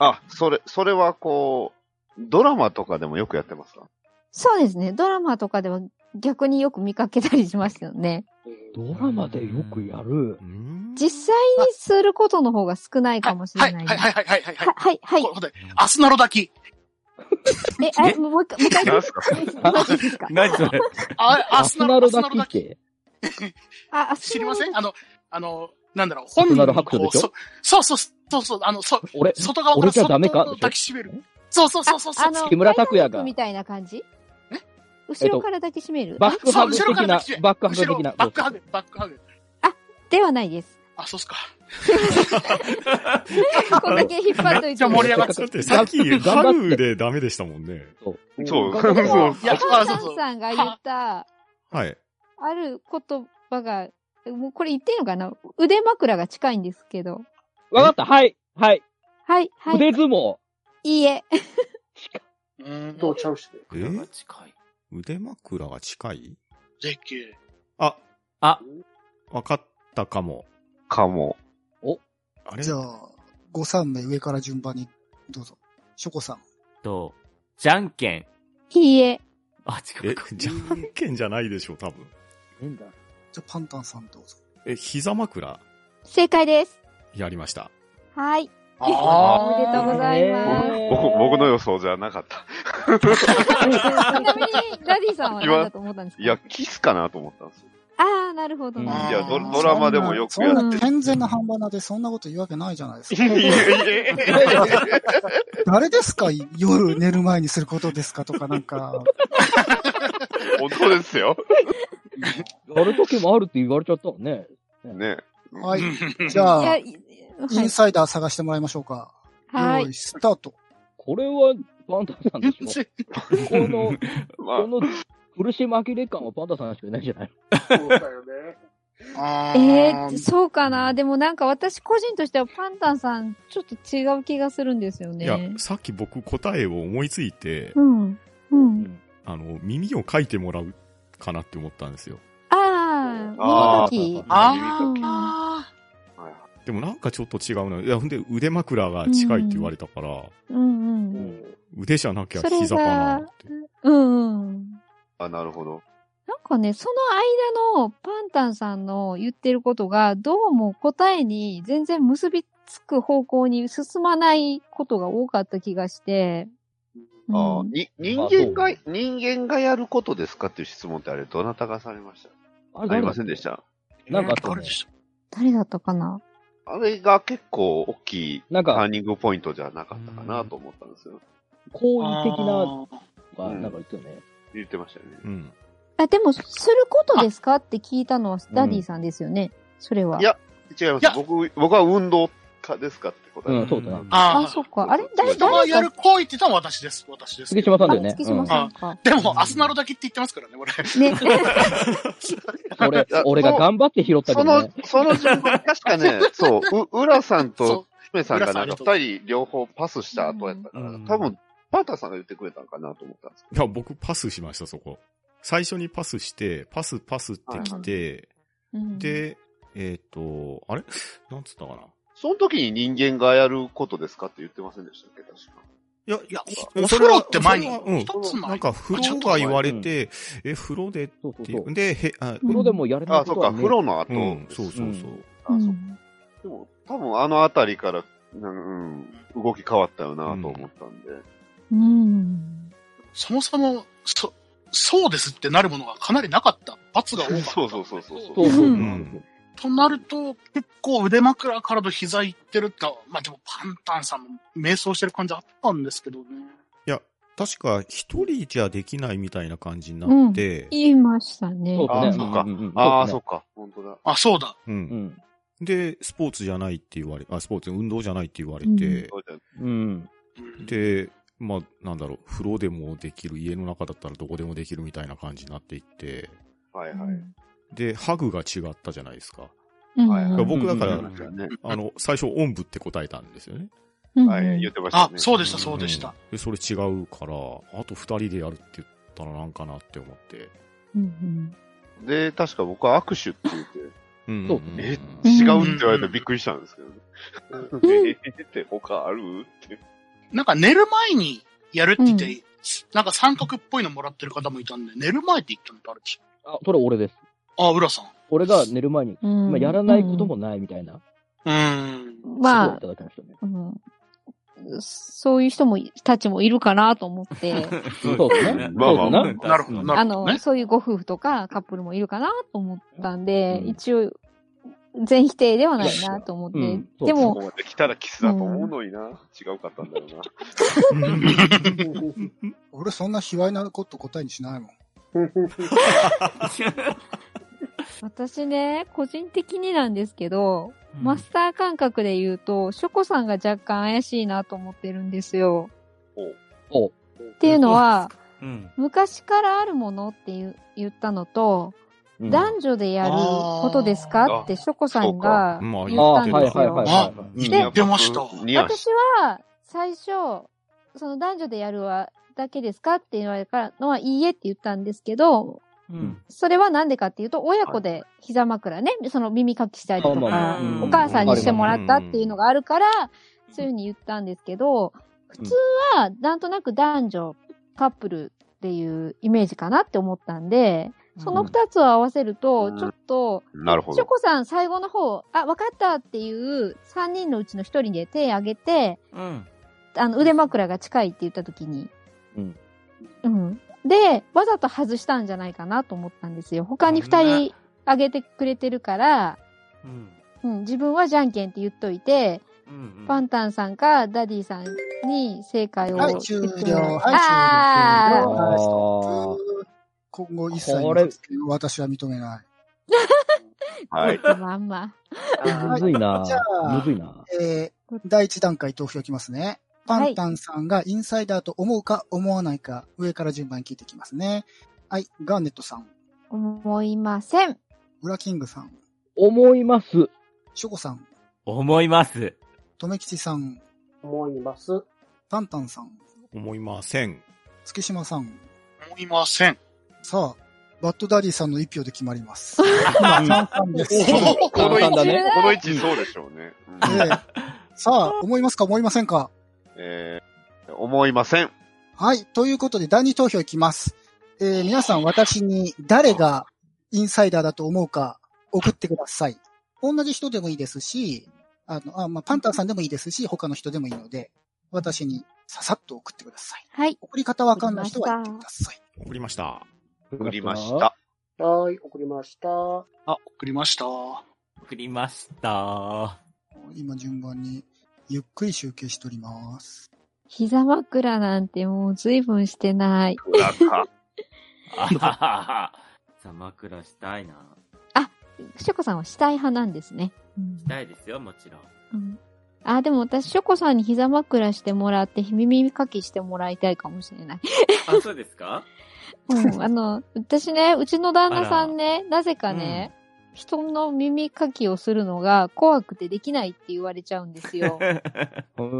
[SPEAKER 1] な。あ、それ、それはこう、ドラマとかでもよくやってますか
[SPEAKER 4] そうですね。ドラマとかでは逆によく見かけたりしますよね。
[SPEAKER 8] ドラマでよくやる
[SPEAKER 7] う。ん
[SPEAKER 4] 実際にすることの方が少ないかもし
[SPEAKER 2] は
[SPEAKER 4] れ
[SPEAKER 2] い、は
[SPEAKER 4] な
[SPEAKER 2] い、
[SPEAKER 4] いで
[SPEAKER 2] は
[SPEAKER 4] す。
[SPEAKER 2] い、はい、はい、はい。
[SPEAKER 4] ははい、はい。
[SPEAKER 2] こ答え、アスナロ炊き。
[SPEAKER 4] [LAUGHS] え、あれ、もう一回、もう一回。
[SPEAKER 1] なんすか
[SPEAKER 4] マジですか
[SPEAKER 5] 何それ
[SPEAKER 2] あ、ア
[SPEAKER 8] ア
[SPEAKER 2] ス
[SPEAKER 8] ス
[SPEAKER 2] ナ
[SPEAKER 8] ナ
[SPEAKER 2] ロ、ア
[SPEAKER 8] ル
[SPEAKER 2] スナ
[SPEAKER 8] だ
[SPEAKER 2] ロ炊
[SPEAKER 8] け
[SPEAKER 2] き。
[SPEAKER 8] って。
[SPEAKER 4] あ、あ
[SPEAKER 2] 知りませんあの、あの、なんだろう、
[SPEAKER 8] ア
[SPEAKER 2] 本
[SPEAKER 8] ス
[SPEAKER 2] 人
[SPEAKER 8] ナル
[SPEAKER 2] の
[SPEAKER 8] 白書
[SPEAKER 2] こ
[SPEAKER 8] で
[SPEAKER 2] う
[SPEAKER 8] しょ
[SPEAKER 2] そそうそう、そうそう、あの、そ
[SPEAKER 8] 俺、
[SPEAKER 2] [LAUGHS] 外側か
[SPEAKER 8] 俺
[SPEAKER 2] ら
[SPEAKER 8] じ
[SPEAKER 2] そ
[SPEAKER 8] ゃ
[SPEAKER 2] っと
[SPEAKER 8] ダメかでしょ
[SPEAKER 2] 抱きしめる。そうそうそうそう。そ
[SPEAKER 4] あ
[SPEAKER 2] う
[SPEAKER 4] の、
[SPEAKER 8] 木村拓哉が
[SPEAKER 4] みたいな感じ
[SPEAKER 2] え
[SPEAKER 4] 後ろから抱きしめる、
[SPEAKER 8] バック
[SPEAKER 2] そ
[SPEAKER 8] ハ
[SPEAKER 2] う、
[SPEAKER 8] グ
[SPEAKER 2] 後ろ
[SPEAKER 8] 的
[SPEAKER 2] から
[SPEAKER 8] な
[SPEAKER 2] 抱きしめ、る。
[SPEAKER 8] バックハグ
[SPEAKER 2] 後ろ
[SPEAKER 8] 的な。
[SPEAKER 2] バックハグ、バックハグ。
[SPEAKER 4] ではな
[SPEAKER 2] [LAUGHS]
[SPEAKER 4] いです。
[SPEAKER 2] あ、そうっすか。
[SPEAKER 4] こんだけ引っ張っといて。
[SPEAKER 2] めっちゃ盛り上がっ
[SPEAKER 7] だってさっき、ハグでダメでしたもんね。
[SPEAKER 1] そう、そう、
[SPEAKER 8] そう
[SPEAKER 4] でも、
[SPEAKER 2] [LAUGHS] いや
[SPEAKER 4] ハ
[SPEAKER 2] あ
[SPEAKER 4] ン
[SPEAKER 2] そ
[SPEAKER 4] サ
[SPEAKER 2] うそう
[SPEAKER 4] ンさんが言った、
[SPEAKER 7] はい。
[SPEAKER 4] ある言葉が、もうこれ言ってんのかな腕枕が近いんですけど。
[SPEAKER 8] わかった、はい、はい。
[SPEAKER 4] はい、はい。
[SPEAKER 8] 腕相撲。
[SPEAKER 4] いいえ。 [LAUGHS]
[SPEAKER 2] うーん。
[SPEAKER 6] どうちゃうしね。
[SPEAKER 7] え
[SPEAKER 5] 枕が近い。
[SPEAKER 7] 腕枕が近い
[SPEAKER 2] でっけ
[SPEAKER 7] あ、
[SPEAKER 5] あ、
[SPEAKER 7] わかったかも。
[SPEAKER 1] かも。
[SPEAKER 7] あれ
[SPEAKER 3] じゃあ、5、3名上から順番に、どうぞ。ショコさん。
[SPEAKER 5] と、じゃんけん。
[SPEAKER 4] いいえ。
[SPEAKER 5] あ、違
[SPEAKER 7] え
[SPEAKER 5] うか。、
[SPEAKER 7] じゃんけんじゃないでしょ、多分。
[SPEAKER 8] なんだ
[SPEAKER 3] じゃあ、パンタンさんどうぞ。
[SPEAKER 7] え、膝枕
[SPEAKER 4] 正解です。
[SPEAKER 7] やりました。
[SPEAKER 4] はい。
[SPEAKER 2] あ
[SPEAKER 4] おめでとうございま
[SPEAKER 2] [LAUGHS]
[SPEAKER 1] 僕、僕の予想じゃなかった。
[SPEAKER 4] ちなみに、ダディさんは何だと思ったんですか
[SPEAKER 1] いや、キスかなと思ったんですよ。
[SPEAKER 4] ああ、なるほどね。
[SPEAKER 1] い
[SPEAKER 3] あー
[SPEAKER 1] やドドラマでもよくやって
[SPEAKER 4] る
[SPEAKER 3] そん
[SPEAKER 1] [LAUGHS]
[SPEAKER 3] な健全な半端なでそんなこと言うわけないじゃないですか。
[SPEAKER 1] いやいやいや
[SPEAKER 3] 誰ですか夜寝る前にすることですかとかなんか。
[SPEAKER 1] [LAUGHS] 本当ですよ。
[SPEAKER 8] やる時もあるって言われちゃったもんね。
[SPEAKER 1] ね。
[SPEAKER 3] はい。
[SPEAKER 2] [LAUGHS]
[SPEAKER 3] じ
[SPEAKER 2] あ、
[SPEAKER 4] い
[SPEAKER 3] ゃ
[SPEAKER 4] や
[SPEAKER 3] あ、イ
[SPEAKER 4] い
[SPEAKER 3] ンサイダー探してもらいましょうか。
[SPEAKER 4] は
[SPEAKER 3] 用
[SPEAKER 4] い
[SPEAKER 3] 意。スタート。 [LAUGHS]
[SPEAKER 8] これは、パンダさんでしょ。この、
[SPEAKER 1] ま
[SPEAKER 8] こ
[SPEAKER 1] あ、
[SPEAKER 8] の苦し紛れ感はパンダさんしかいないんじゃない
[SPEAKER 6] そうだよね。
[SPEAKER 2] あ
[SPEAKER 4] え
[SPEAKER 2] ー
[SPEAKER 4] ー、そうかな。でもなんか私個人としてはパンタンさんちょっと違う気がするんですよ
[SPEAKER 7] いや
[SPEAKER 4] ね、。
[SPEAKER 7] さっき僕答えを思いついて
[SPEAKER 4] う、ん。うん。
[SPEAKER 7] あの、耳を書いてもらうかなって思ったんですよ。
[SPEAKER 4] ああ、
[SPEAKER 1] あー
[SPEAKER 4] 耳かき。
[SPEAKER 2] あ
[SPEAKER 4] ー
[SPEAKER 2] あ
[SPEAKER 7] でもなんかちょっと違うな。いや、ほんで腕枕が近いって言われたから、
[SPEAKER 4] うんう。
[SPEAKER 6] うんん
[SPEAKER 7] 腕じゃなきゃ
[SPEAKER 4] それが
[SPEAKER 7] 膝かなって。
[SPEAKER 4] うんうん。
[SPEAKER 1] あ、なるほど。
[SPEAKER 4] なんかね、その間のパンタンさんの言ってることが、どうも答えに全然結びつく方向に進まないことが多かった気がして、うん
[SPEAKER 1] あーに人間が、人間がやることですかっていう質問ってあれ、どなたがされました
[SPEAKER 8] あ
[SPEAKER 1] ありませんでし。た。
[SPEAKER 2] ー。
[SPEAKER 8] なんかあったね
[SPEAKER 2] あれでし
[SPEAKER 4] 誰だったかな
[SPEAKER 1] あれが結構大きい
[SPEAKER 8] なん
[SPEAKER 1] ター
[SPEAKER 8] か、
[SPEAKER 1] ニングポイントじゃなかったかなと思ったんですよ。
[SPEAKER 8] 好
[SPEAKER 2] た
[SPEAKER 8] 意的なと
[SPEAKER 2] あー
[SPEAKER 8] か、なんか言ってよね。
[SPEAKER 1] 言ってましたよね。
[SPEAKER 7] うん。
[SPEAKER 4] あ、でも、することですかって聞いたのはダディさんですよね。それは。
[SPEAKER 1] いや違いま
[SPEAKER 2] いや
[SPEAKER 1] す。僕、僕は運動家ですかって答え。
[SPEAKER 8] うんそうだな
[SPEAKER 2] あー
[SPEAKER 4] あ、そっか。あれ誰
[SPEAKER 2] 人が
[SPEAKER 4] 誰
[SPEAKER 2] や
[SPEAKER 4] か
[SPEAKER 2] る行為って言ったのは私です。私です。
[SPEAKER 8] 月島さん
[SPEAKER 4] あ
[SPEAKER 8] だよね。
[SPEAKER 4] 月島
[SPEAKER 8] うん
[SPEAKER 4] さんか。
[SPEAKER 2] でも、アスナロだけって言ってますからね、俺。
[SPEAKER 4] ね。
[SPEAKER 8] 俺、俺が頑張って拾ったけ
[SPEAKER 1] そ
[SPEAKER 8] ど
[SPEAKER 1] の
[SPEAKER 8] ね。、
[SPEAKER 1] その瞬間、確かね、そう、う、浦さんと、姫さんがなんか
[SPEAKER 2] 浦さんあ
[SPEAKER 1] 二人両方パスした後やったから、
[SPEAKER 7] うん
[SPEAKER 1] 多分、パンタさんが言ってくれたんかなと思ったんですけ
[SPEAKER 7] いや、僕パスしました、そこ。最初にパスして、パスパスってきて、
[SPEAKER 4] うん、
[SPEAKER 7] で、えっ、と、あれなんつったかな
[SPEAKER 1] ど、その時に人間がやることですかって言ってませんでしたっけ、確か。
[SPEAKER 7] いや、
[SPEAKER 2] いや、
[SPEAKER 7] それ
[SPEAKER 2] お風
[SPEAKER 7] は
[SPEAKER 2] 呂って前に
[SPEAKER 7] それはうん
[SPEAKER 2] 一つ前
[SPEAKER 7] なんか風呂が言われて、え、風呂でっ
[SPEAKER 8] そうそう
[SPEAKER 7] て
[SPEAKER 8] そ
[SPEAKER 7] いうう。。で、へ、あ、
[SPEAKER 8] 風呂でもやれない
[SPEAKER 1] あ、
[SPEAKER 8] こ
[SPEAKER 1] そ
[SPEAKER 8] と
[SPEAKER 1] っか、
[SPEAKER 8] はね
[SPEAKER 1] 風呂の後
[SPEAKER 7] う
[SPEAKER 1] ですね、
[SPEAKER 7] ん、そうそうそう。
[SPEAKER 1] あそう
[SPEAKER 4] うん
[SPEAKER 1] でも、多分あのあたりから、うん、うん動き変わったよなと思ったんで。
[SPEAKER 4] うん。
[SPEAKER 2] そもそも、そ、そうですってなるものがかなりなかった。罰が多かった。
[SPEAKER 1] [LAUGHS] そうそうそうそうそう。
[SPEAKER 8] そうそう。
[SPEAKER 4] う
[SPEAKER 7] うん
[SPEAKER 2] となると、結構腕枕からの膝いってるって、まあでもパンタンさんも迷走してる感じあったんですけどね。
[SPEAKER 7] いや、確か一人じゃできないみたいな感じになって、
[SPEAKER 4] 言いましたね。
[SPEAKER 8] そう
[SPEAKER 1] あ
[SPEAKER 8] ね。
[SPEAKER 1] そっか
[SPEAKER 8] んんん
[SPEAKER 1] ああ、
[SPEAKER 8] そ
[SPEAKER 1] そうっか、本当だ。
[SPEAKER 2] あ、そうだ。
[SPEAKER 7] う。
[SPEAKER 8] ね。うんん。
[SPEAKER 7] で、スポーツじゃないって言われ、あ、スポーツ、運動じゃないって言われて、
[SPEAKER 1] そうだよね
[SPEAKER 8] うん。
[SPEAKER 2] うん、
[SPEAKER 7] で、まあ、なんだろう、風呂でもできる、家の中だったらどこでもできるみたいな感じになっていって、
[SPEAKER 1] はいうはい。
[SPEAKER 4] ん
[SPEAKER 7] で、ハグが違ったじゃないですか。
[SPEAKER 4] うん
[SPEAKER 1] はいはい
[SPEAKER 7] 僕だから
[SPEAKER 1] そうですよね
[SPEAKER 7] あの、最初、おんぶって答えたんですよね。
[SPEAKER 4] うん
[SPEAKER 1] はい、言ってました
[SPEAKER 2] あ
[SPEAKER 1] ね。、
[SPEAKER 2] そうでした、そうでした。
[SPEAKER 7] で、それ違うから、あと二人でやるって言ったらなんかなって思って。
[SPEAKER 4] うん
[SPEAKER 1] で、確か僕は握手って言って、
[SPEAKER 7] うん
[SPEAKER 8] そう
[SPEAKER 1] え
[SPEAKER 4] うん
[SPEAKER 1] 違うって言われてびっくりしたんですけどね。 [LAUGHS] えーって他あるって。
[SPEAKER 2] なんか寝る前にやるって言って、
[SPEAKER 4] うん
[SPEAKER 2] なんか三角っぽいのもらってる方もいたんで、寝る前って言ったの誰でし
[SPEAKER 8] あ、それ俺です。
[SPEAKER 2] ょあ、浦さん。
[SPEAKER 8] 俺が寝る前に、
[SPEAKER 4] うん
[SPEAKER 8] まあ、やらないこともないみたいな。
[SPEAKER 2] うーん。
[SPEAKER 4] うんま
[SPEAKER 8] い
[SPEAKER 4] あ
[SPEAKER 8] ただきましたね。
[SPEAKER 4] うんそういう人も、たちもいるかなと思って、
[SPEAKER 8] そうだね。
[SPEAKER 1] まあ [LAUGHS] まあ
[SPEAKER 8] そうだな
[SPEAKER 2] なるほど、な
[SPEAKER 4] あ
[SPEAKER 2] るほど、
[SPEAKER 4] の、
[SPEAKER 2] ね。
[SPEAKER 4] そういうご夫婦とかカップルもいるかなと思ったんで、
[SPEAKER 7] うん
[SPEAKER 4] 一応、全否定ではないなと思って、
[SPEAKER 8] うんそう
[SPEAKER 4] で
[SPEAKER 1] こ
[SPEAKER 4] も、
[SPEAKER 1] こまで来たらキスだと思うのにな。違うかったんだよな。
[SPEAKER 3] 俺そんな卑猥なこと答えにしないもん。
[SPEAKER 4] 私ね、個人的になんですけど、マスター感覚で言うと、ショコさんが若干怪しいなと思ってるんですよ。
[SPEAKER 8] おう
[SPEAKER 4] っていうのは、
[SPEAKER 5] うん。
[SPEAKER 4] 昔からあるものって言う言ったのと、
[SPEAKER 8] うん
[SPEAKER 4] 男女でやることですかってショコさんが
[SPEAKER 7] あまあ
[SPEAKER 4] 言った
[SPEAKER 8] あはい
[SPEAKER 4] ん
[SPEAKER 8] はい
[SPEAKER 4] です
[SPEAKER 8] はいはい
[SPEAKER 4] よ。
[SPEAKER 8] はい。うん
[SPEAKER 2] で言ってました
[SPEAKER 1] ニヤし
[SPEAKER 4] 私は最初、その男女でやるはだけですかって言われたのは、いいえって言ったんですけど、
[SPEAKER 5] うん。
[SPEAKER 4] それはなんでかっていうと、親子で膝枕ね、その耳かきしたりと
[SPEAKER 8] まあま
[SPEAKER 4] か
[SPEAKER 8] あう、ん
[SPEAKER 4] お母さんにしてもらったっていうのがあるから、そういうふうに言ったんですけど、普通はなんとなく男女、カップルっていうイメージかなって思ったんで、その二つを合わせると、
[SPEAKER 1] うん
[SPEAKER 4] ちょっと、
[SPEAKER 1] なるほ
[SPEAKER 4] ショ
[SPEAKER 1] ど。
[SPEAKER 4] コさん最後の方、あ、わかったっていう三人のうちの一人で手挙げて、
[SPEAKER 5] うん。
[SPEAKER 4] あの、腕枕が近いって言った時に、
[SPEAKER 8] うん
[SPEAKER 4] うん。で、わざと外したんじゃないかなと思ったんですよ。他に二人あげてくれてるから、
[SPEAKER 5] うん。
[SPEAKER 4] うん、自分はじゃんけんって言っといて、
[SPEAKER 5] うんうん。
[SPEAKER 4] パンタンさんかダディさんに正解を
[SPEAKER 3] はい、
[SPEAKER 4] 言
[SPEAKER 3] 終
[SPEAKER 4] っ
[SPEAKER 3] 了。
[SPEAKER 4] て
[SPEAKER 3] は
[SPEAKER 4] も
[SPEAKER 3] い、終了。
[SPEAKER 4] らう
[SPEAKER 8] あ
[SPEAKER 4] あ
[SPEAKER 3] はいス
[SPEAKER 8] ー
[SPEAKER 3] トップ今後一切
[SPEAKER 8] これ
[SPEAKER 3] の付けを私は認めない。
[SPEAKER 4] ー
[SPEAKER 1] はい。
[SPEAKER 4] こいつまんま。
[SPEAKER 8] むずいな
[SPEAKER 3] じゃあ
[SPEAKER 8] むずいな
[SPEAKER 3] えー第一段階投票いきますね。パンタンさんがインサイダーと思うか思わないか、上から順番に聞いていきますね。はい、ガーネットさん、
[SPEAKER 4] 思いません。
[SPEAKER 3] ウラキングさん、
[SPEAKER 8] 思います。
[SPEAKER 3] ショコさん、
[SPEAKER 5] 思います。
[SPEAKER 3] とめきちさん、
[SPEAKER 6] 思います。
[SPEAKER 3] パンタンさん、
[SPEAKER 7] 思いません。
[SPEAKER 3] 月島さん。
[SPEAKER 2] 思いません。
[SPEAKER 3] さあ、バッドダディさんの一票で決まります。今、三々です。
[SPEAKER 8] お
[SPEAKER 3] え
[SPEAKER 8] ー
[SPEAKER 1] この位
[SPEAKER 8] 簡単だ
[SPEAKER 1] 置、
[SPEAKER 8] ね。
[SPEAKER 1] この位置そうでしょうね。うん
[SPEAKER 3] えさあ、思いますか思いませんか
[SPEAKER 1] えー、思いません。
[SPEAKER 3] はい。ということで、第二投票いきます。えー、皆さん、私に誰がインサイダーだと思うか送ってください。同じ人でもいいですし、あの、あまあ、パンタンさんでもいいですし、他の人でもいいので、私にささっと送ってください。
[SPEAKER 4] はい。
[SPEAKER 3] 送り方わかんない人は言ってください。
[SPEAKER 7] 送りました。
[SPEAKER 1] 送りました。
[SPEAKER 6] はーい、送りました。は
[SPEAKER 2] あ、送りました。
[SPEAKER 5] 送りました。 [LAUGHS]
[SPEAKER 3] 今、順番に、ゆっくり集計しております。
[SPEAKER 4] 膝枕なんてもう随分してない。
[SPEAKER 1] 裏か。
[SPEAKER 5] あははは。さ、枕したいな。
[SPEAKER 4] ショコさんは死体派なんですね。うん
[SPEAKER 5] したいですよ、もちろん。
[SPEAKER 4] うんあ、でも私、ショコさんに膝枕してもらって、耳かきしてもらいたいかもしれ
[SPEAKER 3] [LAUGHS]
[SPEAKER 4] ない。
[SPEAKER 5] あ、そうですか
[SPEAKER 4] うん、あの、私ね、うちの旦那さんね、なぜかね、人の耳かきをするのが怖くてできないって言われちゃうんで
[SPEAKER 3] [LAUGHS]
[SPEAKER 4] すよ。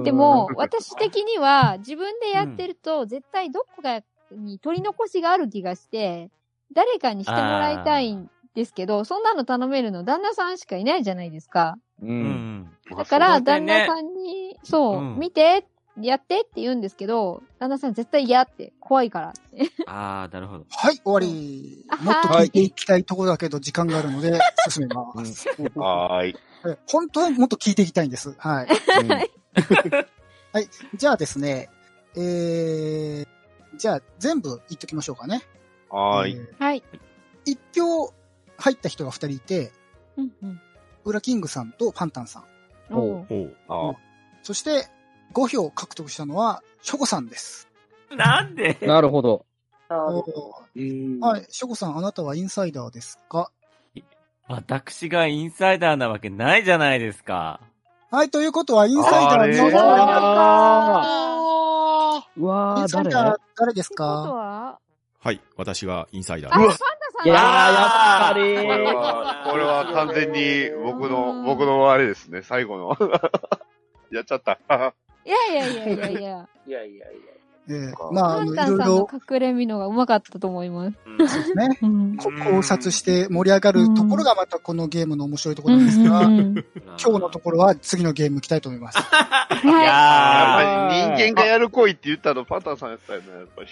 [SPEAKER 4] で
[SPEAKER 8] [LAUGHS]
[SPEAKER 4] も、私的には自分でやってると、絶対どこかに取り残しがある気がして、誰かにしてもらいたいんですけど、そんなの頼めるの旦那さんしかいないじゃないですか。
[SPEAKER 8] う。
[SPEAKER 5] うんん。
[SPEAKER 4] だから、
[SPEAKER 5] そうだ
[SPEAKER 4] 旦
[SPEAKER 5] ね
[SPEAKER 4] 那さんに、そう、
[SPEAKER 5] うん
[SPEAKER 4] 見て、やってって言うんですけど、旦那さん絶対嫌って、怖いからって。
[SPEAKER 5] あー、なるほど。
[SPEAKER 3] はい、終わり
[SPEAKER 4] あは。い
[SPEAKER 3] もっと聞いていきたいところだけど、時間があるの
[SPEAKER 4] [LAUGHS]
[SPEAKER 3] で、進めます。
[SPEAKER 1] はーい。
[SPEAKER 3] え本当はもっと聞いていきたいんです。はい。はい。じゃあですね、えー、じゃあ全部言っときましょうかね。
[SPEAKER 1] は
[SPEAKER 3] え
[SPEAKER 1] ーい。
[SPEAKER 3] ー
[SPEAKER 4] はい。
[SPEAKER 3] 一票入った人が二人いて、
[SPEAKER 4] うんうん。
[SPEAKER 3] ウラキングさんとパンタンさん。
[SPEAKER 4] おう
[SPEAKER 7] おう。
[SPEAKER 1] あー
[SPEAKER 3] そして、5票獲得したのは、ショコさんです。
[SPEAKER 5] なんで
[SPEAKER 8] なるほど。
[SPEAKER 6] ー
[SPEAKER 2] うん。
[SPEAKER 3] はい。ショコさん、あなたはインサイダーですか
[SPEAKER 5] 私がインサイダーなわけないじゃないですか。
[SPEAKER 3] はい。ということは、インサイダー
[SPEAKER 1] え
[SPEAKER 3] に
[SPEAKER 1] ーあれ
[SPEAKER 4] そうなのか。
[SPEAKER 2] あ
[SPEAKER 8] う
[SPEAKER 3] イ
[SPEAKER 8] わ
[SPEAKER 3] ン
[SPEAKER 8] ー、
[SPEAKER 3] サイ
[SPEAKER 8] 誰
[SPEAKER 3] ダー
[SPEAKER 8] や
[SPEAKER 3] 誰です
[SPEAKER 4] ってこと
[SPEAKER 3] か
[SPEAKER 4] は
[SPEAKER 7] はい、私がインサイダ
[SPEAKER 4] あ、
[SPEAKER 7] ー
[SPEAKER 4] パン
[SPEAKER 7] で
[SPEAKER 4] ダ
[SPEAKER 7] す。
[SPEAKER 4] さん
[SPEAKER 8] いやー、やっぱ
[SPEAKER 1] これ
[SPEAKER 8] り。
[SPEAKER 1] は、これは完全に僕の、僕のあれですね、最後の。 [LAUGHS] やっちゃった。
[SPEAKER 4] [LAUGHS] いやいやいやいやいや。
[SPEAKER 6] いやいやいや。
[SPEAKER 3] えー、
[SPEAKER 1] か
[SPEAKER 3] まあ、
[SPEAKER 4] パ
[SPEAKER 3] あの、
[SPEAKER 4] ン
[SPEAKER 3] い
[SPEAKER 4] タ
[SPEAKER 3] ろ
[SPEAKER 4] ン
[SPEAKER 3] い
[SPEAKER 4] さんの
[SPEAKER 3] ろ、
[SPEAKER 4] 隠れみのがうまかったと思います。
[SPEAKER 3] ね、
[SPEAKER 4] うん。
[SPEAKER 3] こ考察して盛り上がるところがまたこのゲームの面白いところなんですが、
[SPEAKER 4] うん
[SPEAKER 3] 今
[SPEAKER 4] うんうん
[SPEAKER 3] 日のところは次のゲーム行きたいと思います。
[SPEAKER 5] い
[SPEAKER 4] は
[SPEAKER 5] やー、
[SPEAKER 1] やっぱり人間がやる恋って言ったのパターさんやったよね、やっぱり。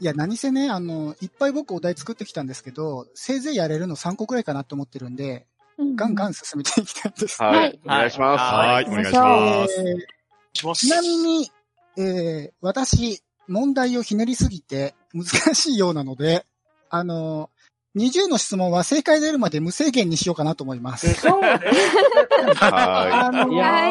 [SPEAKER 3] いや、何せね、あの、いっぱい僕お題作ってきたんですけど、せいぜいやれるの3個くらいかなと思ってるんで、
[SPEAKER 4] い。
[SPEAKER 3] ガンガン進めていきたいんです。
[SPEAKER 1] はいい。お願いします。
[SPEAKER 7] はい、お願いします。
[SPEAKER 3] えー
[SPEAKER 2] します。
[SPEAKER 3] ちなみに、えー私、問題をひねりすぎて難しいようなので、あの、20の質問は正解出るまで無制限にしようかなと思います。
[SPEAKER 6] そうね。
[SPEAKER 1] は
[SPEAKER 3] あの
[SPEAKER 8] いや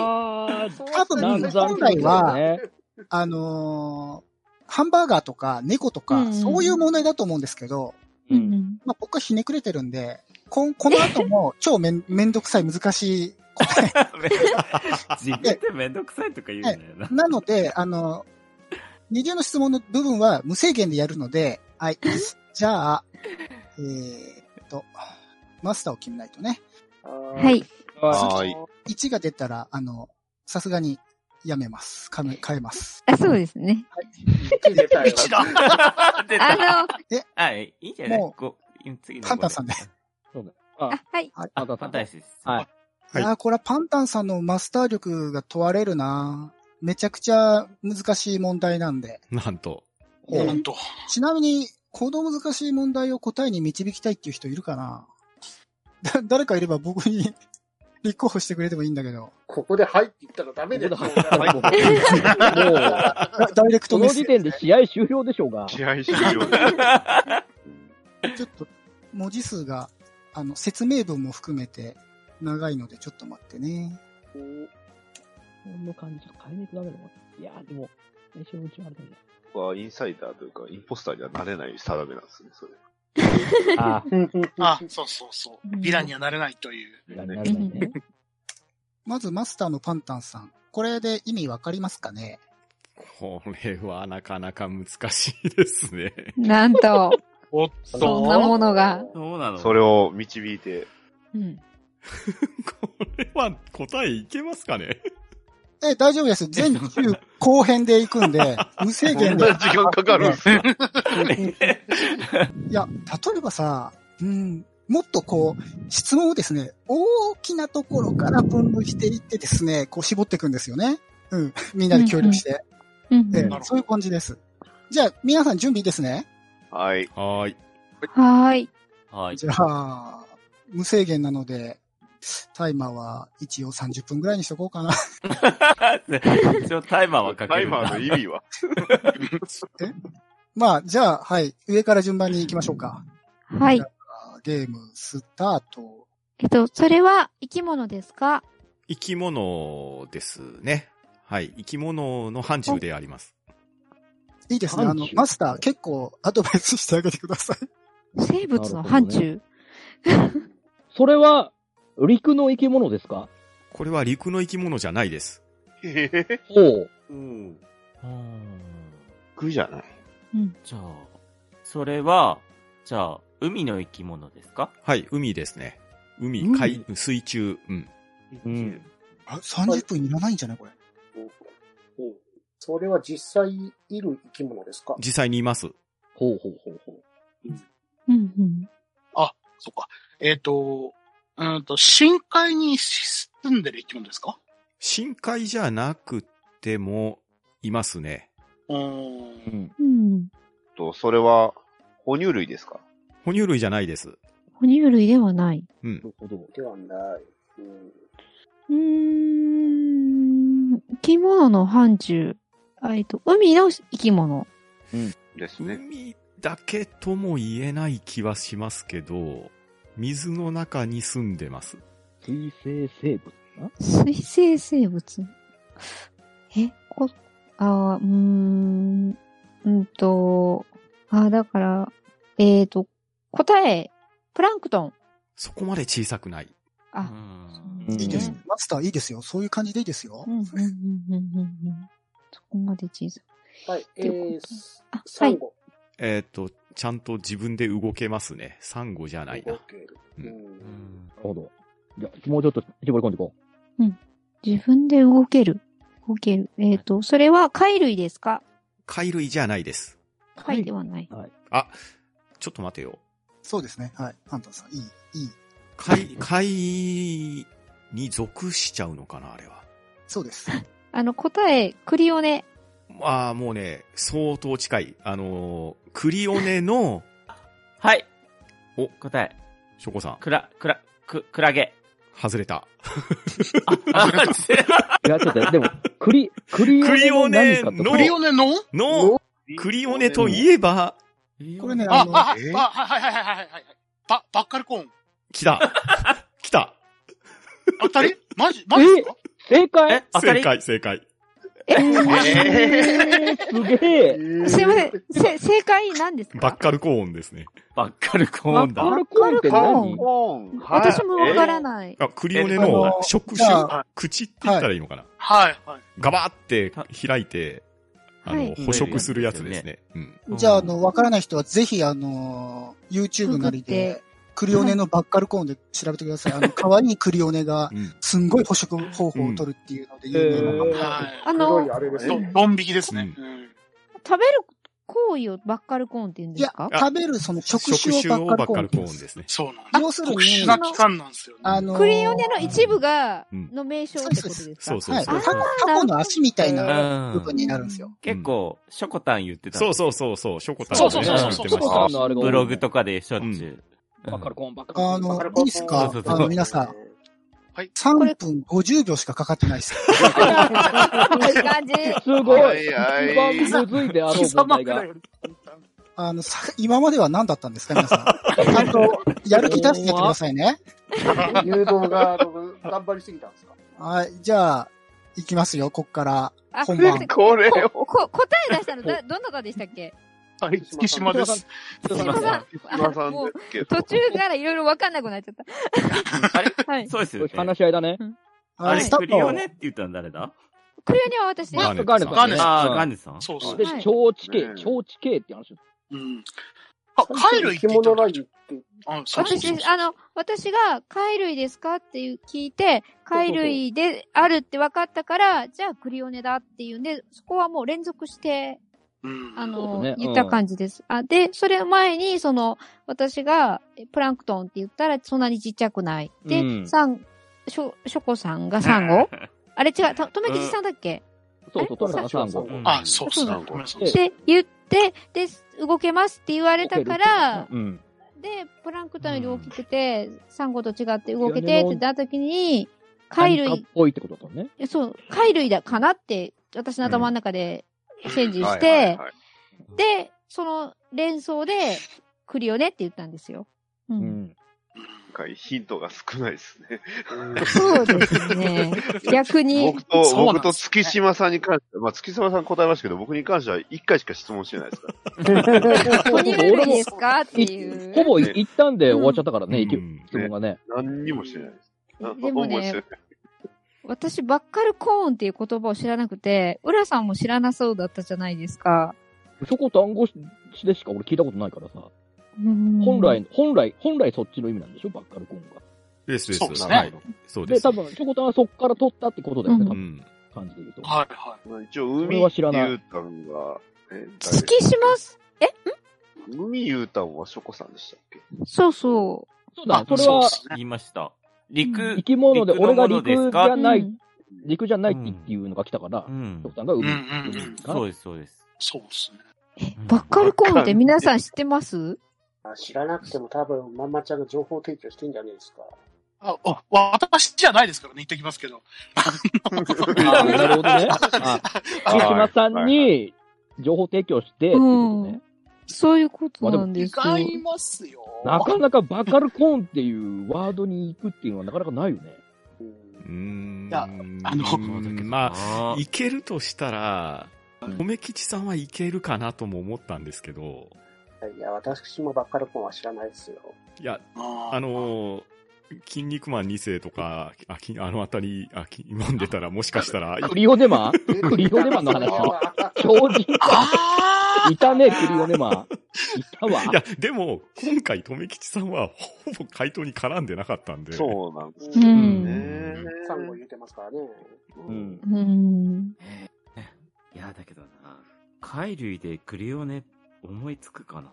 [SPEAKER 8] ー、
[SPEAKER 3] 多分
[SPEAKER 8] なんざん
[SPEAKER 3] 本来は
[SPEAKER 8] ね
[SPEAKER 3] あのーハンバーガーとか猫とか、
[SPEAKER 4] うん
[SPEAKER 3] そういう問題だと思うんですけど、
[SPEAKER 4] う
[SPEAKER 8] うん
[SPEAKER 4] ん
[SPEAKER 3] まあ、僕はひねくれてるんで、こん [LAUGHS] この後も超めんめんどくさい難しい答え。 [LAUGHS]
[SPEAKER 5] [LAUGHS] 自分ってめんどくさいとか言うんだよな。
[SPEAKER 3] なので、あの、二重の質問の部分は無制限でやるので、はい。じゃあ、えーっと、マスターを決めないとね。
[SPEAKER 4] は。。
[SPEAKER 6] はい
[SPEAKER 1] はーい。
[SPEAKER 3] 1が出たら、あの、さすがにやめます。かめ変えます。
[SPEAKER 4] あ、そうですね。
[SPEAKER 6] 出たよ。
[SPEAKER 2] 一だ。
[SPEAKER 5] [LAUGHS] 出
[SPEAKER 4] あ
[SPEAKER 5] た
[SPEAKER 4] の、
[SPEAKER 5] はい、いいんじゃない
[SPEAKER 3] もう
[SPEAKER 5] こう次の
[SPEAKER 3] パンタンさんで
[SPEAKER 4] あ、はい。
[SPEAKER 5] あ、
[SPEAKER 8] パンタンさん
[SPEAKER 5] パンタンです。
[SPEAKER 8] はい
[SPEAKER 3] い、やーこれはパンタンさんのマスター力が問われるなめちゃくちゃ難しい問題なんで。
[SPEAKER 7] なんと。
[SPEAKER 2] おなんと。
[SPEAKER 3] ちなみに、この難しい [LAUGHS] 問題を答えに導きたいっていう人いるかなだ誰かいれば僕に [LAUGHS] 立候補してくれてもいいんだけど。
[SPEAKER 6] ここで入っていったらダメだよ。
[SPEAKER 8] ここ
[SPEAKER 6] はい
[SPEAKER 8] もう、
[SPEAKER 3] ダダイレクト
[SPEAKER 8] こ
[SPEAKER 3] メ
[SPEAKER 8] の
[SPEAKER 3] ッセ
[SPEAKER 8] 時
[SPEAKER 3] ー
[SPEAKER 8] 点で試合終了でしょうが。
[SPEAKER 1] 試合終了。
[SPEAKER 3] ジ。
[SPEAKER 1] [LAUGHS]
[SPEAKER 3] ちょっと、文字数が、あの、説明文も含めて長いのでちょっと待ってね。
[SPEAKER 8] この感じちょっと変えないとダメだもん。いやー、でも、最初のうちはあれだね。
[SPEAKER 1] 僕はインサイダーというか、インポスターにはなれない定めなんですね、それ。
[SPEAKER 8] あ
[SPEAKER 2] あ、そうそうそう。ヴィランにはなれないという。
[SPEAKER 8] あ、なるほどね。
[SPEAKER 3] まずマスターのパンタンさん。これで意味わかりますかね
[SPEAKER 7] これはなかなか難しいですね。
[SPEAKER 4] なんと、
[SPEAKER 2] おっ
[SPEAKER 6] そ
[SPEAKER 4] そんなものが。
[SPEAKER 5] そうなの
[SPEAKER 1] それを導いて、
[SPEAKER 4] うん。
[SPEAKER 7] これは答えいけますかね
[SPEAKER 3] え、大丈夫です。全9後編で行くんで、無制
[SPEAKER 1] こん
[SPEAKER 3] 限
[SPEAKER 1] な
[SPEAKER 3] で。
[SPEAKER 1] [LAUGHS] 時間かかるんすか
[SPEAKER 3] いや、例えばさ、うん、もっとこう、質問をですね、大きなところから分類していってですね、こう絞っていくんですよね。うん、みんなで協力して。
[SPEAKER 4] うん
[SPEAKER 3] ええ
[SPEAKER 2] なるほど
[SPEAKER 3] そういう感じです。じゃあ、皆さん準備いいですね。
[SPEAKER 1] はい。
[SPEAKER 7] はーい。
[SPEAKER 4] はーい。
[SPEAKER 5] はい。
[SPEAKER 3] じ
[SPEAKER 5] [LAUGHS]
[SPEAKER 3] ゃあ、無制限なので、タイマーは一応30分ぐらいにしとこうかな。 [LAUGHS]
[SPEAKER 5] 一応タイマーはかける。
[SPEAKER 1] タイマーの意味は
[SPEAKER 3] まあ、じゃあ、はい、上から順番に行きましょうか。
[SPEAKER 4] はい。
[SPEAKER 3] あゲームスタート。
[SPEAKER 4] えっと、それは生き物ですか
[SPEAKER 7] 生き物ですね。はい。生き物の範疇であります。
[SPEAKER 3] いいですね。あの
[SPEAKER 8] 30、
[SPEAKER 3] マスター、結構アドバイスしてあげてください。
[SPEAKER 4] 生物の範疇。
[SPEAKER 8] それは、陸の生き物ですか
[SPEAKER 7] これは陸の生き物じゃないです。
[SPEAKER 1] へへ
[SPEAKER 8] ほう。
[SPEAKER 1] うん。
[SPEAKER 5] うん
[SPEAKER 1] 苦じゃない。
[SPEAKER 5] じゃあ、それは、じゃあ、海の生き物ですか
[SPEAKER 7] はい。海ですね。海、
[SPEAKER 8] 海
[SPEAKER 7] 海、水中。うん。
[SPEAKER 8] うん。
[SPEAKER 3] あ30分いらないんじゃないこれ。
[SPEAKER 6] うんそれは実際いる生き物ですか
[SPEAKER 7] 実際にいます。
[SPEAKER 8] ほうほうほうほう。
[SPEAKER 4] うんうん。
[SPEAKER 2] そっか。えっ、と、うーんと、深海に住んでる生き物ですか
[SPEAKER 7] 深海じゃなくても、いますね。
[SPEAKER 2] うーん。
[SPEAKER 4] うん。
[SPEAKER 1] と、それは、哺乳類ですか
[SPEAKER 7] 哺乳類じゃないです。
[SPEAKER 4] 哺乳類ではない。
[SPEAKER 7] うん
[SPEAKER 8] な。るほど。
[SPEAKER 6] ではない。うん
[SPEAKER 4] うーん。生き物の範疇。あえっと、海の生き物。
[SPEAKER 1] ですね。
[SPEAKER 7] 海だけとも言えない気はしますけど、水の中に住んでます。
[SPEAKER 8] 水生生物な
[SPEAKER 4] 水生生物。え、こ、あーうーん。うんと、あーだから、えっ、と、答え、プランクトン。
[SPEAKER 7] そこまで小さくない。
[SPEAKER 5] う
[SPEAKER 4] あ、
[SPEAKER 5] ん
[SPEAKER 8] うん
[SPEAKER 3] いいです
[SPEAKER 4] ね。
[SPEAKER 3] マスター、いいですよ。そういう感じでいいですよ
[SPEAKER 4] う。ん、うん、うん、うん、うん。そこまで小さい。
[SPEAKER 6] はい、え
[SPEAKER 4] という
[SPEAKER 6] ー
[SPEAKER 4] こと、あ、
[SPEAKER 6] サ
[SPEAKER 4] は
[SPEAKER 6] ン
[SPEAKER 4] い。
[SPEAKER 6] ゴ。
[SPEAKER 7] えっ、と、ちゃんと自分で動けますね。サンゴじゃないな
[SPEAKER 6] 動。ける
[SPEAKER 7] う
[SPEAKER 6] うん
[SPEAKER 5] うんん
[SPEAKER 8] るほど。じゃあ、もうちょっと絞り込んでいこ
[SPEAKER 4] 自分で動ける。動ける。えっ、と、それは貝類ですか
[SPEAKER 7] 貝類じゃないです。
[SPEAKER 8] う。
[SPEAKER 4] 貝ではない。
[SPEAKER 7] あ、ちょっと待てよ。
[SPEAKER 3] そうですね。はい。パンタンさん、いい、いい。
[SPEAKER 7] 貝、貝に属しちゃうのかな、あれは。
[SPEAKER 3] そうです。
[SPEAKER 4] あの、答え、クリオネ。
[SPEAKER 7] まあ、もうね、相当近い。あのークリオネの、
[SPEAKER 5] はい。
[SPEAKER 7] お
[SPEAKER 5] 答え。
[SPEAKER 7] ショコさん、
[SPEAKER 5] くら、くら、く、クラゲ。
[SPEAKER 7] 外れた。
[SPEAKER 5] あ、
[SPEAKER 8] いや、ちょっと、でも、 [LAUGHS] クリ、クリ
[SPEAKER 7] クリオ
[SPEAKER 8] オ
[SPEAKER 7] ネ
[SPEAKER 8] ネの
[SPEAKER 7] の
[SPEAKER 8] 何か
[SPEAKER 7] の
[SPEAKER 2] クリオネの
[SPEAKER 7] の、クリオネといえば、
[SPEAKER 3] これね、
[SPEAKER 2] あ、
[SPEAKER 3] あ
[SPEAKER 2] あ、
[SPEAKER 3] の、
[SPEAKER 2] あ、はいは
[SPEAKER 1] え
[SPEAKER 2] いはいはいはいはい。パ、バッカルコーン。
[SPEAKER 7] 来た。来た。
[SPEAKER 2] 当たりマジマジですか
[SPEAKER 8] 正解
[SPEAKER 5] え、当た
[SPEAKER 7] 正
[SPEAKER 5] り
[SPEAKER 7] 解、正解。
[SPEAKER 4] え、
[SPEAKER 1] え
[SPEAKER 8] すげえ
[SPEAKER 1] ー
[SPEAKER 4] すいません。せ、正解なんです
[SPEAKER 7] バッ
[SPEAKER 4] か
[SPEAKER 7] カルコーンですね。
[SPEAKER 5] ばっかりコーンだ。
[SPEAKER 8] バッカルコーンって何
[SPEAKER 1] コーン
[SPEAKER 4] 私もわからない。
[SPEAKER 7] あ、クリオネ
[SPEAKER 3] えあ
[SPEAKER 7] の
[SPEAKER 3] の
[SPEAKER 7] 触
[SPEAKER 3] じゃ
[SPEAKER 7] 手
[SPEAKER 2] あ、
[SPEAKER 7] 口って言ったらいいのかな。
[SPEAKER 2] はいはい。
[SPEAKER 7] ガバーって開いて、あ
[SPEAKER 4] は
[SPEAKER 7] の、
[SPEAKER 4] い
[SPEAKER 7] 捕食するやつですね。うん。
[SPEAKER 3] じゃあ、あの、わからない人はぜひ、あの、YouTube なりで、クリオネのバッカルコーンで調べてください。あの、可愛いクリオネが、
[SPEAKER 7] うん
[SPEAKER 3] すんごい捕食方法を取るっていうので有名な。
[SPEAKER 8] うんえ
[SPEAKER 4] あ
[SPEAKER 2] は
[SPEAKER 6] 黒
[SPEAKER 4] の
[SPEAKER 6] い、あれです
[SPEAKER 2] い。ど
[SPEAKER 6] ね。、
[SPEAKER 2] ドン引きですね。
[SPEAKER 7] う
[SPEAKER 2] うん
[SPEAKER 4] 食べる行為をバッカルコーンって言うん
[SPEAKER 3] い
[SPEAKER 4] です
[SPEAKER 3] や
[SPEAKER 4] か、
[SPEAKER 3] 食べる、その、食
[SPEAKER 7] 触手
[SPEAKER 3] 種を
[SPEAKER 7] を
[SPEAKER 3] バ
[SPEAKER 7] バ
[SPEAKER 3] ッカ
[SPEAKER 7] ッカ
[SPEAKER 3] ル
[SPEAKER 7] ル
[SPEAKER 3] コ
[SPEAKER 7] コ
[SPEAKER 3] ー
[SPEAKER 7] ー
[SPEAKER 3] ン
[SPEAKER 7] ン
[SPEAKER 3] で。
[SPEAKER 7] ですすね。
[SPEAKER 2] そうなん
[SPEAKER 3] 要す
[SPEAKER 2] です。
[SPEAKER 3] るに
[SPEAKER 2] 特殊な期間なんですよね。
[SPEAKER 3] あの、
[SPEAKER 4] クリオネの一部が
[SPEAKER 7] うん、
[SPEAKER 4] の名称ってことですか、
[SPEAKER 7] そうそう
[SPEAKER 3] はい。
[SPEAKER 7] そう。
[SPEAKER 3] タコタコの足みたいな部分になるんですよ。
[SPEAKER 5] 結構、ショコタン言ってた。
[SPEAKER 7] そうそうそうそう、ショコタン
[SPEAKER 2] そうそうそうそう
[SPEAKER 7] 言って
[SPEAKER 8] ショ
[SPEAKER 7] ま
[SPEAKER 8] コ
[SPEAKER 7] し
[SPEAKER 8] タ
[SPEAKER 7] た
[SPEAKER 8] ン。のあれが多い
[SPEAKER 5] ブログとかでしょっちゅう。
[SPEAKER 8] バッカルコーン、バッカルコーン。
[SPEAKER 3] あの
[SPEAKER 6] バカル、
[SPEAKER 3] い
[SPEAKER 6] コ
[SPEAKER 3] いですか
[SPEAKER 5] そうそうそう
[SPEAKER 3] あの、皆さん。
[SPEAKER 2] はい。
[SPEAKER 3] 3分50秒しかかかってないです。
[SPEAKER 4] いい感じ。
[SPEAKER 8] すごい。
[SPEAKER 1] はいはい
[SPEAKER 8] 一番むずいであろう
[SPEAKER 2] 貴
[SPEAKER 8] 問
[SPEAKER 2] 様
[SPEAKER 8] 題
[SPEAKER 2] くら
[SPEAKER 8] が
[SPEAKER 2] い。より
[SPEAKER 3] あの、さ今までは何だったんですか、皆さん。ちゃんと、やる気出してやってくださいね。
[SPEAKER 6] 誘導が、あの頑張りすぎたんですか
[SPEAKER 3] はい、じゃあ、行きますよ、こっから。
[SPEAKER 4] あ、
[SPEAKER 3] 本
[SPEAKER 4] 待っ
[SPEAKER 3] 番
[SPEAKER 4] て
[SPEAKER 1] これ
[SPEAKER 4] こ、こ、答え出したの、だ、どなたでしたっけ
[SPEAKER 2] はい、月島です。
[SPEAKER 8] すい
[SPEAKER 4] 島
[SPEAKER 8] ません。
[SPEAKER 4] さん。
[SPEAKER 1] 今
[SPEAKER 4] あ
[SPEAKER 1] さん
[SPEAKER 4] も
[SPEAKER 1] で
[SPEAKER 4] う、
[SPEAKER 1] すけど。
[SPEAKER 4] 途中からいろいろわかんなくなっちゃった。
[SPEAKER 5] あれ
[SPEAKER 4] はい。
[SPEAKER 5] そうですよ
[SPEAKER 8] よ
[SPEAKER 5] ね
[SPEAKER 8] し。話し合いだね。
[SPEAKER 5] あ
[SPEAKER 3] はい、
[SPEAKER 5] れ、
[SPEAKER 3] スタ
[SPEAKER 5] ク
[SPEAKER 3] ー
[SPEAKER 5] リオ
[SPEAKER 3] ト。
[SPEAKER 5] ネって言ったの誰だ
[SPEAKER 4] クリアには私、
[SPEAKER 7] ガーネット
[SPEAKER 8] ガーネット
[SPEAKER 7] さ
[SPEAKER 2] ガ
[SPEAKER 7] ん
[SPEAKER 2] ーネット
[SPEAKER 5] ああ、
[SPEAKER 8] うん
[SPEAKER 5] ガンジさん
[SPEAKER 2] そうそう。
[SPEAKER 8] で
[SPEAKER 4] はい、
[SPEAKER 8] 超地
[SPEAKER 1] ね
[SPEAKER 8] 形、超地形って話。
[SPEAKER 2] うん。あ、貝類っ
[SPEAKER 6] 生
[SPEAKER 2] て
[SPEAKER 6] き
[SPEAKER 2] 言った
[SPEAKER 6] 物
[SPEAKER 2] の
[SPEAKER 6] ラインって、
[SPEAKER 2] あ、そうそうそう
[SPEAKER 4] 私、あの、私が、貝類ですかっていう聞いて、貝類であるって分かったから、じゃあクリオネだっていうんで、そこはもう連続して、
[SPEAKER 2] うん。
[SPEAKER 4] あ
[SPEAKER 8] そう
[SPEAKER 4] の、
[SPEAKER 8] だね
[SPEAKER 4] 言った感じです。あ、で、それ前に、その、私が、えプランクトンって言ったら、そんなにちっちゃくない。で、
[SPEAKER 8] うん
[SPEAKER 4] サン、ショ、ショコさんがサンゴあれ違う、た、とめきちさんだっけ、
[SPEAKER 8] そうそう、トラさんが3号。
[SPEAKER 2] あ、そうそう。
[SPEAKER 1] うん
[SPEAKER 2] ごめんなさ
[SPEAKER 8] え
[SPEAKER 2] い。
[SPEAKER 4] って言って、で、動けますって言われたから、
[SPEAKER 7] うん。
[SPEAKER 4] で、プランクトンより大きくて、サンゴと違って動けてってなった時に、貝
[SPEAKER 8] 何か
[SPEAKER 4] 類
[SPEAKER 8] っ、ぽいってことだったのね。
[SPEAKER 4] そう、貝類だかなって、私の頭の中でチェンジし
[SPEAKER 1] はいはい
[SPEAKER 4] て、
[SPEAKER 1] はい
[SPEAKER 4] で、その連想で、クリオネって言ったんですよ。う、
[SPEAKER 7] うんん。
[SPEAKER 1] 今回ヒントが少ないですね。
[SPEAKER 4] そうです [LAUGHS] ね。逆に
[SPEAKER 1] 僕、と、
[SPEAKER 2] そうなん
[SPEAKER 1] 僕と
[SPEAKER 2] ですね
[SPEAKER 1] 月島さんに関して、まあ月島さん答えましたけど、僕に関しては1回しか質問してないですから。
[SPEAKER 4] 哺乳類ですかっていう。
[SPEAKER 8] ほぼ一旦で終わっちゃったからね、
[SPEAKER 7] うん
[SPEAKER 8] 一質問がね。
[SPEAKER 1] 何にもしてないです。
[SPEAKER 4] でもね
[SPEAKER 1] 何もしてない
[SPEAKER 4] 私、バッカルコーンっていう言葉を知らなくて、浦さんも知らなそうだったじゃないですか。
[SPEAKER 8] そこと暗号しでしか俺聞いたことないからさ。
[SPEAKER 4] 本
[SPEAKER 8] 本来、本来、本来そっちの意味なんでしょバッカルコーンが。
[SPEAKER 7] ですです。
[SPEAKER 2] そうですね
[SPEAKER 7] はい。そうで
[SPEAKER 8] で、
[SPEAKER 7] す。
[SPEAKER 8] 多分、ショコタンはそっから取ったってことだよね、
[SPEAKER 4] うん
[SPEAKER 8] 多
[SPEAKER 7] う
[SPEAKER 8] 分、
[SPEAKER 7] ん。
[SPEAKER 8] 感じで言うと。
[SPEAKER 2] はいはい。
[SPEAKER 1] まあ一応、
[SPEAKER 8] そ
[SPEAKER 1] 海
[SPEAKER 8] れは知らない
[SPEAKER 1] ゆうたんが、え
[SPEAKER 4] 月島す。
[SPEAKER 1] 誰海ゆうたんはショコさんでしたっけ
[SPEAKER 4] そうそ
[SPEAKER 8] そうだね、それ
[SPEAKER 2] う
[SPEAKER 8] は
[SPEAKER 2] っ、すね
[SPEAKER 5] 言いました。陸、
[SPEAKER 8] 生き物で、
[SPEAKER 5] 陸の
[SPEAKER 8] 俺が
[SPEAKER 5] もので
[SPEAKER 8] 陸
[SPEAKER 5] す
[SPEAKER 8] じ
[SPEAKER 5] か
[SPEAKER 8] ゃ
[SPEAKER 4] う。
[SPEAKER 8] な
[SPEAKER 4] う
[SPEAKER 8] い、
[SPEAKER 4] ん
[SPEAKER 8] 陸じゃないって言うのが来たから、
[SPEAKER 5] う
[SPEAKER 8] シ
[SPEAKER 5] ん
[SPEAKER 8] ョコ。タンが
[SPEAKER 2] うん
[SPEAKER 8] 海
[SPEAKER 2] う。んうん。
[SPEAKER 5] そうです、そうです。
[SPEAKER 2] そうですね。
[SPEAKER 4] バッカルコーンって皆さん知ってます
[SPEAKER 6] あ知らなくても多分、まんまちゃんが情報提供してんじゃねえですか。
[SPEAKER 2] あ、あ、私じゃないですからね、言ってきますけど。
[SPEAKER 8] あーなるほどね。あ月島さん
[SPEAKER 1] はいはい
[SPEAKER 8] に情報提供して、ってことね。
[SPEAKER 4] そういうことなん
[SPEAKER 2] 違
[SPEAKER 4] ですよ。
[SPEAKER 2] いますよ。
[SPEAKER 8] なかなかバッカルコーンっていうワードに行くっていうのはなかなかないよね。
[SPEAKER 6] う
[SPEAKER 7] うんーん。
[SPEAKER 2] いやあの
[SPEAKER 7] うんま
[SPEAKER 5] あ
[SPEAKER 7] あ、いけるとしたら、とめきちさんはいけるかなとも思ったんですけど、
[SPEAKER 6] いや、私もバッカルコンは知らないですよ。
[SPEAKER 7] いや、
[SPEAKER 2] あ
[SPEAKER 7] あ、のー、筋肉マン2世とか、あ、きあのあたり、あ、き飲んでたらもしかしたら、い
[SPEAKER 8] クリオネマクリオネマの話。超人か。
[SPEAKER 2] あー
[SPEAKER 8] いたね、クリオネマ。いたわ。
[SPEAKER 7] や、でも、今回、とめきちさんは、ほぼ回答に絡んでなかったんで。
[SPEAKER 1] そうなんです
[SPEAKER 6] う。
[SPEAKER 4] うんん。
[SPEAKER 1] ね。
[SPEAKER 6] サンゴ言うてますからね。
[SPEAKER 8] うん。
[SPEAKER 4] うん。
[SPEAKER 5] いや、だけどな。貝類でクリオネ思いつくかな。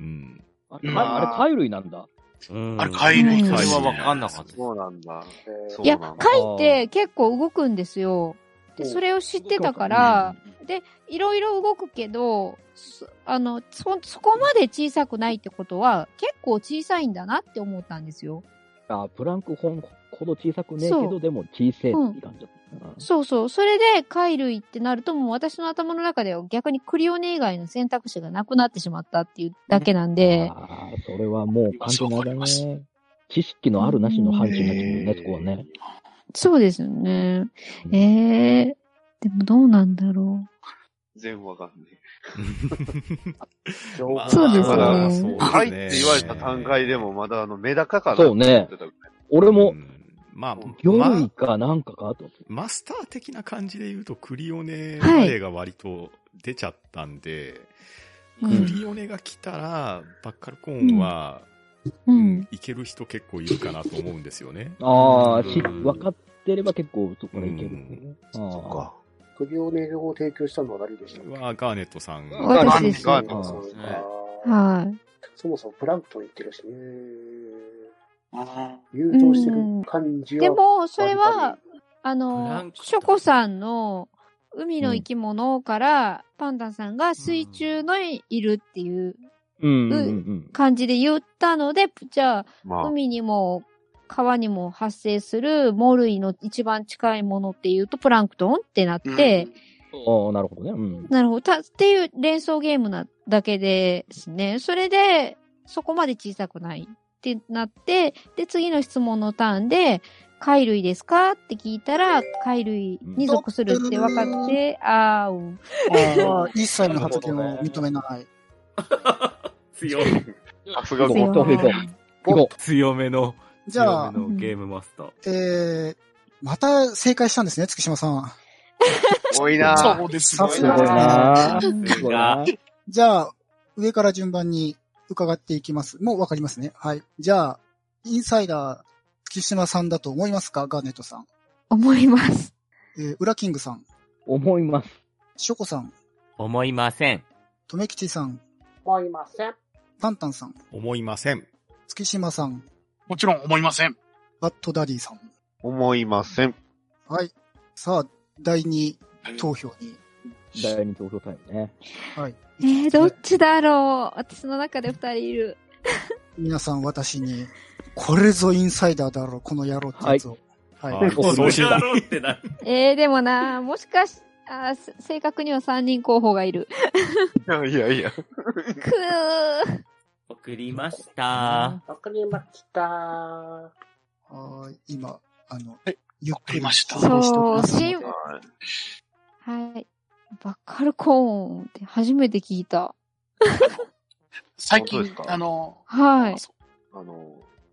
[SPEAKER 7] うん。
[SPEAKER 8] あ
[SPEAKER 2] うん
[SPEAKER 8] あれ、貝類なんだ。
[SPEAKER 5] うん
[SPEAKER 2] あれ貝類
[SPEAKER 5] そ
[SPEAKER 4] ですね
[SPEAKER 5] れはわかんなかった。
[SPEAKER 1] そうなんだ。
[SPEAKER 6] え
[SPEAKER 1] そ
[SPEAKER 6] ー
[SPEAKER 1] う
[SPEAKER 4] いや、
[SPEAKER 1] なの
[SPEAKER 4] 貝って結構動くんですよ。で、
[SPEAKER 6] うん
[SPEAKER 4] それを知ってたから、で、いろいろ動くけど、そあの、そ、そこまで小さくないってことは、結構小さいんだなって思ったんですよ。
[SPEAKER 8] あプランクほんほど小さくねえけ
[SPEAKER 4] そう
[SPEAKER 8] ど、でも小せえって感じだったな。
[SPEAKER 4] そうそう。それで貝類ってなると、もう私の頭の中では逆にクリオネ以外の選択肢がなくなってしまったっていうだけなんで、
[SPEAKER 8] ああ、それはもう完全にあれ
[SPEAKER 2] わ
[SPEAKER 8] だ
[SPEAKER 2] かり
[SPEAKER 8] ね。知識のあるなしの範疇になってくるね、そこはね。
[SPEAKER 4] そうですよね。ええー、でもどうなんだろう。
[SPEAKER 1] 全然わかんない。
[SPEAKER 6] 情報
[SPEAKER 7] ま [LAUGHS] あ
[SPEAKER 4] そうですね
[SPEAKER 1] まだ
[SPEAKER 7] そうですね
[SPEAKER 1] 貝って言われた段階でも、まだあの、メダカかな
[SPEAKER 8] そうね
[SPEAKER 1] って思ってたぐらい
[SPEAKER 8] 俺も
[SPEAKER 7] う、んまあ、
[SPEAKER 8] 魚
[SPEAKER 7] ま
[SPEAKER 8] 類かなんかかと思って。
[SPEAKER 7] マスター的な感じで言うと、クリオネ
[SPEAKER 4] はい
[SPEAKER 7] までが割と出ちゃったんで、
[SPEAKER 4] うん
[SPEAKER 7] クリオネが来たら、バッカルコーンは、
[SPEAKER 4] う
[SPEAKER 7] うんん。いける人結構いるかなと思うんですよね。
[SPEAKER 8] ああ、し、
[SPEAKER 5] うん
[SPEAKER 8] 分かってれば結構そこでいける。
[SPEAKER 7] うん
[SPEAKER 8] あー
[SPEAKER 1] そっか。
[SPEAKER 6] クリオネ情報提供したのは誰でしたっけ
[SPEAKER 7] は、ガーネットさん。
[SPEAKER 4] 私です
[SPEAKER 1] ガーネッ
[SPEAKER 8] あー
[SPEAKER 1] ト
[SPEAKER 6] そうか
[SPEAKER 5] ね
[SPEAKER 4] はい。
[SPEAKER 6] そもそもプランクトン言ってるしね。
[SPEAKER 2] あ
[SPEAKER 6] 誘導してる感じは。
[SPEAKER 4] でも、それは、あ
[SPEAKER 5] プラン
[SPEAKER 4] の
[SPEAKER 5] ク、トン
[SPEAKER 4] ショコさんの海の生き物から、パンダさんが水中のいるっていう
[SPEAKER 8] うんうんうんうん。
[SPEAKER 4] 感じで言ったので、じゃあ、
[SPEAKER 1] まあ、
[SPEAKER 4] 海にも川にも発生する藻類の一番近いものっていうとプランクトンってなって、
[SPEAKER 8] ああ、なるほどね。うん。
[SPEAKER 4] なるほど。たっていう連想ゲームなだけですね。それで、そこまで小さくないってなって、で、次の質問のターンで、貝類ですかって聞いたら、貝類に属するって分かって、あーうん
[SPEAKER 3] ああ、一切の発言を認めない。
[SPEAKER 5] 強い。
[SPEAKER 1] さすがゴ
[SPEAKER 8] 行こ
[SPEAKER 1] ー
[SPEAKER 8] う、行こう、行こう。行こ
[SPEAKER 5] 強めの、
[SPEAKER 3] じゃあ
[SPEAKER 5] 強、めのゲームマスター。
[SPEAKER 3] えー、また正解したんですね、月島さん。
[SPEAKER 1] 多いなぁ。
[SPEAKER 2] そうです
[SPEAKER 3] さ
[SPEAKER 8] う。
[SPEAKER 3] す
[SPEAKER 8] す
[SPEAKER 2] ね
[SPEAKER 8] ご
[SPEAKER 3] が
[SPEAKER 8] いなぁ。すごいなぁ。
[SPEAKER 3] じゃあ、上から順番に伺っていきます。もうわかりますね。はい。じゃあ、インサイダー、月島さんだと思いますかガーネットさん。
[SPEAKER 4] 思います。
[SPEAKER 3] えー、ウラキングさん、
[SPEAKER 8] 思います。
[SPEAKER 3] ショコさん、
[SPEAKER 5] 思いません。
[SPEAKER 3] とめきちさん、
[SPEAKER 6] 思いません。
[SPEAKER 3] タンタンさん、
[SPEAKER 7] 思いません。
[SPEAKER 3] 月島さん、
[SPEAKER 2] もちろん思いません。
[SPEAKER 3] バットダディさん。
[SPEAKER 1] 思いません。
[SPEAKER 3] はい。さあ、第二投票に。
[SPEAKER 8] 第二投票タイムね。
[SPEAKER 3] はい。
[SPEAKER 4] えー、どっちだろう私の中で二人いる。
[SPEAKER 3] 皆さん私に、これぞインサイダーだろ、この野郎ってやつを。はい。
[SPEAKER 7] はい
[SPEAKER 8] おそう
[SPEAKER 5] そうやろうってな。
[SPEAKER 4] えー、でもな、もしかし、あーす正確には三人候補がいる。
[SPEAKER 1] いやいやいや。
[SPEAKER 4] くー。
[SPEAKER 5] 送りました。
[SPEAKER 6] わかりました。
[SPEAKER 3] はい今、あの
[SPEAKER 2] はい、
[SPEAKER 3] ゆっくり
[SPEAKER 2] わかりました
[SPEAKER 3] 失礼しておき
[SPEAKER 4] そう、
[SPEAKER 3] ます
[SPEAKER 4] しん、はい。バカルコーンって初めて聞いた。
[SPEAKER 2] 最
[SPEAKER 1] 本当
[SPEAKER 2] 近
[SPEAKER 1] です、か
[SPEAKER 2] あの、
[SPEAKER 4] はい。
[SPEAKER 1] あの、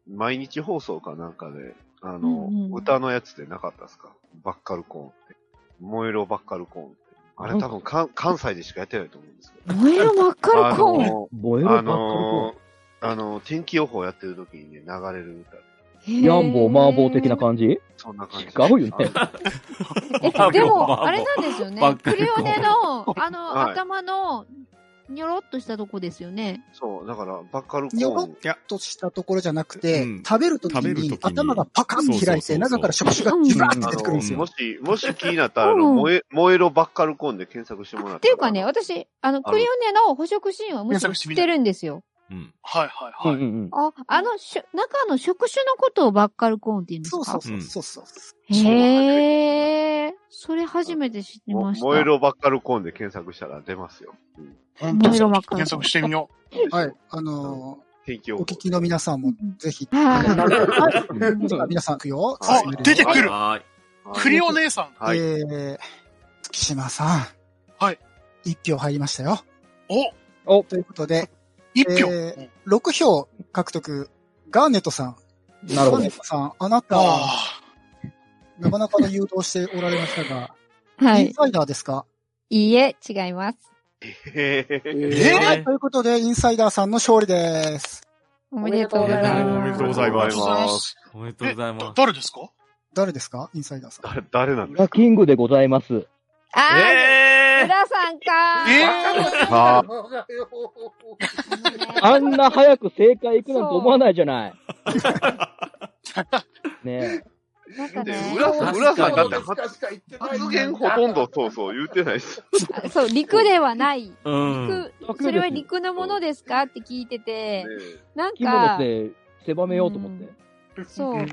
[SPEAKER 1] 毎日放送かなんかで、あの、
[SPEAKER 4] うんうん
[SPEAKER 1] 歌のやつでなかったですかバッカルコーンって。燃えろバッカルコーンって。あれ多分関関西でしかやってないと思うんですけど。
[SPEAKER 4] 燃えるバカルコーン。
[SPEAKER 1] の、
[SPEAKER 8] ボエロば
[SPEAKER 1] あ
[SPEAKER 8] っかりこ
[SPEAKER 1] の、あの、天気予報やってる時にね、流れる歌。
[SPEAKER 8] う。ヤンボー、麻婆的な感じ
[SPEAKER 1] そんな感じ。
[SPEAKER 8] 違うよね
[SPEAKER 1] あ
[SPEAKER 4] え、
[SPEAKER 5] 麻婆
[SPEAKER 4] で
[SPEAKER 5] 麻
[SPEAKER 4] も、
[SPEAKER 5] 婆
[SPEAKER 4] あれなんですよね
[SPEAKER 5] バ。
[SPEAKER 4] ク
[SPEAKER 5] カル
[SPEAKER 4] リ
[SPEAKER 5] コ
[SPEAKER 4] オ
[SPEAKER 5] ーン
[SPEAKER 4] ネの、あの、
[SPEAKER 1] はい
[SPEAKER 4] 頭の、にょろっとしたとこですよね。
[SPEAKER 1] そう、だから、バッカルコ
[SPEAKER 3] にょろ
[SPEAKER 1] ー
[SPEAKER 3] っ
[SPEAKER 1] ン。
[SPEAKER 3] としたところじゃなくて、
[SPEAKER 7] うん
[SPEAKER 3] 食べるとき
[SPEAKER 7] 食べる時
[SPEAKER 3] に
[SPEAKER 7] に
[SPEAKER 3] 頭がパカンって開い
[SPEAKER 7] そうそうそう
[SPEAKER 3] て、
[SPEAKER 7] そう
[SPEAKER 3] 中から触手がジュラーって
[SPEAKER 1] あ
[SPEAKER 3] 出てくるんです
[SPEAKER 1] の、
[SPEAKER 7] よ
[SPEAKER 1] もし、もし気になったら、あ
[SPEAKER 4] う
[SPEAKER 1] の、
[SPEAKER 4] ん
[SPEAKER 1] 燃え、燃えろバッカルコーンで検索してもらったら。
[SPEAKER 4] っていうかね、私、あの、
[SPEAKER 1] あの
[SPEAKER 4] クリオネの捕食シーンはむしろ
[SPEAKER 2] 検索して
[SPEAKER 4] 知
[SPEAKER 2] み
[SPEAKER 4] っ
[SPEAKER 2] る
[SPEAKER 4] てるんですよ。
[SPEAKER 7] うん。
[SPEAKER 2] はいは
[SPEAKER 8] う
[SPEAKER 2] い
[SPEAKER 8] ん
[SPEAKER 2] は
[SPEAKER 8] う
[SPEAKER 2] い。
[SPEAKER 8] んうん。
[SPEAKER 4] あ、あの、しゅ中の触手のことをバッカルコーンって言うんです
[SPEAKER 3] そ
[SPEAKER 4] か
[SPEAKER 3] うそうそうそうそう。
[SPEAKER 4] へえ、それ初めて知り
[SPEAKER 1] も
[SPEAKER 4] ました。
[SPEAKER 1] 燃えろバッカルコーンで検索したら出ますよ。うん
[SPEAKER 2] 本当ですか
[SPEAKER 4] 燃えろばっかり
[SPEAKER 2] 検索してみよ
[SPEAKER 3] はい。あの
[SPEAKER 1] 天気
[SPEAKER 3] ー
[SPEAKER 1] 予
[SPEAKER 3] お
[SPEAKER 1] 報。
[SPEAKER 3] 聞きの皆さんもぜひ。
[SPEAKER 4] はい
[SPEAKER 8] うん
[SPEAKER 3] 皆さん行くよ。
[SPEAKER 1] あ
[SPEAKER 3] せーの
[SPEAKER 2] 出てくる
[SPEAKER 5] はーい。
[SPEAKER 2] う。
[SPEAKER 1] はい
[SPEAKER 2] クリオ姉さん。
[SPEAKER 1] はい。
[SPEAKER 3] えー、月島さん。
[SPEAKER 2] はい。
[SPEAKER 3] 一票入りましたよ。
[SPEAKER 2] お
[SPEAKER 8] お、
[SPEAKER 3] ということで、
[SPEAKER 2] 一票、
[SPEAKER 3] え6票獲得、ガーネットさん。
[SPEAKER 8] なるほ
[SPEAKER 3] ガー
[SPEAKER 8] ど
[SPEAKER 3] ネッ。トさん、あなた、
[SPEAKER 2] あ
[SPEAKER 3] なかなかの誘導しておられましたが、
[SPEAKER 4] は
[SPEAKER 3] イン
[SPEAKER 4] い。
[SPEAKER 3] サイダーですか
[SPEAKER 4] いいえ、違います。
[SPEAKER 1] へへへ
[SPEAKER 6] え
[SPEAKER 2] えー
[SPEAKER 3] はいということで、インサイダーさんの勝利です。
[SPEAKER 4] おめでとうござい
[SPEAKER 7] お
[SPEAKER 4] ます。
[SPEAKER 7] めでとうございます
[SPEAKER 2] あ。おめでとうございます。
[SPEAKER 5] おめでとうございま
[SPEAKER 2] だ
[SPEAKER 5] す。
[SPEAKER 2] 誰ですか
[SPEAKER 3] 誰ですかインサイダーさん。
[SPEAKER 1] 誰誰なん
[SPEAKER 8] ウ
[SPEAKER 1] です
[SPEAKER 8] ラ
[SPEAKER 1] か
[SPEAKER 8] キングでございます。
[SPEAKER 4] あー、
[SPEAKER 5] え
[SPEAKER 4] 浦さんか
[SPEAKER 2] え
[SPEAKER 1] あ
[SPEAKER 8] あんな早く正解行くなんて思わないじゃない。ね
[SPEAKER 4] なんかね
[SPEAKER 1] で、浦さん、浦さんだって発発
[SPEAKER 6] 発
[SPEAKER 1] 言ほとんどそうそう言ってないです。
[SPEAKER 4] あそう、陸ではない。
[SPEAKER 5] ーうん。
[SPEAKER 4] 陸、それは陸のものですかって聞いて
[SPEAKER 1] ね
[SPEAKER 4] て、なん
[SPEAKER 8] え。キモの
[SPEAKER 4] か、
[SPEAKER 8] って狭めようと思って。
[SPEAKER 4] そう、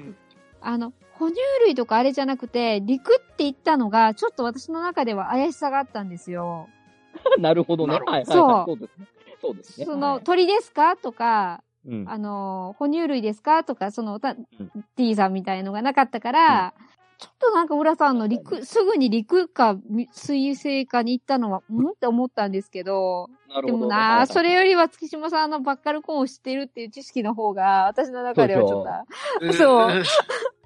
[SPEAKER 4] あの、哺乳類とかあれじゃなくて、陸って言ったのが、ちょっと私の中では怪しさがあったんですよ。
[SPEAKER 8] なるほどね。
[SPEAKER 2] なるほど
[SPEAKER 8] はいはいはい。
[SPEAKER 4] そう
[SPEAKER 8] そうですね。そうですね。
[SPEAKER 4] そ
[SPEAKER 8] は
[SPEAKER 4] の、
[SPEAKER 8] い
[SPEAKER 4] 鳥ですかとか、
[SPEAKER 8] うん
[SPEAKER 4] あの、哺乳類ですかとか、その、た T さんみたいのがなかったから、ちょっとなんか浦さんの陸、すぐに陸かみ水星かに行ったのは、んって思ったんですけど、
[SPEAKER 8] なる
[SPEAKER 4] で
[SPEAKER 8] ほ
[SPEAKER 4] も
[SPEAKER 8] ど。
[SPEAKER 4] な、それよりは月島さんのバッカルコーンを知ってるっていう知識の方が、私の中ではちょっ
[SPEAKER 2] え
[SPEAKER 4] と、そう。
[SPEAKER 2] ー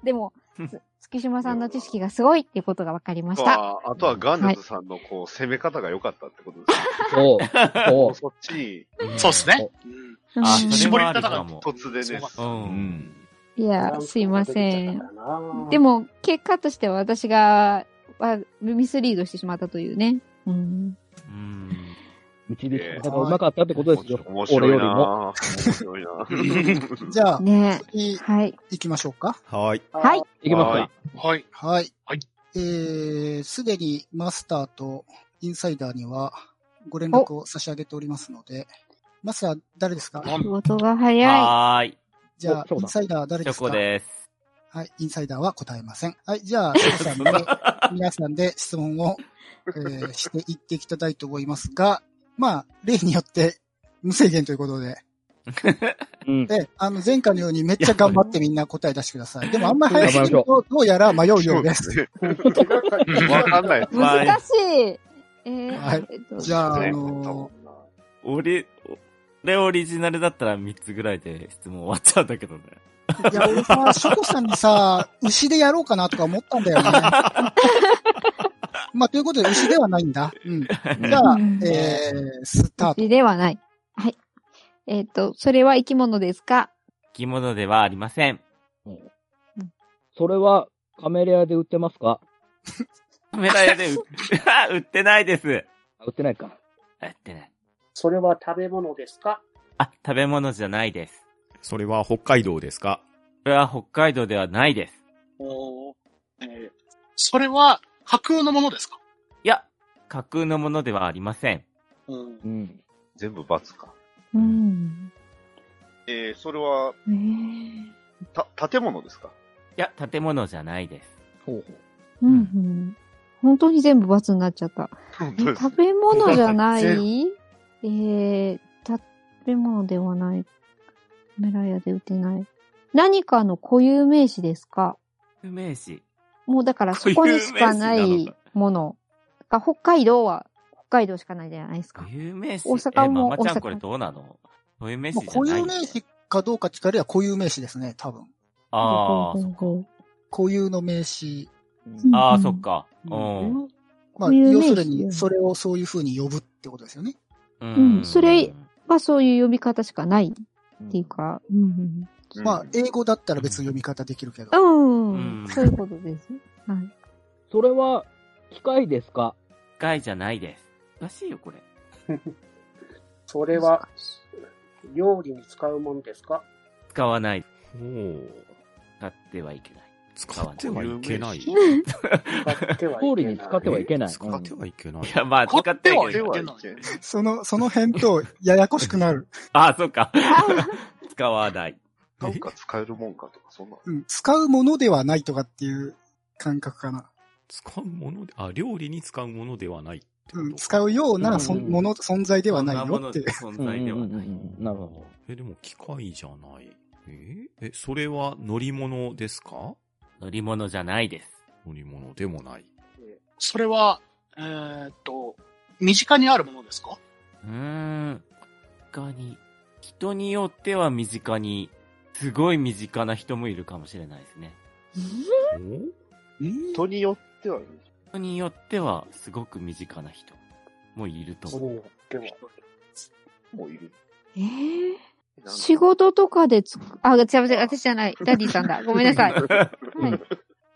[SPEAKER 4] で [LAUGHS] も、つ月島さんの知識がすごいっていうことが分かりま
[SPEAKER 1] あ
[SPEAKER 4] し
[SPEAKER 1] と
[SPEAKER 4] た。
[SPEAKER 1] は、あとはガンネットさんのこう、攻め方が良かったってことですね。
[SPEAKER 8] そう。
[SPEAKER 1] も
[SPEAKER 8] そう
[SPEAKER 1] そっちに
[SPEAKER 2] そうですね。うん
[SPEAKER 4] うん
[SPEAKER 5] あ、
[SPEAKER 2] し
[SPEAKER 5] それはある
[SPEAKER 2] 絞り方
[SPEAKER 5] か
[SPEAKER 2] が
[SPEAKER 5] も。
[SPEAKER 1] 突然ね。
[SPEAKER 5] う。
[SPEAKER 7] うんん。
[SPEAKER 4] いや、すいません。。で
[SPEAKER 6] も、
[SPEAKER 4] も、結果としては私が、はミスリードしてしまったというね。うん
[SPEAKER 5] うん。
[SPEAKER 8] う。導き方がうまかったってことですよ。
[SPEAKER 1] 面
[SPEAKER 8] 俺
[SPEAKER 1] 白
[SPEAKER 8] よ
[SPEAKER 1] い
[SPEAKER 8] りも。
[SPEAKER 1] なぁ。面白いなぁ。
[SPEAKER 3] じゃあ、
[SPEAKER 4] ね
[SPEAKER 3] 次
[SPEAKER 4] はい。
[SPEAKER 3] 行きましょうか。
[SPEAKER 7] はい。
[SPEAKER 4] はい。
[SPEAKER 8] いきます
[SPEAKER 1] は
[SPEAKER 8] か。
[SPEAKER 2] はい。
[SPEAKER 3] はい。
[SPEAKER 2] はい
[SPEAKER 3] えー、すでにマスターとインサイダーにはご連絡を差し上げておりますので、マスター誰ですか
[SPEAKER 2] なん
[SPEAKER 4] 仕事が早い。
[SPEAKER 5] はーい。
[SPEAKER 3] じゃあ、
[SPEAKER 8] おそう
[SPEAKER 3] イ
[SPEAKER 8] だ
[SPEAKER 3] ンサイダー誰
[SPEAKER 5] チ
[SPEAKER 3] で
[SPEAKER 5] ョ
[SPEAKER 3] すか
[SPEAKER 5] コです。
[SPEAKER 3] はい。インサイダーは答えません。はい。じゃあ、皆さんで、皆さんで質問を、えーしていっていきたいと思いますが、まあ、例によって無制限ということで、
[SPEAKER 8] うん。
[SPEAKER 3] で、あの、前回のようにめっちゃ頑張ってみんな答え出してください。でもあんまり早すぎると、どうやら迷うよう
[SPEAKER 1] [LAUGHS]
[SPEAKER 3] です。
[SPEAKER 1] ね。手がかりわ
[SPEAKER 2] [LAUGHS]
[SPEAKER 1] かんない。
[SPEAKER 5] まあ
[SPEAKER 4] 難しい。えー
[SPEAKER 3] はい
[SPEAKER 4] えっと
[SPEAKER 3] じゃあ、あ
[SPEAKER 1] ね
[SPEAKER 3] の
[SPEAKER 5] 俺、俺オリジナルだったら3つぐらいで質問終わっちゃうんだけどね。 [LAUGHS]
[SPEAKER 3] いや、俺さ、ショコさんにさ、牛でやろうかなとか思ったんだよね。まあ、ということで、牛ではないんだ。うん。じゃあ
[SPEAKER 4] うん、
[SPEAKER 3] えー、スタート。
[SPEAKER 4] 牛ではない。はい。えっ、と、それは生き物ですか
[SPEAKER 5] 生き物ではありません。
[SPEAKER 8] それは、カメレアで売ってますか
[SPEAKER 5] カメラ屋で売っあ [LAUGHS] 売ってないです。売
[SPEAKER 8] あ売ってないか。
[SPEAKER 5] ってない。
[SPEAKER 6] それは食べ物ですか
[SPEAKER 5] あ、食べ物じゃないです。
[SPEAKER 7] それは北海道ですか
[SPEAKER 5] これは北海道ではないです。
[SPEAKER 2] おーえーそれは架空のものですか
[SPEAKER 5] いや、架空のものではありません。
[SPEAKER 2] うん
[SPEAKER 8] うん。
[SPEAKER 1] 全部罰か。
[SPEAKER 4] うん。
[SPEAKER 1] えー、それは、
[SPEAKER 4] えー
[SPEAKER 1] た、建物ですか
[SPEAKER 5] いや、建物じゃないです。
[SPEAKER 8] ほう
[SPEAKER 4] うんうん本当に全部罰になっちゃった。
[SPEAKER 1] 本
[SPEAKER 4] え
[SPEAKER 1] 当です
[SPEAKER 4] 食。べ物じ
[SPEAKER 3] [LAUGHS]
[SPEAKER 4] ゃない
[SPEAKER 1] 全
[SPEAKER 4] えー、食べ物ではない。メラヤで売ってない。何かの固有名詞ですか
[SPEAKER 5] 不明詞。
[SPEAKER 4] もうだからそこにしかな
[SPEAKER 5] 固有名詞ないのか
[SPEAKER 4] もの。だから北海道は北海道しかないじゃないですか。
[SPEAKER 5] 有名詞。
[SPEAKER 4] 大阪も
[SPEAKER 5] えママちゃ
[SPEAKER 4] 大阪
[SPEAKER 5] んこれどうなの固有名
[SPEAKER 3] も
[SPEAKER 5] 詞
[SPEAKER 3] う
[SPEAKER 5] じゃ
[SPEAKER 3] 固
[SPEAKER 5] ない
[SPEAKER 3] 有名詞かどうか聞かれれば固有名詞ですね、多分。
[SPEAKER 5] ああ、そっか。
[SPEAKER 3] 固有の名詞。
[SPEAKER 4] うん
[SPEAKER 5] ああ、そっ。か。う
[SPEAKER 4] うん
[SPEAKER 5] ん。
[SPEAKER 3] まあ、
[SPEAKER 4] 固有
[SPEAKER 3] 要
[SPEAKER 4] 名詞
[SPEAKER 3] するに、それをそういう風に呼ぶってことですよね。
[SPEAKER 5] う
[SPEAKER 4] うんそれまあそういう呼び方しかないっていうか。うん。
[SPEAKER 1] うん
[SPEAKER 3] まあ、英語だったら別に読み方できるけど。
[SPEAKER 4] うん。
[SPEAKER 5] う
[SPEAKER 4] うんん、そういうことです。はい。
[SPEAKER 8] それは、機械ですか
[SPEAKER 5] 機械じゃないです。おかしいよ、これ。
[SPEAKER 6] それは、料理に使うもんですか
[SPEAKER 5] 使わない。
[SPEAKER 7] おー
[SPEAKER 5] 使ってはいけない。
[SPEAKER 7] 使ってはいけない。
[SPEAKER 6] 使ってはいけない。
[SPEAKER 8] 通りに使ってはいけない。
[SPEAKER 7] 使ってはいけない
[SPEAKER 5] い。や、まあ、使ってはいけ
[SPEAKER 2] 買
[SPEAKER 5] ない。
[SPEAKER 2] はいけない
[SPEAKER 1] 買って
[SPEAKER 3] その、その辺と、ややこしくなる。
[SPEAKER 5] ああ、そっか。使わない。
[SPEAKER 1] 買うか使えるもんかとか、そんな。
[SPEAKER 3] うん。使うものではないとかっていう感覚かな。
[SPEAKER 7] 使うもので、あ、料理に使うものではないってことか
[SPEAKER 3] うん。使うような、そ
[SPEAKER 8] うん
[SPEAKER 3] もの、存在ではない
[SPEAKER 5] そんも
[SPEAKER 3] よ
[SPEAKER 5] の
[SPEAKER 3] っていう。
[SPEAKER 5] 存在では
[SPEAKER 8] うんうん
[SPEAKER 5] な
[SPEAKER 8] う
[SPEAKER 5] い。
[SPEAKER 8] んうんなるほ
[SPEAKER 7] え、でも機械じゃない。ええ、それは乗り物ですか
[SPEAKER 5] 乗り物じゃないです。
[SPEAKER 7] 乗り物でもない。
[SPEAKER 2] それは、えーっと、身近にあるものですか
[SPEAKER 5] うーん。他に、人によっては身近に、すごい身近な人もいるかもしれないですね。
[SPEAKER 1] 人によってはいい。
[SPEAKER 5] 人によっては、すごく身近な人もいると
[SPEAKER 6] そ
[SPEAKER 5] 思う。
[SPEAKER 6] れによっては
[SPEAKER 1] もういる。
[SPEAKER 4] えー
[SPEAKER 1] なんだ
[SPEAKER 4] 仕事とかでつく、あ、違う違う、私じゃない。ダディさん [LAUGHS]
[SPEAKER 1] [LAUGHS]
[SPEAKER 4] だ。ごめんなさい。はい。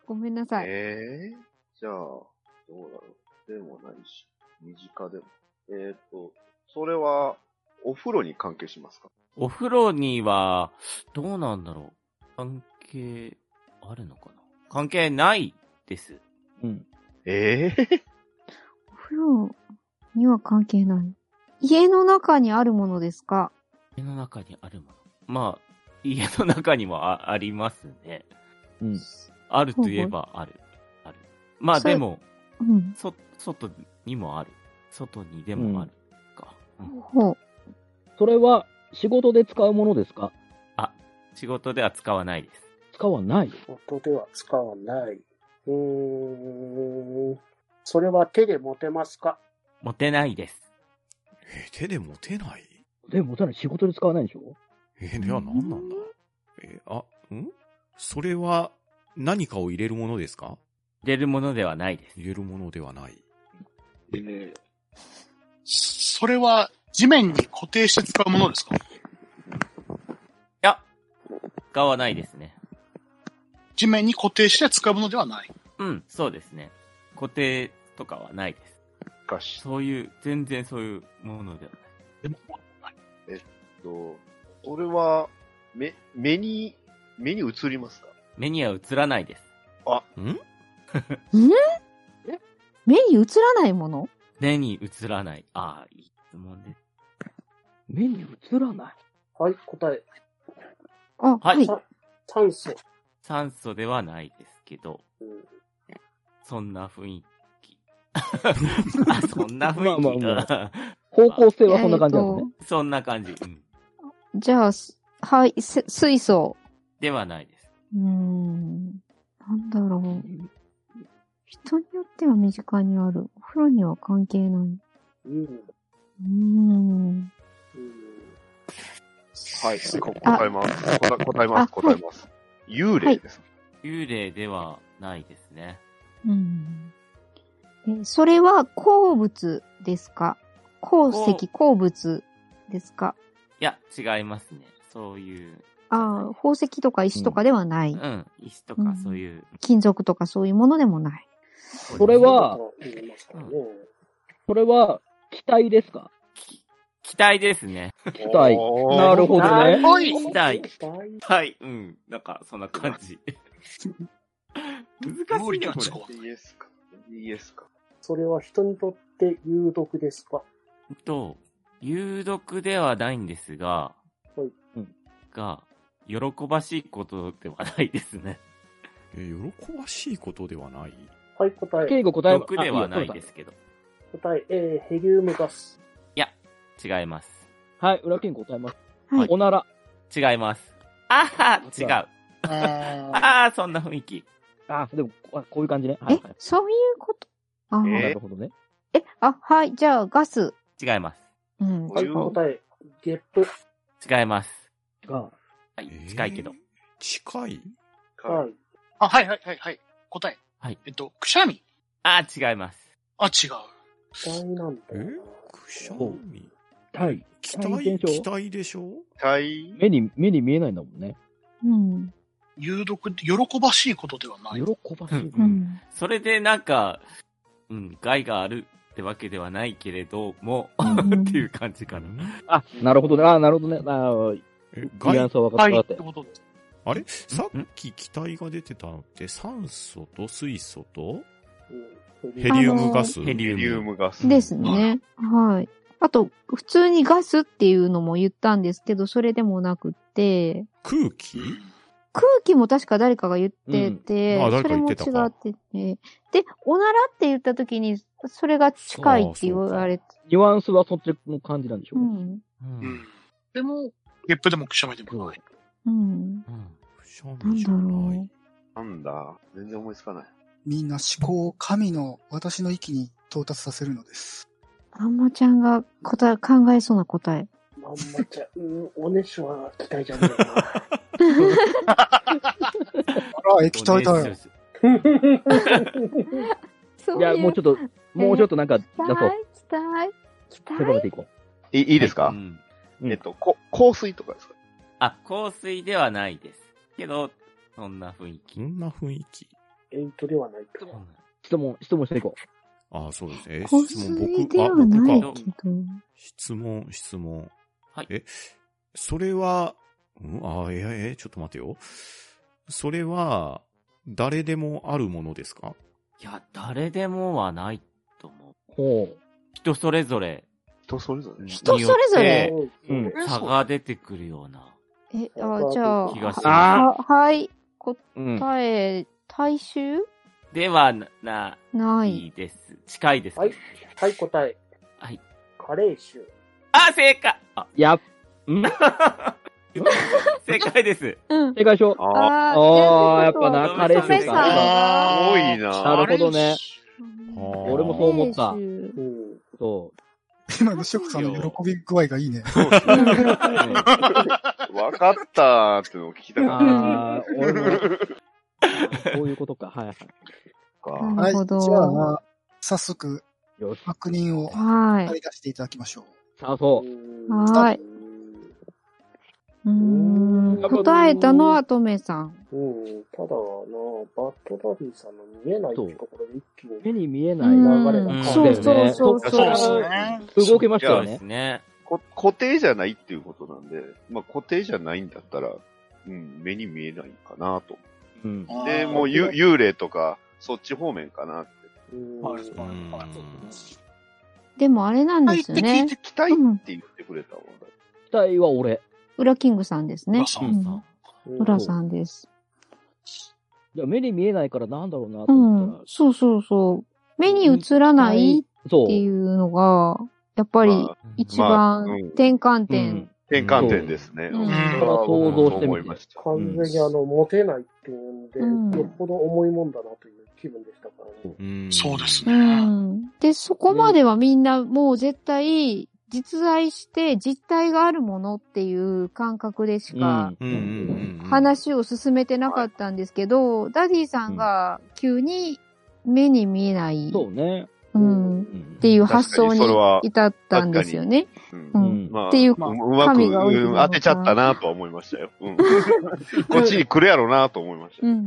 [SPEAKER 4] ごめんなさい。
[SPEAKER 1] ええじゃあ、どうだろう。でもないし、身近でも。えーっ、と、それは、お風呂に関係しますか
[SPEAKER 5] お風呂には、どうなんだろう。関係、あるのかな関係ないです。
[SPEAKER 8] ど。うん。
[SPEAKER 1] ええ
[SPEAKER 4] お風呂には関係ない。家の中にあるものですか
[SPEAKER 5] 家の中にあるもの。まあ、家の中にもあありますね。
[SPEAKER 8] うん。
[SPEAKER 5] あるといえばある。ある。まあ
[SPEAKER 4] それ
[SPEAKER 5] でも、
[SPEAKER 4] うん。
[SPEAKER 5] そ、外にもある。外にでもある。か。うん
[SPEAKER 4] ほう。
[SPEAKER 8] それは、仕事で使うものですか
[SPEAKER 5] 仕事では使わないです。
[SPEAKER 8] 使わない。
[SPEAKER 6] 音では使わない。うーん。それは手で持てますか
[SPEAKER 5] 持てないです。
[SPEAKER 7] え、手で持てない
[SPEAKER 8] でも、ただ仕事で使わないでしょ
[SPEAKER 7] え、いや、なんなんだえ、あ、んそれは何かを入れるものですか
[SPEAKER 5] 入れるものではないです。
[SPEAKER 7] 入れるものではない。
[SPEAKER 2] それは地面に固定して使うものですか
[SPEAKER 5] いや、使わないですね。
[SPEAKER 2] 地面に固定して使うものではない。
[SPEAKER 5] うん、そうですね。固定とかはないです。
[SPEAKER 1] かし、
[SPEAKER 5] そういう、全然そういうものではない。
[SPEAKER 2] でも、
[SPEAKER 1] と、それは、目、目に、目に映りますか
[SPEAKER 5] 目には映らないです。
[SPEAKER 7] ん
[SPEAKER 4] 目に映らないもの
[SPEAKER 5] 目に映らない。ああ、いい質問です。
[SPEAKER 8] 目に映らない。
[SPEAKER 6] はい、答え。
[SPEAKER 4] あ、
[SPEAKER 5] はい
[SPEAKER 4] はい。
[SPEAKER 6] 酸素。
[SPEAKER 5] 酸素ではないですけど、そんな雰囲 [LAUGHS] 気。あ、そんな雰囲気
[SPEAKER 8] まあまあ
[SPEAKER 5] だ。
[SPEAKER 8] 方向性はそんな感じなのね。
[SPEAKER 5] そんな感じ。うん
[SPEAKER 4] じゃあ、すはい、す水素。
[SPEAKER 5] ではないです。
[SPEAKER 4] うーん。なんだろう。人によっては身近にある。お風呂には関係ない。う
[SPEAKER 6] うん。
[SPEAKER 4] ーん。
[SPEAKER 6] うん。
[SPEAKER 1] はい。こ答えます。答え答えま
[SPEAKER 4] あ
[SPEAKER 1] す。答えます。幽霊です。
[SPEAKER 5] 幽霊ではないですね。
[SPEAKER 4] うん。え、それは鉱物ですか鉱石、鉱物ですか
[SPEAKER 5] いや、違いますね。そういう、
[SPEAKER 4] ああ、宝石とか石とかではない。
[SPEAKER 5] うん、石とかそういう。
[SPEAKER 4] 金属とかそういうものでもない。
[SPEAKER 8] それは、
[SPEAKER 6] 言えますからね。
[SPEAKER 8] それは、気体ですか
[SPEAKER 5] 期待ですね。
[SPEAKER 8] 気体。
[SPEAKER 1] おー
[SPEAKER 8] なるほどね。
[SPEAKER 2] おい
[SPEAKER 5] 期待。
[SPEAKER 6] 期待
[SPEAKER 5] はい。うん。なんか、そんな感じ。難しいね、これ。
[SPEAKER 1] DS か。DS か。
[SPEAKER 6] それは人にとって有毒ですか
[SPEAKER 5] と、有毒ではないんですが、
[SPEAKER 6] はい
[SPEAKER 8] うん
[SPEAKER 5] が、喜ばしいことではないですね。
[SPEAKER 7] えー喜ばしいことではない。
[SPEAKER 6] はい、答え。
[SPEAKER 8] 敬語答え
[SPEAKER 5] 毒ではないで。すけど。
[SPEAKER 6] 答え、えー、ヘリウムガス。
[SPEAKER 5] 違います。
[SPEAKER 8] あはい、裏敬語答えます。
[SPEAKER 4] はい
[SPEAKER 8] おなら。
[SPEAKER 5] 違います。あは違う。
[SPEAKER 2] あ
[SPEAKER 5] ああ、そんな雰囲気。
[SPEAKER 8] あ、でも、こあこういう感じね。は
[SPEAKER 4] え
[SPEAKER 8] いはい、
[SPEAKER 4] そういうことあー
[SPEAKER 1] え
[SPEAKER 8] なるほどね。
[SPEAKER 4] え、あ、はい、じゃあガス。
[SPEAKER 5] 違いま
[SPEAKER 4] うん。
[SPEAKER 6] はい、
[SPEAKER 1] うん
[SPEAKER 6] 答え、ゲップ。
[SPEAKER 5] す。違います。
[SPEAKER 8] あ
[SPEAKER 5] はい
[SPEAKER 7] え、ー
[SPEAKER 5] 近いけど。。
[SPEAKER 7] 近い
[SPEAKER 6] は。
[SPEAKER 1] はい
[SPEAKER 2] あ、はいはいはいはい。答え。
[SPEAKER 5] はい
[SPEAKER 2] えっと、くしゃみ。
[SPEAKER 5] ああ、違います。
[SPEAKER 2] あ、違う。
[SPEAKER 6] 期待なんだ
[SPEAKER 7] え
[SPEAKER 6] よな。
[SPEAKER 7] くしゃ
[SPEAKER 8] お
[SPEAKER 7] み
[SPEAKER 8] 体。
[SPEAKER 7] 期
[SPEAKER 8] 体
[SPEAKER 7] 待
[SPEAKER 8] 現象
[SPEAKER 7] 期待でしょ
[SPEAKER 1] 体
[SPEAKER 8] 目に、目に見えないんだもんね。
[SPEAKER 4] うん。
[SPEAKER 2] 有毒って喜ばしいことではない。
[SPEAKER 8] 喜ばしい。
[SPEAKER 4] う。
[SPEAKER 5] うんそれでなんか、うん、害があるってわけではないけれども、
[SPEAKER 4] うん
[SPEAKER 5] [LAUGHS] っていう感じかな。
[SPEAKER 8] あ、なるほどね。あ、なるほどね。あ
[SPEAKER 7] え、
[SPEAKER 8] ニュアン
[SPEAKER 7] 外、
[SPEAKER 8] スは分か
[SPEAKER 2] はい。
[SPEAKER 8] った
[SPEAKER 2] っ
[SPEAKER 8] わ
[SPEAKER 2] て
[SPEAKER 8] かっ
[SPEAKER 2] ことです。
[SPEAKER 7] あれさっき気体が出てたのって酸素と水素と
[SPEAKER 6] うん
[SPEAKER 7] ヘリウムガス
[SPEAKER 5] ヘリ
[SPEAKER 1] ヘ
[SPEAKER 5] ウ
[SPEAKER 1] リウ
[SPEAKER 5] ム。
[SPEAKER 1] ムガス。
[SPEAKER 4] ですね。はい。あと、普通にガスっていうのも言ったんですけど、それでもなくて、
[SPEAKER 7] 空気
[SPEAKER 4] 空気も確か誰かが言ってて、
[SPEAKER 7] うんあ
[SPEAKER 4] そ
[SPEAKER 7] 誰か
[SPEAKER 4] れ
[SPEAKER 7] 言っ
[SPEAKER 4] も違
[SPEAKER 7] てたか
[SPEAKER 4] ってて、で、おならって言った時に、それが近いって言われて、
[SPEAKER 8] たニュアンスはそっちの感じなんでしょ
[SPEAKER 4] う
[SPEAKER 8] う。
[SPEAKER 4] ん。
[SPEAKER 5] うん
[SPEAKER 2] うん。でも、ゲップでもくしゃみでもない。
[SPEAKER 4] うん。
[SPEAKER 5] うん
[SPEAKER 7] くしゃみじゃ
[SPEAKER 4] なんだ
[SPEAKER 7] な
[SPEAKER 4] ろ
[SPEAKER 7] い。
[SPEAKER 1] なんだ。全然思いつかない。
[SPEAKER 3] [LAUGHS] みんな思考を神の私の域に到達させるのです。
[SPEAKER 4] あんまちゃんが答え、考えそうな答え。
[SPEAKER 6] まんまちゃん、 [LAUGHS] うん、おねしょは期待じゃねえな。
[SPEAKER 3] あら、液体だよ。。
[SPEAKER 4] そう
[SPEAKER 8] いや、もうちょっと、もうちょっとなんか、出そう。
[SPEAKER 4] 伝え、伝
[SPEAKER 8] 攻
[SPEAKER 4] え、
[SPEAKER 8] めていこ
[SPEAKER 1] いいいです
[SPEAKER 5] う
[SPEAKER 1] か
[SPEAKER 5] ん
[SPEAKER 8] うん
[SPEAKER 1] えっと、こ香水とかですか
[SPEAKER 5] あ、香水ではないです。けど、そんな雰囲
[SPEAKER 7] そ
[SPEAKER 5] 気。
[SPEAKER 7] んな雰囲気
[SPEAKER 6] エイトではないと。
[SPEAKER 8] う。質問、質問していこ
[SPEAKER 7] ああ、そうですね。え
[SPEAKER 4] 香
[SPEAKER 7] 質問、
[SPEAKER 4] 水
[SPEAKER 7] 僕、
[SPEAKER 4] で
[SPEAKER 7] あ、
[SPEAKER 4] はない
[SPEAKER 7] 僕か。
[SPEAKER 4] けど。
[SPEAKER 7] 質問、質問。
[SPEAKER 5] はい
[SPEAKER 7] え、それは、うんあ、いや、え、ちょっと待てよ。それは、誰でもあるものですか
[SPEAKER 5] いや、誰でもはないと思う。
[SPEAKER 8] う。ほ
[SPEAKER 5] 人それぞれ、
[SPEAKER 1] 人それぞれ。
[SPEAKER 4] 人それぞれ。
[SPEAKER 6] うん
[SPEAKER 8] う。うん。
[SPEAKER 5] 差が出てくるような。
[SPEAKER 4] え、あ、じゃあ、
[SPEAKER 5] 気がする
[SPEAKER 4] ははい、
[SPEAKER 8] うん。
[SPEAKER 4] 答え、大衆
[SPEAKER 5] ではな、な
[SPEAKER 4] ない。
[SPEAKER 5] いです。近いです。
[SPEAKER 6] はい、はい、答え。
[SPEAKER 5] はい。
[SPEAKER 6] カレー臭。
[SPEAKER 5] あ、正解あ、
[SPEAKER 8] や、ん
[SPEAKER 5] 正解です。
[SPEAKER 4] うん。
[SPEAKER 8] 正解しよう。
[SPEAKER 1] ああ、
[SPEAKER 4] あ
[SPEAKER 8] あー
[SPEAKER 4] ということは
[SPEAKER 5] やっぱな彼氏
[SPEAKER 4] 染さん
[SPEAKER 1] 多
[SPEAKER 2] あー
[SPEAKER 1] いな。
[SPEAKER 8] なるほど
[SPEAKER 4] う
[SPEAKER 8] ね。
[SPEAKER 4] ん
[SPEAKER 7] 俺も
[SPEAKER 8] そう思った
[SPEAKER 4] 彼氏
[SPEAKER 6] うん。
[SPEAKER 8] そ
[SPEAKER 3] 今のショックさんの喜び具合がいいね。
[SPEAKER 8] う。うん
[SPEAKER 1] わかったーってのを聞きたかっ
[SPEAKER 8] ああ、俺も、こういうことか。はいはい。
[SPEAKER 1] た
[SPEAKER 4] うん
[SPEAKER 1] か。
[SPEAKER 4] な
[SPEAKER 3] はい、
[SPEAKER 4] る
[SPEAKER 3] じ
[SPEAKER 4] ほど
[SPEAKER 3] ゃあ、早速、
[SPEAKER 8] よし。
[SPEAKER 3] 確認を
[SPEAKER 4] は
[SPEAKER 3] 割
[SPEAKER 4] い。
[SPEAKER 3] り出していただきましょう。
[SPEAKER 8] さあ、そう。
[SPEAKER 4] はーいうんーん答えたのはトメさん。
[SPEAKER 6] うん。ただな、バッドダディさんの見えないってところで一気
[SPEAKER 8] 目
[SPEAKER 6] に。
[SPEAKER 8] に見え
[SPEAKER 4] う
[SPEAKER 8] ない
[SPEAKER 4] ん
[SPEAKER 8] 流れが
[SPEAKER 4] そ
[SPEAKER 8] 感
[SPEAKER 4] う
[SPEAKER 8] じ
[SPEAKER 4] そ
[SPEAKER 8] だよ
[SPEAKER 4] う
[SPEAKER 8] ね。
[SPEAKER 4] そう
[SPEAKER 2] そう
[SPEAKER 4] そ
[SPEAKER 2] で
[SPEAKER 4] う。
[SPEAKER 2] す
[SPEAKER 4] そう
[SPEAKER 2] ね。
[SPEAKER 8] 動けました
[SPEAKER 5] そう
[SPEAKER 8] よ
[SPEAKER 5] で
[SPEAKER 8] ね
[SPEAKER 5] す。ね。
[SPEAKER 1] こ固定じゃないっていうことなんで、まあ固定じゃないんだったら、うん、目に見えないかなと。
[SPEAKER 8] うん。
[SPEAKER 1] で、もう
[SPEAKER 2] ゆ
[SPEAKER 1] ゆ幽霊とか、そっち方面かなって。
[SPEAKER 6] うん
[SPEAKER 2] はい
[SPEAKER 7] うん
[SPEAKER 2] はい
[SPEAKER 4] でもあれなんで
[SPEAKER 1] 期待っ
[SPEAKER 4] す
[SPEAKER 1] て
[SPEAKER 4] よ
[SPEAKER 1] 聞い
[SPEAKER 4] ね。
[SPEAKER 1] て、期待って言ってくれたもんだ。
[SPEAKER 8] 期待は俺。
[SPEAKER 4] ウラキングさんですね。
[SPEAKER 2] さ
[SPEAKER 5] うんん
[SPEAKER 4] ウラさんです。
[SPEAKER 8] いや目に見えないからなんだろうなと
[SPEAKER 4] う
[SPEAKER 8] 思ったら
[SPEAKER 4] ん。、そうそうそう。目に映らない
[SPEAKER 8] そう。
[SPEAKER 4] っていうのが、やっぱり
[SPEAKER 1] まあ
[SPEAKER 4] 一
[SPEAKER 1] まあ
[SPEAKER 4] 番
[SPEAKER 1] うん
[SPEAKER 4] 転換
[SPEAKER 5] う
[SPEAKER 4] 点。
[SPEAKER 5] ん
[SPEAKER 1] 転換点ですね。
[SPEAKER 4] うん
[SPEAKER 1] それは
[SPEAKER 8] 想像してみて
[SPEAKER 1] 思いました。
[SPEAKER 6] 完全にあの、モテないっていうんで、
[SPEAKER 4] うん
[SPEAKER 6] よっぽど重いもんだなという気分でしたからね。
[SPEAKER 7] うん
[SPEAKER 2] そうです
[SPEAKER 4] う
[SPEAKER 2] ね。
[SPEAKER 4] ん。で、そこまではみんなもう絶対、実在して実体があるものっていう感覚でしか
[SPEAKER 7] うんうんうん。
[SPEAKER 4] 話を進めてなかったんですけど、ダディさんが急に目に見えない、
[SPEAKER 8] そうね。
[SPEAKER 4] うん、っていう発想に
[SPEAKER 1] 確かにそれは
[SPEAKER 4] 至ったんですよね。
[SPEAKER 1] うん
[SPEAKER 4] うん
[SPEAKER 8] うん
[SPEAKER 1] まあ、
[SPEAKER 4] っていう
[SPEAKER 1] う
[SPEAKER 4] か、
[SPEAKER 1] んうまく、
[SPEAKER 4] 神が降りてく
[SPEAKER 1] う
[SPEAKER 4] る
[SPEAKER 1] ん
[SPEAKER 4] のか
[SPEAKER 1] 当てちゃったなとは思いましたよ。
[SPEAKER 4] [LAUGHS]
[SPEAKER 1] うん、こっちに来るやろなと思いました。
[SPEAKER 4] うん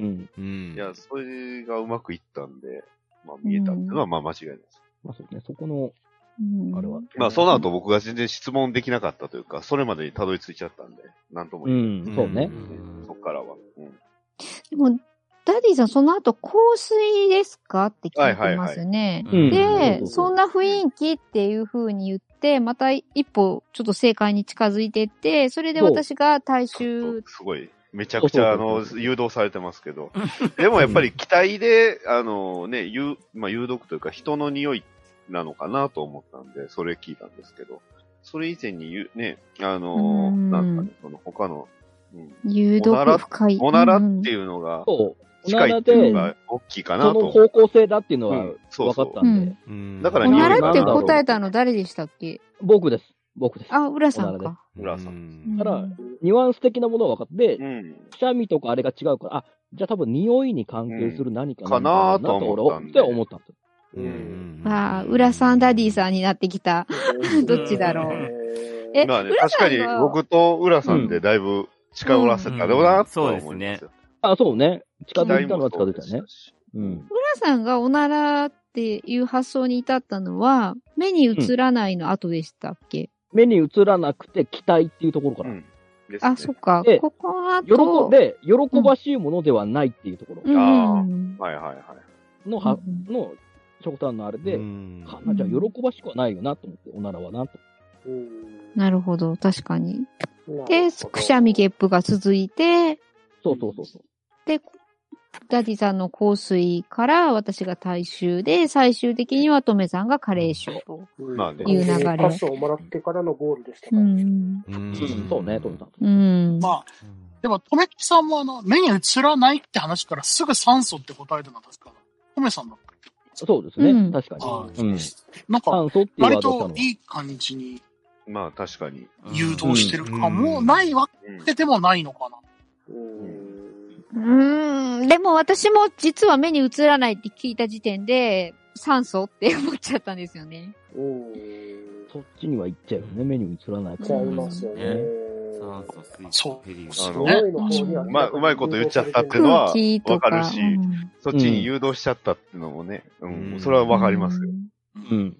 [SPEAKER 4] う
[SPEAKER 1] い
[SPEAKER 4] ん。
[SPEAKER 8] うん。
[SPEAKER 7] うん。
[SPEAKER 1] や、それがうまくいったんで、まあ見えたっていうのはまあ間違いないです。
[SPEAKER 8] まあそうね、そこの、
[SPEAKER 4] うん
[SPEAKER 8] あれは。
[SPEAKER 1] まあその後僕が全然質問できなかったというか、それまでにたどり着いちゃったんで、なんとも
[SPEAKER 8] う
[SPEAKER 1] 言え
[SPEAKER 8] ん、そうね。
[SPEAKER 1] ない。そっからは。うん
[SPEAKER 4] でも、ダディさんその後、香水ですかって聞いてますよね。
[SPEAKER 8] うん
[SPEAKER 4] で、
[SPEAKER 8] うん
[SPEAKER 4] そんな雰囲気っていう風に言って、また一歩ちょっと正解に近づいてって、それで私が大衆、
[SPEAKER 1] すごい。めちゃくちゃ、あ
[SPEAKER 8] そうそう
[SPEAKER 1] の
[SPEAKER 8] そう、
[SPEAKER 1] 誘導されてますけど。でもやっぱり期待で、あのね、誘、まあ、誘導というか人の匂いなのかなと思ったんで、それ聞いたんですけど、それ以前に言う、ね、あの、
[SPEAKER 4] うん
[SPEAKER 1] なんかね、その他の、うん、
[SPEAKER 4] 誘導深い。
[SPEAKER 1] おならって
[SPEAKER 4] う
[SPEAKER 1] いうのが、
[SPEAKER 8] そう。
[SPEAKER 1] 近いっていうのが大きいかな
[SPEAKER 8] そ
[SPEAKER 1] と
[SPEAKER 8] の
[SPEAKER 1] 思う
[SPEAKER 8] 方。向性だっていうのは
[SPEAKER 1] うんそう
[SPEAKER 8] 分
[SPEAKER 1] そ
[SPEAKER 8] か
[SPEAKER 1] う
[SPEAKER 8] ったんで。
[SPEAKER 7] うん
[SPEAKER 1] だか
[SPEAKER 4] ん
[SPEAKER 1] ら
[SPEAKER 4] お
[SPEAKER 1] 匂い
[SPEAKER 4] な
[SPEAKER 1] が
[SPEAKER 4] らって答えたの誰でしたっけ
[SPEAKER 8] 僕です。僕です。
[SPEAKER 4] あ、浦さん
[SPEAKER 8] おならで
[SPEAKER 4] か。
[SPEAKER 1] 浦さん
[SPEAKER 7] ん
[SPEAKER 8] だから
[SPEAKER 4] うん
[SPEAKER 8] ニュアンス的なものが分かって、
[SPEAKER 1] うん。
[SPEAKER 8] くしゃみとかあれが違うから、あ、じゃあ多分匂いに関係する何か
[SPEAKER 1] うん
[SPEAKER 8] なんだろ
[SPEAKER 1] かな
[SPEAKER 8] う
[SPEAKER 1] と
[SPEAKER 8] 俺
[SPEAKER 1] 思った
[SPEAKER 8] は
[SPEAKER 1] んで
[SPEAKER 8] って思ったんです。
[SPEAKER 7] うん
[SPEAKER 4] ああ、浦さん、ダディさんになってきた。ど
[SPEAKER 2] っちだろう
[SPEAKER 6] う
[SPEAKER 4] え
[SPEAKER 1] まあね、
[SPEAKER 4] 浦
[SPEAKER 1] 確
[SPEAKER 4] さ
[SPEAKER 1] か
[SPEAKER 4] ん
[SPEAKER 1] に
[SPEAKER 4] が
[SPEAKER 1] 僕と浦さんでだいぶ近寄らせたろうなとは思いますよ。
[SPEAKER 8] あ、そうね。近づいたのは
[SPEAKER 1] 期
[SPEAKER 8] 近
[SPEAKER 1] 待も
[SPEAKER 8] づいた
[SPEAKER 1] そう
[SPEAKER 8] ね
[SPEAKER 1] で。し
[SPEAKER 8] うん。
[SPEAKER 4] 浦さんがおならっていう発想に至ったのは、目に映らないの後でしたっけ、
[SPEAKER 8] 目に映らなくて期待っていうところか
[SPEAKER 1] う
[SPEAKER 8] ら。
[SPEAKER 1] ん。ですね
[SPEAKER 4] あ、そっか
[SPEAKER 8] で。
[SPEAKER 4] ここの
[SPEAKER 8] 喜
[SPEAKER 4] 後
[SPEAKER 8] ん、で、喜ばしいものではないっていうところ
[SPEAKER 4] うんうん。
[SPEAKER 1] はいはいはい。
[SPEAKER 8] の、は
[SPEAKER 4] うん
[SPEAKER 8] の、食炭のあれで、
[SPEAKER 7] うん
[SPEAKER 8] かなじゃあ喜ばしくはないよなと思って、おならはなと。
[SPEAKER 4] なるほど、確かに。
[SPEAKER 6] ん
[SPEAKER 4] で、くしゃみゲップが続いて、
[SPEAKER 8] そうそうそうそう。
[SPEAKER 4] で、ダディさんの香水から私が大衆で、最終的にはトメさんがカレー賞と。
[SPEAKER 1] まあね
[SPEAKER 4] いう流れ
[SPEAKER 6] パスをもらってからのゴールでしたか
[SPEAKER 4] う
[SPEAKER 6] らね。
[SPEAKER 4] ん。
[SPEAKER 7] うん
[SPEAKER 8] うんそうね、トムさん。
[SPEAKER 4] うん。
[SPEAKER 2] まあ、でも、とめきさんもあの、目に映らないって話からすぐ酸素って答えてなかったから、とめさんだったっけ
[SPEAKER 8] そうですね、
[SPEAKER 4] うん
[SPEAKER 8] 確か
[SPEAKER 2] あ
[SPEAKER 8] に。うん。
[SPEAKER 2] なんか、
[SPEAKER 8] 炭素っていうワ
[SPEAKER 2] 割
[SPEAKER 8] ー
[SPEAKER 2] と
[SPEAKER 8] ドを
[SPEAKER 2] いい感じに
[SPEAKER 1] まあ確かに。
[SPEAKER 2] 誘導してるかも、
[SPEAKER 7] うん
[SPEAKER 2] ないわ
[SPEAKER 1] うん
[SPEAKER 2] けでもないのかな。
[SPEAKER 6] うん
[SPEAKER 4] うーん。でも私も実は目に映らないって聞いた時点で、酸素って思っちゃったんですよね。
[SPEAKER 6] うん。
[SPEAKER 8] そっちには行っちゃうよね、目に映らない
[SPEAKER 6] ちゃいますよね。
[SPEAKER 5] 酸素
[SPEAKER 2] そう
[SPEAKER 5] 水平
[SPEAKER 1] あ
[SPEAKER 5] 流
[SPEAKER 1] の
[SPEAKER 2] ね
[SPEAKER 6] 匂いの方には
[SPEAKER 1] うまうまいこと言っちゃったっていうの
[SPEAKER 4] 空
[SPEAKER 1] は
[SPEAKER 4] 気と
[SPEAKER 1] わ
[SPEAKER 4] か。
[SPEAKER 1] かるし、
[SPEAKER 4] うん
[SPEAKER 1] そっちに誘導しちゃったっていうのもね、うん、
[SPEAKER 7] うん
[SPEAKER 1] それはわかりますよ。。
[SPEAKER 8] うん。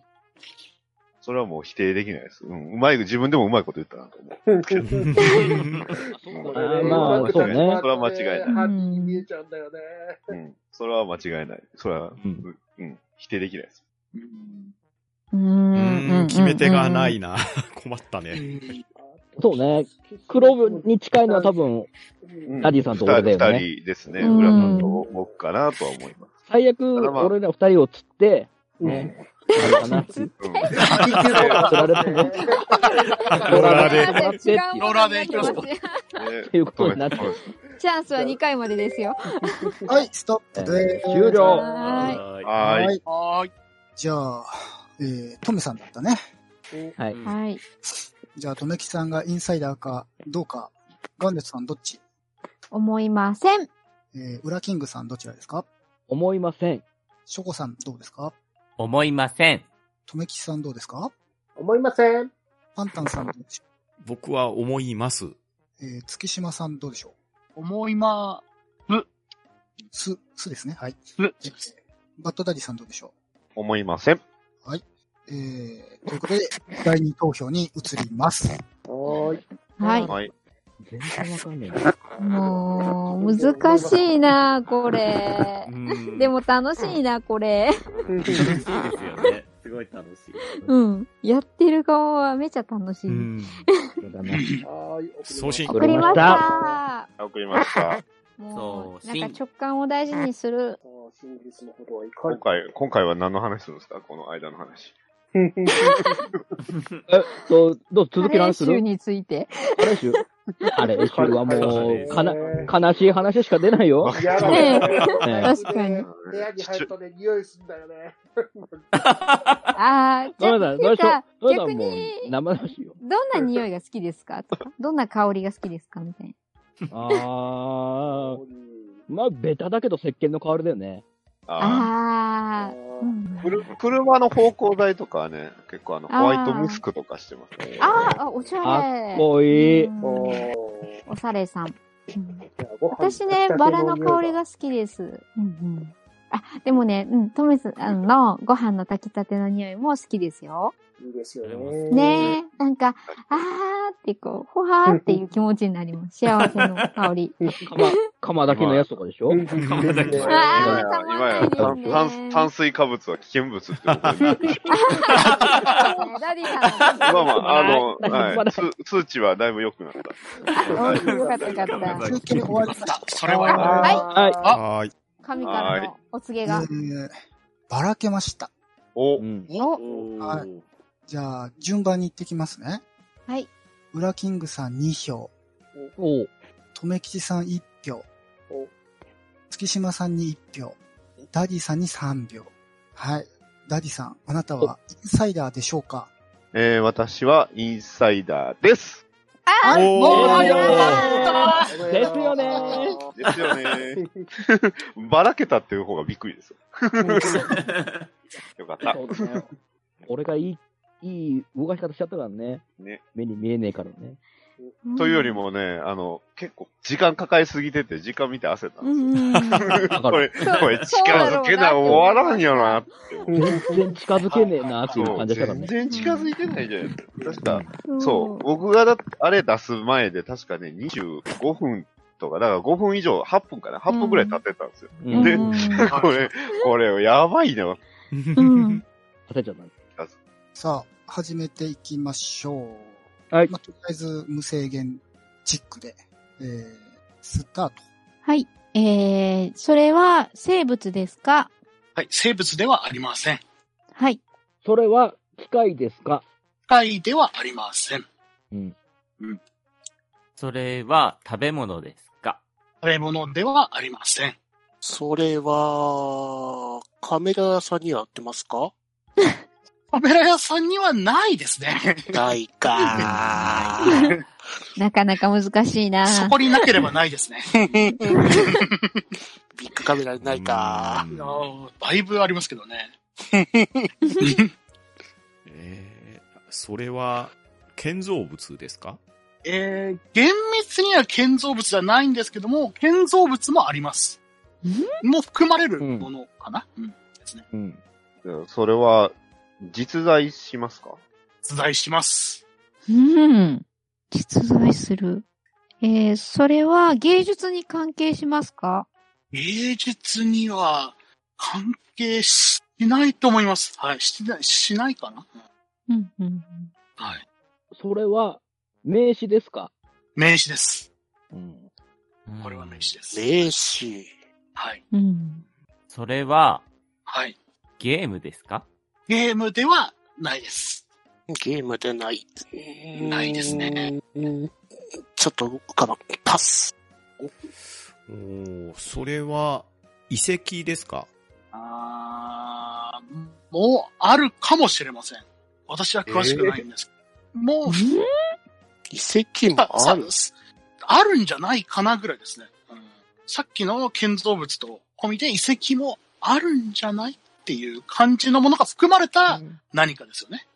[SPEAKER 1] それはもう否定できないです。うん、うまい、自分でもうまいこと言ったなと思う。
[SPEAKER 8] あーまあ、そうね。
[SPEAKER 1] それは間違いない
[SPEAKER 6] 犯人見えちゃうんだよね。
[SPEAKER 1] うん、それは間違いない。それは、
[SPEAKER 8] うん
[SPEAKER 1] うん、否定できないです。
[SPEAKER 4] うんう
[SPEAKER 7] う
[SPEAKER 4] んうん
[SPEAKER 7] ん
[SPEAKER 4] うん
[SPEAKER 7] 決め手がないな。困った
[SPEAKER 2] う
[SPEAKER 7] ね。
[SPEAKER 2] ん
[SPEAKER 8] そうね。黒分に近いのは多分、
[SPEAKER 1] うん
[SPEAKER 8] ダディさんと俺だよね
[SPEAKER 1] 二人ですね。
[SPEAKER 4] うん
[SPEAKER 1] 浦さんと僕かなとは思います。
[SPEAKER 8] 最悪、
[SPEAKER 1] ただまあ
[SPEAKER 8] 俺ら二人を釣って、
[SPEAKER 1] うん
[SPEAKER 8] ね、あれかな。
[SPEAKER 1] [LAUGHS]
[SPEAKER 8] [LAUGHS]
[SPEAKER 1] うん
[SPEAKER 2] ローラーで
[SPEAKER 4] 違う
[SPEAKER 8] ローラーで止まってっていう
[SPEAKER 2] 行きます
[SPEAKER 4] ローラーで行きま
[SPEAKER 1] ね
[SPEAKER 8] いうことになって
[SPEAKER 1] そうです
[SPEAKER 4] すチャンスは2回までですよ。
[SPEAKER 3] はい、ストップで
[SPEAKER 8] え
[SPEAKER 3] す。
[SPEAKER 8] ー終了。
[SPEAKER 4] は
[SPEAKER 1] はーい。
[SPEAKER 2] はーい。
[SPEAKER 3] じゃあ、えー、トメさんだったね。
[SPEAKER 8] はい
[SPEAKER 4] い。。はい。
[SPEAKER 3] じゃあ、とめきさんがインサイダーかどうか、ガンデツさんどっち
[SPEAKER 4] 思いません。
[SPEAKER 3] えー、ウラキングさんどちらですか
[SPEAKER 8] 思いません。
[SPEAKER 3] ショコさんどうですか
[SPEAKER 5] 思いません。
[SPEAKER 3] とめきさんどうですか
[SPEAKER 6] 思いません。
[SPEAKER 3] パンタンさんどうでしょ
[SPEAKER 7] 僕は思います。
[SPEAKER 3] うえー、月島さんどうでしょ
[SPEAKER 2] 思いま、
[SPEAKER 3] うす、すですね。はい。
[SPEAKER 2] す
[SPEAKER 3] えーバッドダディさんどうでしょ
[SPEAKER 1] 思いません。
[SPEAKER 3] うえー、ということで、第二投票に移ります。
[SPEAKER 6] はーい。
[SPEAKER 4] はい。
[SPEAKER 1] はい。
[SPEAKER 8] 全然わかんね
[SPEAKER 4] もう、難しいな、これ。
[SPEAKER 7] [LAUGHS]
[SPEAKER 5] うん
[SPEAKER 4] で、も楽しいな、これ。
[SPEAKER 5] 楽しいですよね。すごい楽しい。
[SPEAKER 4] うん。やってる側はめちゃ楽しい。
[SPEAKER 7] うん
[SPEAKER 8] えな。
[SPEAKER 6] はーい。
[SPEAKER 7] 送信
[SPEAKER 4] 送りました。
[SPEAKER 1] 送りました。
[SPEAKER 4] もう、
[SPEAKER 5] そう
[SPEAKER 4] な
[SPEAKER 5] しん
[SPEAKER 4] んか直感を大事にする。
[SPEAKER 6] ああ、シングルスのことはいか
[SPEAKER 1] 今回、今回は何の話するんですかこの間の話。
[SPEAKER 6] に。
[SPEAKER 8] え、そう、どう続
[SPEAKER 4] カ
[SPEAKER 8] き
[SPEAKER 4] レ
[SPEAKER 8] な
[SPEAKER 4] ー
[SPEAKER 8] んす
[SPEAKER 4] 臭
[SPEAKER 8] る
[SPEAKER 4] について。
[SPEAKER 8] カレー臭。カレー臭はもう、かな、悲しい話しか出ないよ。
[SPEAKER 6] 嫌だ
[SPEAKER 4] ね
[SPEAKER 6] ね。
[SPEAKER 8] え
[SPEAKER 4] 確かに
[SPEAKER 6] 部屋に入るとね、匂いすんだよね。
[SPEAKER 4] ああ、じゃ
[SPEAKER 8] ダ
[SPEAKER 4] あ、な
[SPEAKER 8] メだ、
[SPEAKER 4] ん
[SPEAKER 8] どうした
[SPEAKER 4] か、
[SPEAKER 8] どうした
[SPEAKER 4] 逆
[SPEAKER 8] もう
[SPEAKER 4] に、、
[SPEAKER 8] 生々
[SPEAKER 4] [LAUGHS]
[SPEAKER 8] しいよ。
[SPEAKER 4] どんな匂いが好きですかとか、どんな香りが好きですかみたいな。
[SPEAKER 8] あー、まあ、ベタだけど石鹸の代わりだよね。
[SPEAKER 1] あ
[SPEAKER 4] ああ、う
[SPEAKER 6] ー
[SPEAKER 4] ん
[SPEAKER 1] あ。くる車の芳香剤とかはね、結構あの、ホワイトムスクとかしてますね。
[SPEAKER 4] あーあ、おしゃれ。
[SPEAKER 8] かっこいい
[SPEAKER 4] うん
[SPEAKER 6] おー
[SPEAKER 4] おしゃれさん。うん
[SPEAKER 6] ご飯
[SPEAKER 4] 私ね、バラの香りが好きです。うんうん。あ、でもね、うん、トメスあのご飯の炊きたての匂いも好きですよ。
[SPEAKER 6] いいですよね。
[SPEAKER 4] ねえ、なんか、あーってこう、ほはーっていう気持ちになります。幸せの香
[SPEAKER 1] [LAUGHS]
[SPEAKER 4] り。
[SPEAKER 8] 釜、釜だけのやつとかでしょ、
[SPEAKER 4] あー、たまん
[SPEAKER 1] 今
[SPEAKER 4] な
[SPEAKER 1] や
[SPEAKER 4] いで
[SPEAKER 1] 今
[SPEAKER 4] す
[SPEAKER 1] や
[SPEAKER 4] ね。
[SPEAKER 1] 炭炭水化物は危険物ってことになってる
[SPEAKER 4] ダディさん
[SPEAKER 1] まあまあ、あの、
[SPEAKER 8] すまない
[SPEAKER 1] はい、つ数値はだいぶ良くなった。
[SPEAKER 4] の。うんよかったよかった。
[SPEAKER 5] はい
[SPEAKER 3] 中継終わりました。
[SPEAKER 2] それはよかっ
[SPEAKER 4] はい
[SPEAKER 8] はい
[SPEAKER 6] あ
[SPEAKER 7] はーい。
[SPEAKER 4] 神からのお告げ
[SPEAKER 3] え
[SPEAKER 4] が。
[SPEAKER 3] ーばらけました。
[SPEAKER 1] お
[SPEAKER 8] う、ん、
[SPEAKER 4] お、
[SPEAKER 3] はじゃあ、順番に行ってきますね。
[SPEAKER 4] はい。
[SPEAKER 3] ウラキングさん2票、
[SPEAKER 8] おう
[SPEAKER 3] とめきちさん1票
[SPEAKER 6] お、
[SPEAKER 3] 月島さんに1票、ダディさんに3票。はい。ダディさん、あなたはインサイダーでしょうか
[SPEAKER 1] えー、私はインサイダーです。
[SPEAKER 4] あー、
[SPEAKER 7] お
[SPEAKER 2] もう
[SPEAKER 7] ー
[SPEAKER 2] よか
[SPEAKER 4] か
[SPEAKER 2] っ
[SPEAKER 8] ですよね
[SPEAKER 1] ですよね。
[SPEAKER 4] [LAUGHS]
[SPEAKER 1] ばらけたっていう方がびっくりですよ。よかった。
[SPEAKER 8] そうだね俺がいい、いい動かし方しちゃったからね。
[SPEAKER 1] ね
[SPEAKER 8] 目に見えねえからね。
[SPEAKER 1] というより。もね、あの、結構時間抱えすぎてて、時間見て焦ったん
[SPEAKER 4] う
[SPEAKER 1] ですよ。
[SPEAKER 4] んうんうん。
[SPEAKER 8] だ
[SPEAKER 1] こ
[SPEAKER 8] から、
[SPEAKER 1] れ、これ近づけな、終わらんよなって思って。
[SPEAKER 8] 全然近づけねえなっていう
[SPEAKER 1] そう
[SPEAKER 8] 感じだしたから
[SPEAKER 1] 全然
[SPEAKER 8] ね。
[SPEAKER 1] 近づいてないじゃないですか。確か、
[SPEAKER 4] ん
[SPEAKER 1] そう、。僕がだあれ出す前で、確かね、25分とか、だから5分以上、8分かな、8分くらい経ってたんですよ。
[SPEAKER 8] うん
[SPEAKER 1] で
[SPEAKER 8] 立
[SPEAKER 4] うん
[SPEAKER 1] これ、これ、やばいな。
[SPEAKER 4] うん
[SPEAKER 8] てちゃった。
[SPEAKER 3] さあ、始めていきましょう。
[SPEAKER 8] はい
[SPEAKER 3] まあ、とりあえず、無制限チックで、えー、スタート。
[SPEAKER 4] はい。えー、それは生物ですか
[SPEAKER 2] た。はい、生物ではありません。
[SPEAKER 4] はい。
[SPEAKER 8] それは機械ですか
[SPEAKER 2] 貝ではありません。食
[SPEAKER 8] うん。
[SPEAKER 5] それは食べ物ですか
[SPEAKER 2] べ物ではありません。
[SPEAKER 9] それは、カメラ屋さんには売ってますか
[SPEAKER 2] カメラ屋さんにはないですね。
[SPEAKER 9] ないか
[SPEAKER 4] なかなか難しいな
[SPEAKER 2] そこになければないで
[SPEAKER 6] [LAUGHS]
[SPEAKER 2] すね。い
[SPEAKER 9] ビッグカメラにないか
[SPEAKER 7] うん
[SPEAKER 2] やーだいぶありますけどね。
[SPEAKER 7] えーそれは、建造物ですか
[SPEAKER 2] えー、厳密には建造物ではないんですけども、建造物もあります。も含まれるものかな、うん、ですね。
[SPEAKER 8] うん。
[SPEAKER 1] それは、実在しますか
[SPEAKER 2] 出題します。
[SPEAKER 4] うん。実在する。えー、それは芸術に関係しますか
[SPEAKER 2] 芸術には関係しないと思います。はい、しない、しないかな、うん
[SPEAKER 4] うん、うん。
[SPEAKER 2] はい。
[SPEAKER 8] それは名詞ですか
[SPEAKER 2] 名詞です。
[SPEAKER 8] うん。
[SPEAKER 2] これは名詞です。
[SPEAKER 9] 名刺。
[SPEAKER 2] はい。
[SPEAKER 4] うん。
[SPEAKER 5] それは
[SPEAKER 2] はい。
[SPEAKER 5] ゲームですか
[SPEAKER 2] ゲームではないです。
[SPEAKER 9] ゲームでない。
[SPEAKER 2] ないですね
[SPEAKER 9] うん。ちょっと浮かばん。パス。
[SPEAKER 7] おーそれは、遺跡ですか
[SPEAKER 2] あーもうあるかもしれません。私は詳しくないんです。もう、
[SPEAKER 9] 遺跡
[SPEAKER 2] さ
[SPEAKER 9] も
[SPEAKER 2] さ
[SPEAKER 9] ある。
[SPEAKER 2] あるんじゃないかなぐらいですね。うんさっきの建造物と込みで遺跡もあるんじゃないっていう感じのものが含まれた何かですよね。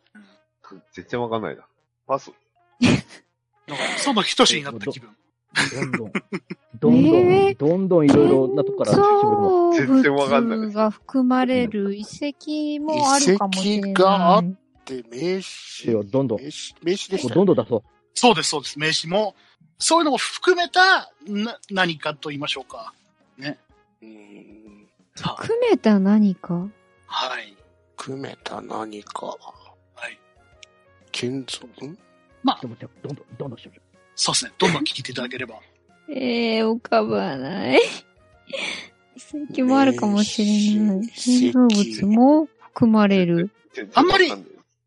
[SPEAKER 1] 全然わかんないな。パス。
[SPEAKER 2] だからその等しになった気分。
[SPEAKER 8] [LAUGHS]
[SPEAKER 4] えー
[SPEAKER 8] どんどん、どんどん、どんどんいろいろなとこから絞り込む
[SPEAKER 4] そう。
[SPEAKER 1] 全然わかんない
[SPEAKER 4] 物が含まれる遺跡もあるかもしれない。
[SPEAKER 9] 遺跡があっで、名
[SPEAKER 8] いい
[SPEAKER 9] 刺。
[SPEAKER 8] よ。どんどん、
[SPEAKER 9] 名
[SPEAKER 8] こ
[SPEAKER 9] 刺、名刺でし
[SPEAKER 8] う
[SPEAKER 9] た
[SPEAKER 8] どんどん出そう。
[SPEAKER 2] そうです、そうです。名詞も。そういうのも含めたな何かと言いましょうか。
[SPEAKER 9] うん。
[SPEAKER 2] は
[SPEAKER 4] 含めた何か
[SPEAKER 2] はい。
[SPEAKER 9] 組めた何か。
[SPEAKER 2] はい。
[SPEAKER 9] 建造、ん
[SPEAKER 8] ちょっと待ってどんどん、どんどん絞り
[SPEAKER 2] [LAUGHS] そうですね。どんどん聞いていただければ。
[SPEAKER 4] ええー、浮かばない。 [LAUGHS] 遺跡もあるかもしれない。
[SPEAKER 9] ねえ
[SPEAKER 4] 建造物も含まれる。
[SPEAKER 2] あんまり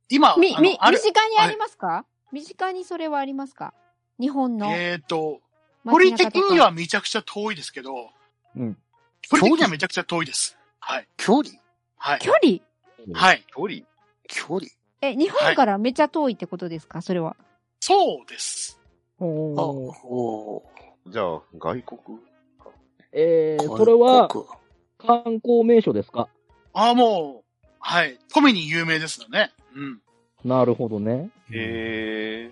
[SPEAKER 2] 今、
[SPEAKER 4] み、
[SPEAKER 2] あ
[SPEAKER 4] み、
[SPEAKER 2] のある
[SPEAKER 4] 身、近にありますか身近にそれはありますか日本の
[SPEAKER 2] えっと、距
[SPEAKER 4] 街
[SPEAKER 2] 離
[SPEAKER 4] 中とか。
[SPEAKER 2] 的にはめちゃくちゃ遠いですけど、
[SPEAKER 8] うん。
[SPEAKER 2] 距離的にはめちゃくちゃ遠いです。はい。
[SPEAKER 9] 距離
[SPEAKER 2] はい。
[SPEAKER 4] 距離
[SPEAKER 2] はい。
[SPEAKER 1] 距離
[SPEAKER 9] 距離
[SPEAKER 4] え、日本からめちゃ遠いってことですかそれは。
[SPEAKER 2] そうです。
[SPEAKER 9] あ、
[SPEAKER 8] おー
[SPEAKER 9] おー
[SPEAKER 1] じゃあ、外国
[SPEAKER 8] えー、
[SPEAKER 9] 韓
[SPEAKER 8] それは
[SPEAKER 9] 国
[SPEAKER 8] 観光名所ですか
[SPEAKER 2] ああ、もう、はい。富に有名ですよね。うん。
[SPEAKER 8] なるほどね。
[SPEAKER 1] え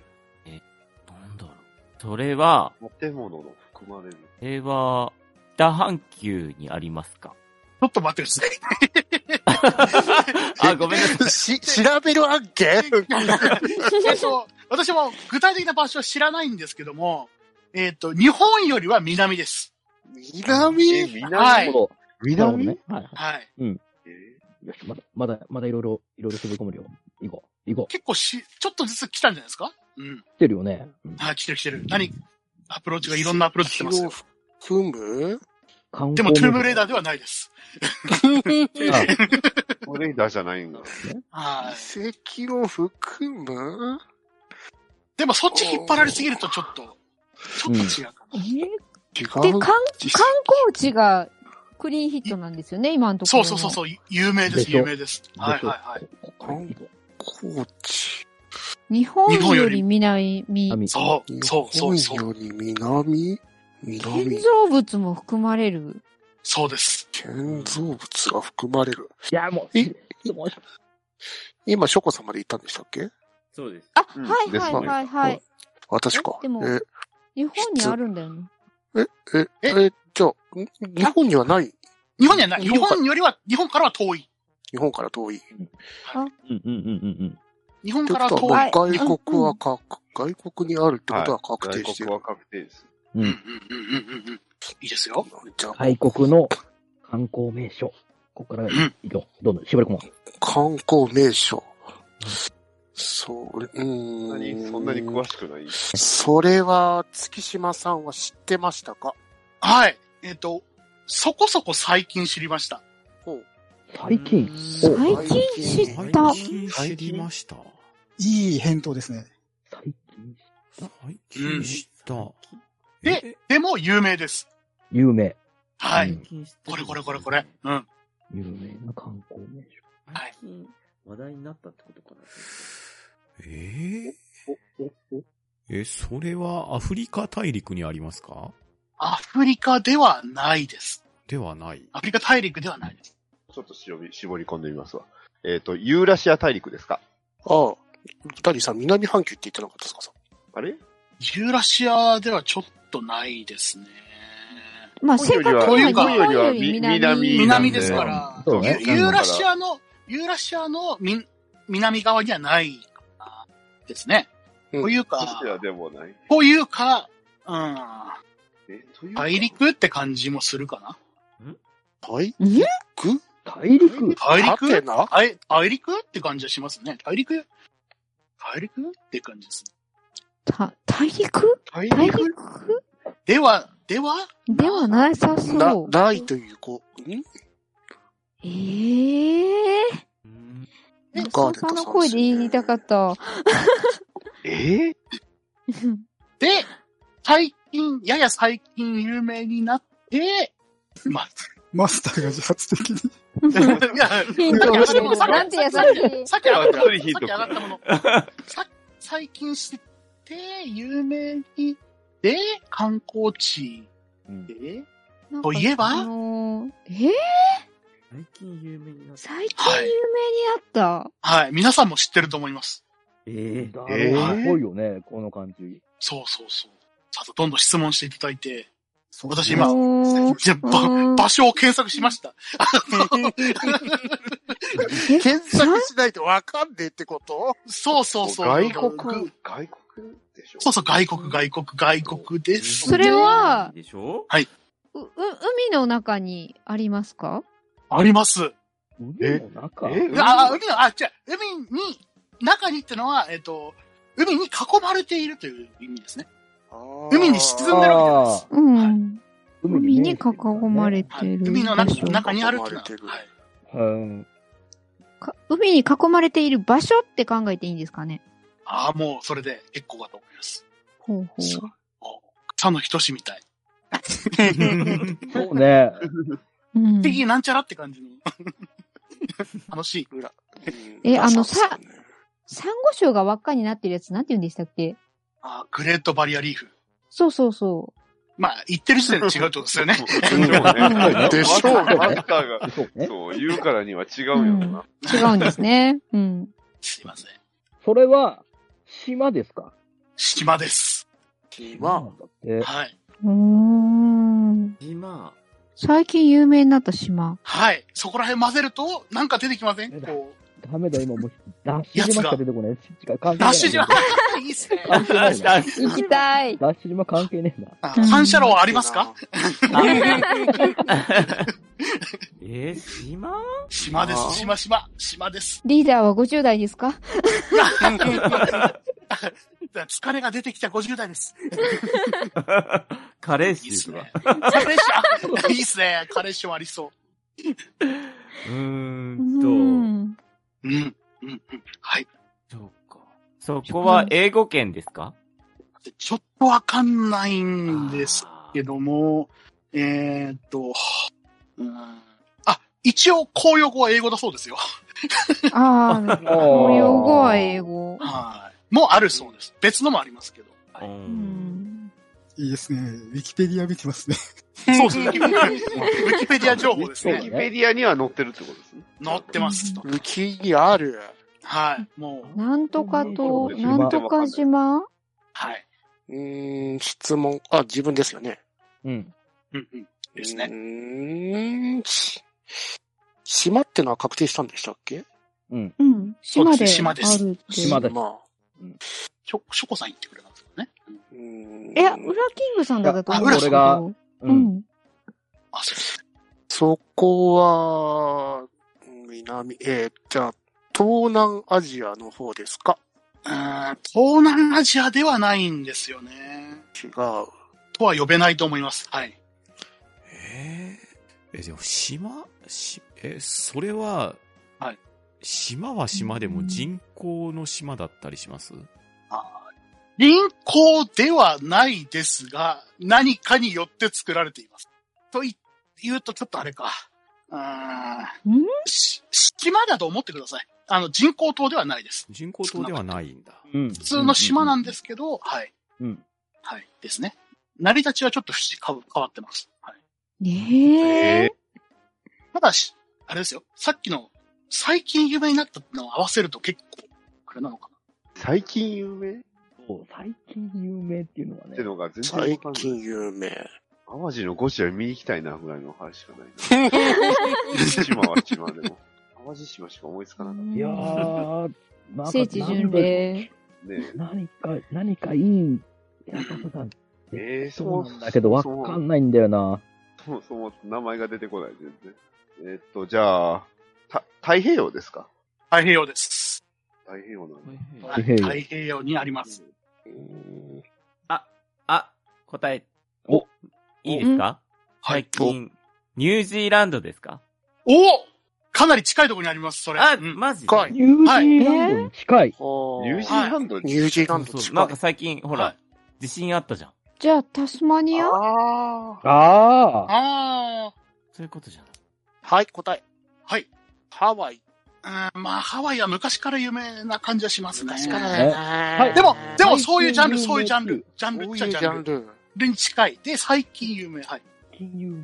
[SPEAKER 5] なんだろう。それは、
[SPEAKER 1] ー、建物の含まれる。
[SPEAKER 5] それは、北半球にありますか
[SPEAKER 2] ちょっと待ってください。
[SPEAKER 5] あ、ごめんなさい。
[SPEAKER 9] し、調べる案件
[SPEAKER 2] [LAUGHS] えっと、私も具体的な場所は知らないんですけども、えっ、と、日本よりは南です。
[SPEAKER 1] え、
[SPEAKER 9] 南
[SPEAKER 1] 南
[SPEAKER 2] はい
[SPEAKER 8] なるほど。なるほどね。はいは
[SPEAKER 2] はい。
[SPEAKER 8] い。よし、まだ、まだ、まだいろいろ、いろいろ絞り込めるよ。行こう。行こう。
[SPEAKER 2] 結構し、ちょっとずつ来たんじゃないですかうん。
[SPEAKER 8] 来てるよね。うん
[SPEAKER 2] はい、来てる来てる。何アプローチがいろんなアプローチしてます
[SPEAKER 9] を
[SPEAKER 2] よ。
[SPEAKER 9] 含む
[SPEAKER 8] 観
[SPEAKER 2] でも、ト
[SPEAKER 8] 光名
[SPEAKER 2] ゥ
[SPEAKER 8] 所
[SPEAKER 2] ームレーダーではないです。
[SPEAKER 8] あ
[SPEAKER 1] レーダーじゃないんだ。
[SPEAKER 2] はい。
[SPEAKER 9] 遺跡を含む
[SPEAKER 2] でも、そっち引っ張られすぎるとちょっと、ちょっと違うか
[SPEAKER 4] え
[SPEAKER 2] な。
[SPEAKER 9] 違う。
[SPEAKER 4] で、観、観光地がクリーンヒットなんですよね、今のとこ
[SPEAKER 2] そ
[SPEAKER 4] ろ
[SPEAKER 2] う
[SPEAKER 4] ね。
[SPEAKER 2] そうそうそう、有名で、
[SPEAKER 8] ですしょ
[SPEAKER 2] 有名です。はいはいはい。
[SPEAKER 8] ここから行こ
[SPEAKER 9] 高知。
[SPEAKER 4] 日本
[SPEAKER 2] 日本よ
[SPEAKER 4] よ
[SPEAKER 2] り
[SPEAKER 4] り南、
[SPEAKER 8] うあみ
[SPEAKER 2] そう、そう、そう、
[SPEAKER 9] 日
[SPEAKER 2] そう、
[SPEAKER 9] 本より南
[SPEAKER 4] 建
[SPEAKER 9] 南。
[SPEAKER 4] 造物も含まれる。
[SPEAKER 2] そうです。
[SPEAKER 9] 建造物が含まれる。
[SPEAKER 8] いや、もう、
[SPEAKER 9] え
[SPEAKER 8] 質問し
[SPEAKER 9] 今、ショコさんまで行ったんでしたっけ
[SPEAKER 5] そうです。
[SPEAKER 4] あ、
[SPEAKER 1] うん
[SPEAKER 4] はい
[SPEAKER 1] です
[SPEAKER 4] はい
[SPEAKER 1] ね
[SPEAKER 4] はいはい。
[SPEAKER 9] 私か。
[SPEAKER 4] えでも
[SPEAKER 9] え、
[SPEAKER 4] 日本にあるんだよね。
[SPEAKER 9] え、
[SPEAKER 2] え
[SPEAKER 9] え、じゃあ、ん日本にはない
[SPEAKER 2] 日本にはない。
[SPEAKER 9] 日
[SPEAKER 2] 日
[SPEAKER 9] 本か
[SPEAKER 2] 本よりは、日本からは遠い。
[SPEAKER 9] 日本から遠い。って
[SPEAKER 8] うんうんうんうん
[SPEAKER 2] 日本
[SPEAKER 9] こ
[SPEAKER 2] から
[SPEAKER 9] と
[SPEAKER 2] 遠
[SPEAKER 9] は、
[SPEAKER 2] い。
[SPEAKER 9] もう外国はか、外国にあるってことは確定
[SPEAKER 1] 外
[SPEAKER 9] して
[SPEAKER 1] 国
[SPEAKER 9] る。
[SPEAKER 1] は確定です。
[SPEAKER 8] う
[SPEAKER 2] うんんう
[SPEAKER 8] う。
[SPEAKER 2] んんうんうんうんうん。いいですよ。
[SPEAKER 9] じゃあ、
[SPEAKER 8] 外国の観光名所。ここから行こう。どんどん絞り込もう。
[SPEAKER 9] 観光名所。そう、うーん。
[SPEAKER 1] そんなに、そんなに詳しくない。
[SPEAKER 9] それは、月島さんは知ってましたか
[SPEAKER 2] はい。えっ、と、そこそこ最近知りました。
[SPEAKER 9] ほう。
[SPEAKER 8] 最近。
[SPEAKER 4] 最
[SPEAKER 8] お
[SPEAKER 4] 近知っ
[SPEAKER 7] 最
[SPEAKER 4] た。
[SPEAKER 7] 近知りました。
[SPEAKER 3] いい返答ですね。
[SPEAKER 8] 最近。
[SPEAKER 7] 最近知った。
[SPEAKER 2] で、でも有名です。
[SPEAKER 8] 有名。
[SPEAKER 2] はい。
[SPEAKER 8] うん
[SPEAKER 2] これこれこれこれ。うん。
[SPEAKER 8] 有名な観光名所。
[SPEAKER 2] はい
[SPEAKER 5] 最近話題になったってことかな。
[SPEAKER 7] えー、え、それはアフリカ大陸にありますか
[SPEAKER 2] アフリカではないです。
[SPEAKER 7] ではない。
[SPEAKER 2] アフリカ大陸ではないです。
[SPEAKER 1] ちょっと絞り絞り込んでみますわ。えっ、と、ユーラシア大陸ですか
[SPEAKER 9] ああ、二人さん、南半球って言ってなかったですかさ
[SPEAKER 1] あれ
[SPEAKER 2] ユーラシアではちょっとないですね。
[SPEAKER 4] まあ、
[SPEAKER 1] 日
[SPEAKER 4] 世
[SPEAKER 1] 本
[SPEAKER 4] 界
[SPEAKER 1] よ
[SPEAKER 4] は
[SPEAKER 1] りは
[SPEAKER 4] 日本よりは
[SPEAKER 1] 日
[SPEAKER 4] 南
[SPEAKER 1] 本よりはみ南
[SPEAKER 2] 南ですから。
[SPEAKER 8] そう
[SPEAKER 2] ユ
[SPEAKER 8] ね
[SPEAKER 1] そう
[SPEAKER 2] ユーラシアの、ユーラシアのみ南側にはないかなですね。
[SPEAKER 9] うん
[SPEAKER 2] という
[SPEAKER 1] そし
[SPEAKER 2] か
[SPEAKER 1] て、はでもない。
[SPEAKER 2] というか、うん、
[SPEAKER 1] え、というか
[SPEAKER 2] 大陸って感じもするかな。
[SPEAKER 9] 大
[SPEAKER 4] ん
[SPEAKER 9] 陸
[SPEAKER 8] 大陸
[SPEAKER 2] 大陸
[SPEAKER 9] はてな
[SPEAKER 2] あい、大陸って感じはしますね。大陸大陸って感じですね。
[SPEAKER 4] た大陸
[SPEAKER 1] 大
[SPEAKER 4] 大
[SPEAKER 1] 陸
[SPEAKER 4] 陸
[SPEAKER 2] では、では、
[SPEAKER 4] ではなさ
[SPEAKER 9] な
[SPEAKER 4] そ、う。
[SPEAKER 9] ないという、こう、ん
[SPEAKER 4] ええ
[SPEAKER 5] うん
[SPEAKER 4] ー。
[SPEAKER 9] ガーデ
[SPEAKER 4] なん
[SPEAKER 9] ンと
[SPEAKER 4] か、パの声で言いたかった。
[SPEAKER 1] えー
[SPEAKER 2] で、最近、やや最近有名になって、まあ、
[SPEAKER 4] [LAUGHS]
[SPEAKER 3] マスターが自発的に。 [LAUGHS]
[SPEAKER 2] いや、
[SPEAKER 4] ヒントをくれる。なんて優しい。
[SPEAKER 2] さっき上がった、さ
[SPEAKER 1] やっぱ
[SPEAKER 2] っ
[SPEAKER 1] りヒ
[SPEAKER 2] き
[SPEAKER 1] ント
[SPEAKER 2] 上がったもの。
[SPEAKER 4] [LAUGHS]
[SPEAKER 2] さ最近知って、有名に、で、観光地で、といえば
[SPEAKER 4] あのーえー
[SPEAKER 5] 最近有名になった。
[SPEAKER 4] 最近有名になった。
[SPEAKER 2] はい、皆さんも知ってると思います。
[SPEAKER 5] え
[SPEAKER 8] え
[SPEAKER 5] ー、
[SPEAKER 8] だ
[SPEAKER 1] え
[SPEAKER 8] ろう。ぽいよね、この感じ。
[SPEAKER 2] そうそうそう。さあ、どんどん質問していただいて、私
[SPEAKER 4] あ
[SPEAKER 2] 今、
[SPEAKER 4] のー
[SPEAKER 2] じゃ
[SPEAKER 4] う
[SPEAKER 2] ば
[SPEAKER 4] ーん
[SPEAKER 2] 場所を検索しました。
[SPEAKER 4] え
[SPEAKER 9] 検索しないとわかんねえってこと
[SPEAKER 2] そうそうそう。
[SPEAKER 1] 外
[SPEAKER 2] ぐ
[SPEAKER 1] 国外国でしょ
[SPEAKER 2] そうそう、外国、外国、外国です。
[SPEAKER 4] それは
[SPEAKER 5] でしょ
[SPEAKER 4] う、う、海の中にありますか
[SPEAKER 2] あります。
[SPEAKER 8] 海の中
[SPEAKER 1] え
[SPEAKER 2] うわあ、海の、あ、違う、海に、中にってのは、えっ、と、海に囲まれているという意味ですね。海に沈んでるわけじゃないです。
[SPEAKER 4] うん。海に囲まれ
[SPEAKER 8] て
[SPEAKER 4] て
[SPEAKER 2] はい
[SPEAKER 4] る。
[SPEAKER 2] 海の
[SPEAKER 4] 場
[SPEAKER 2] 中
[SPEAKER 4] 所
[SPEAKER 2] 中にあるっていうのは
[SPEAKER 9] 囲まれてる
[SPEAKER 2] はい
[SPEAKER 1] [LAUGHS]
[SPEAKER 8] うん。
[SPEAKER 4] か海に囲まれている場所って考えていいんですかね。
[SPEAKER 2] ああ、もうそれで結構だと思います。
[SPEAKER 4] ほうほ。
[SPEAKER 2] そうさの人志みたい。
[SPEAKER 8] そうね。
[SPEAKER 4] うん、
[SPEAKER 2] 的なんちゃらって感じの。楽しい。
[SPEAKER 4] えあのさ
[SPEAKER 9] そうですね
[SPEAKER 4] サンゴ礁が輪っかになってるやつなんて言うんでしたっけ
[SPEAKER 2] ああ、グレートバリアリーフ。
[SPEAKER 4] そうそうそう。
[SPEAKER 2] まあ、言ってる時点で違うってことですよね。
[SPEAKER 4] ん
[SPEAKER 1] でしょう、マッカーが。
[SPEAKER 8] そうね。
[SPEAKER 1] そう、言うからには違うよな。
[SPEAKER 4] 違うんですね。 [LAUGHS] うん。
[SPEAKER 2] [LAUGHS] すいません。
[SPEAKER 8] それは、島ですか
[SPEAKER 2] 島です。
[SPEAKER 9] 島
[SPEAKER 8] だって、
[SPEAKER 2] はい。
[SPEAKER 4] うーん。
[SPEAKER 5] 今、
[SPEAKER 4] 最近有名になった島。
[SPEAKER 2] はい。そこら辺混ぜると、なんか出てきませんこ
[SPEAKER 8] ダメだ、今もう、ダッシュ島しか出てこない。違う関
[SPEAKER 2] う。
[SPEAKER 8] 係
[SPEAKER 2] ダ
[SPEAKER 8] ない
[SPEAKER 2] ッシュ島いいっすね。
[SPEAKER 8] 関係ないな。
[SPEAKER 4] 行きたい。
[SPEAKER 8] ダッシュ島関係ねえな。
[SPEAKER 2] あ反射炉ありますか
[SPEAKER 5] えー、島
[SPEAKER 2] 島で
[SPEAKER 9] あー
[SPEAKER 2] す。島島。島です。 [LAUGHS]
[SPEAKER 4] リーダーは50代ですか
[SPEAKER 2] 疲れが出てきた50代です。
[SPEAKER 5] カレー
[SPEAKER 2] いいっす
[SPEAKER 5] 臭とか
[SPEAKER 2] ね。。彼氏あ、いいっすね。彼氏もありそう
[SPEAKER 4] う
[SPEAKER 5] ー
[SPEAKER 4] ん
[SPEAKER 5] と、
[SPEAKER 4] ん。
[SPEAKER 2] う。うん。うん。うんはい。
[SPEAKER 5] そうか。そこは英語圏ですか
[SPEAKER 2] ちょっとわかんないんですけ
[SPEAKER 5] ど。
[SPEAKER 2] ども、えーっと、うん、あ、一応、公用語は英語だそうですよ。
[SPEAKER 4] ああ、公用語は英語。
[SPEAKER 2] はい。もうあるそうです。別のもありますけど。
[SPEAKER 5] う
[SPEAKER 4] うんん。
[SPEAKER 3] いいですね。ウィキペディア見てますね。
[SPEAKER 2] そうですね。ウィキペディア情報です
[SPEAKER 1] ウィキ
[SPEAKER 2] ね。
[SPEAKER 1] ペディアには載ってるってことですね。
[SPEAKER 2] 載ってます。
[SPEAKER 9] ウキにある。
[SPEAKER 2] はい。もう、
[SPEAKER 4] なんとかと、
[SPEAKER 1] うん
[SPEAKER 4] なんとか島
[SPEAKER 2] はい。
[SPEAKER 9] うーん、質問。あ、自分ですよね。
[SPEAKER 8] うん。
[SPEAKER 2] うんうん。です
[SPEAKER 9] う
[SPEAKER 2] ね。
[SPEAKER 9] ーん、し島ってのは確定したんでしたっけ
[SPEAKER 8] うん。
[SPEAKER 4] うん。
[SPEAKER 2] そうで
[SPEAKER 4] 島です
[SPEAKER 2] 島です
[SPEAKER 4] あるって。
[SPEAKER 8] 島だし。
[SPEAKER 9] まあ。
[SPEAKER 2] しょ、しょこさん言ってくれたんですよね。
[SPEAKER 9] うーん
[SPEAKER 4] いや、ウラキングさんだったと思うんですけ
[SPEAKER 8] いやあ裏
[SPEAKER 4] ど。
[SPEAKER 8] う。
[SPEAKER 4] うんん。
[SPEAKER 2] あ、そうです。
[SPEAKER 9] そこは、南、えーじゃあ、東南アジアの方ですか
[SPEAKER 2] うーん、東南アジアではないんですよね。
[SPEAKER 9] 違う。
[SPEAKER 2] とは呼べないと思います。はい。
[SPEAKER 7] えー、え、でも島、し、え、それは、
[SPEAKER 2] はい
[SPEAKER 7] 島は島でも人口の島だったりします
[SPEAKER 2] 輪行ではないですが、何かによって作られています。と言言うとちょっとあれか。うーん
[SPEAKER 4] ん
[SPEAKER 2] し島だと思ってください。あの、人工島ではないです。
[SPEAKER 7] 人口島ではないんだ。
[SPEAKER 8] うん
[SPEAKER 2] 普通の島なんですけど、はい。
[SPEAKER 8] うん。
[SPEAKER 2] はい。ですね。成り立ちはちょっと不思議変わってます。はい。
[SPEAKER 4] ねえ。
[SPEAKER 2] ただし、あれですよ。さっきの、最近有名になったのを合わせると結構、これなのかな。
[SPEAKER 1] 最近有名っ
[SPEAKER 8] そう最近有名っていうのはね
[SPEAKER 1] て。のが全然わ
[SPEAKER 9] 最
[SPEAKER 1] かんない。
[SPEAKER 9] 近有名。
[SPEAKER 1] 淡路のゴジラ見に行きたいなぐらいの話しかないな。島は島でも。淡路島しか思いつかなかっ
[SPEAKER 8] いやー、なんか
[SPEAKER 4] 聖地巡礼。
[SPEAKER 1] たね。
[SPEAKER 8] 何か、何かいい、やっぱさ、
[SPEAKER 1] えー、そ
[SPEAKER 8] そ
[SPEAKER 1] も
[SPEAKER 8] うなんだけど、わかんないんだよな。
[SPEAKER 1] そもそも名前が出てこない、全然。えーっと、じゃあ、た太平洋ですか
[SPEAKER 2] 太平洋です。
[SPEAKER 1] 太平洋なんだ。
[SPEAKER 2] はい
[SPEAKER 8] 太平洋
[SPEAKER 2] 太平洋にあります。
[SPEAKER 9] うーん
[SPEAKER 5] あ、答え。お、いいですか
[SPEAKER 2] はい
[SPEAKER 5] 最近、ニュージーランドですか
[SPEAKER 2] おおかなり近いところにあります、それ。
[SPEAKER 5] あ、
[SPEAKER 2] うん
[SPEAKER 5] マジ
[SPEAKER 9] 近い
[SPEAKER 8] ニュージーランドに近い。
[SPEAKER 1] ニュージ
[SPEAKER 9] は
[SPEAKER 1] ーランド
[SPEAKER 9] いニュージーラ
[SPEAKER 5] そ
[SPEAKER 9] ン
[SPEAKER 5] う
[SPEAKER 9] ド
[SPEAKER 5] そう
[SPEAKER 9] 近
[SPEAKER 5] なん
[SPEAKER 9] い
[SPEAKER 5] か。最近、ほ
[SPEAKER 2] は
[SPEAKER 5] ら
[SPEAKER 2] い、
[SPEAKER 5] 地震あったじゃん。
[SPEAKER 4] じゃあ、タスマニア
[SPEAKER 9] ああ。
[SPEAKER 8] ああ。
[SPEAKER 2] ああ。
[SPEAKER 5] そういうことじゃない。
[SPEAKER 9] はい、答え。
[SPEAKER 2] はい。
[SPEAKER 9] ハワイ。
[SPEAKER 2] うん、まあ、ハワイは昔から有名な感じはしますね。
[SPEAKER 9] 昔から
[SPEAKER 8] ね
[SPEAKER 9] だ
[SPEAKER 8] はい
[SPEAKER 9] ね。
[SPEAKER 2] でも、でも
[SPEAKER 8] 最近
[SPEAKER 2] そういうジャンル、
[SPEAKER 8] 有名
[SPEAKER 2] そういうジャン
[SPEAKER 8] ってい
[SPEAKER 2] ル、ジャンル
[SPEAKER 9] こ
[SPEAKER 2] っ
[SPEAKER 9] う
[SPEAKER 2] ち
[SPEAKER 9] い
[SPEAKER 2] ゃ
[SPEAKER 9] う
[SPEAKER 2] ジ
[SPEAKER 9] ジ
[SPEAKER 2] ャ
[SPEAKER 9] ャ
[SPEAKER 2] ン
[SPEAKER 9] ン
[SPEAKER 2] ル
[SPEAKER 9] ル。
[SPEAKER 2] に近い。で、最近有名。はい。
[SPEAKER 8] 最近有名。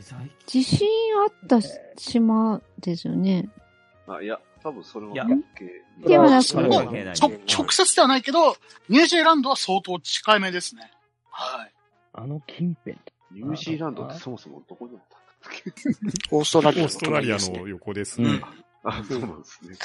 [SPEAKER 5] 最
[SPEAKER 4] 地震あった島ですよね。
[SPEAKER 1] あ、いや、多分それはい
[SPEAKER 5] や
[SPEAKER 1] 関係ない
[SPEAKER 4] ではなく
[SPEAKER 8] それは関係
[SPEAKER 2] ちょ直接ではないけど、ニュージーランドは相当近い目ですね。はい。
[SPEAKER 8] あの近辺。
[SPEAKER 1] ニュージーランドってそもそもどこにあった
[SPEAKER 9] オースト
[SPEAKER 7] オ
[SPEAKER 9] ラリア
[SPEAKER 7] ー
[SPEAKER 9] の
[SPEAKER 7] ストラ
[SPEAKER 9] 隣
[SPEAKER 7] リア
[SPEAKER 9] ですね。
[SPEAKER 7] の横です
[SPEAKER 8] う
[SPEAKER 7] ね。
[SPEAKER 8] ん。
[SPEAKER 1] あ、そうなんですね。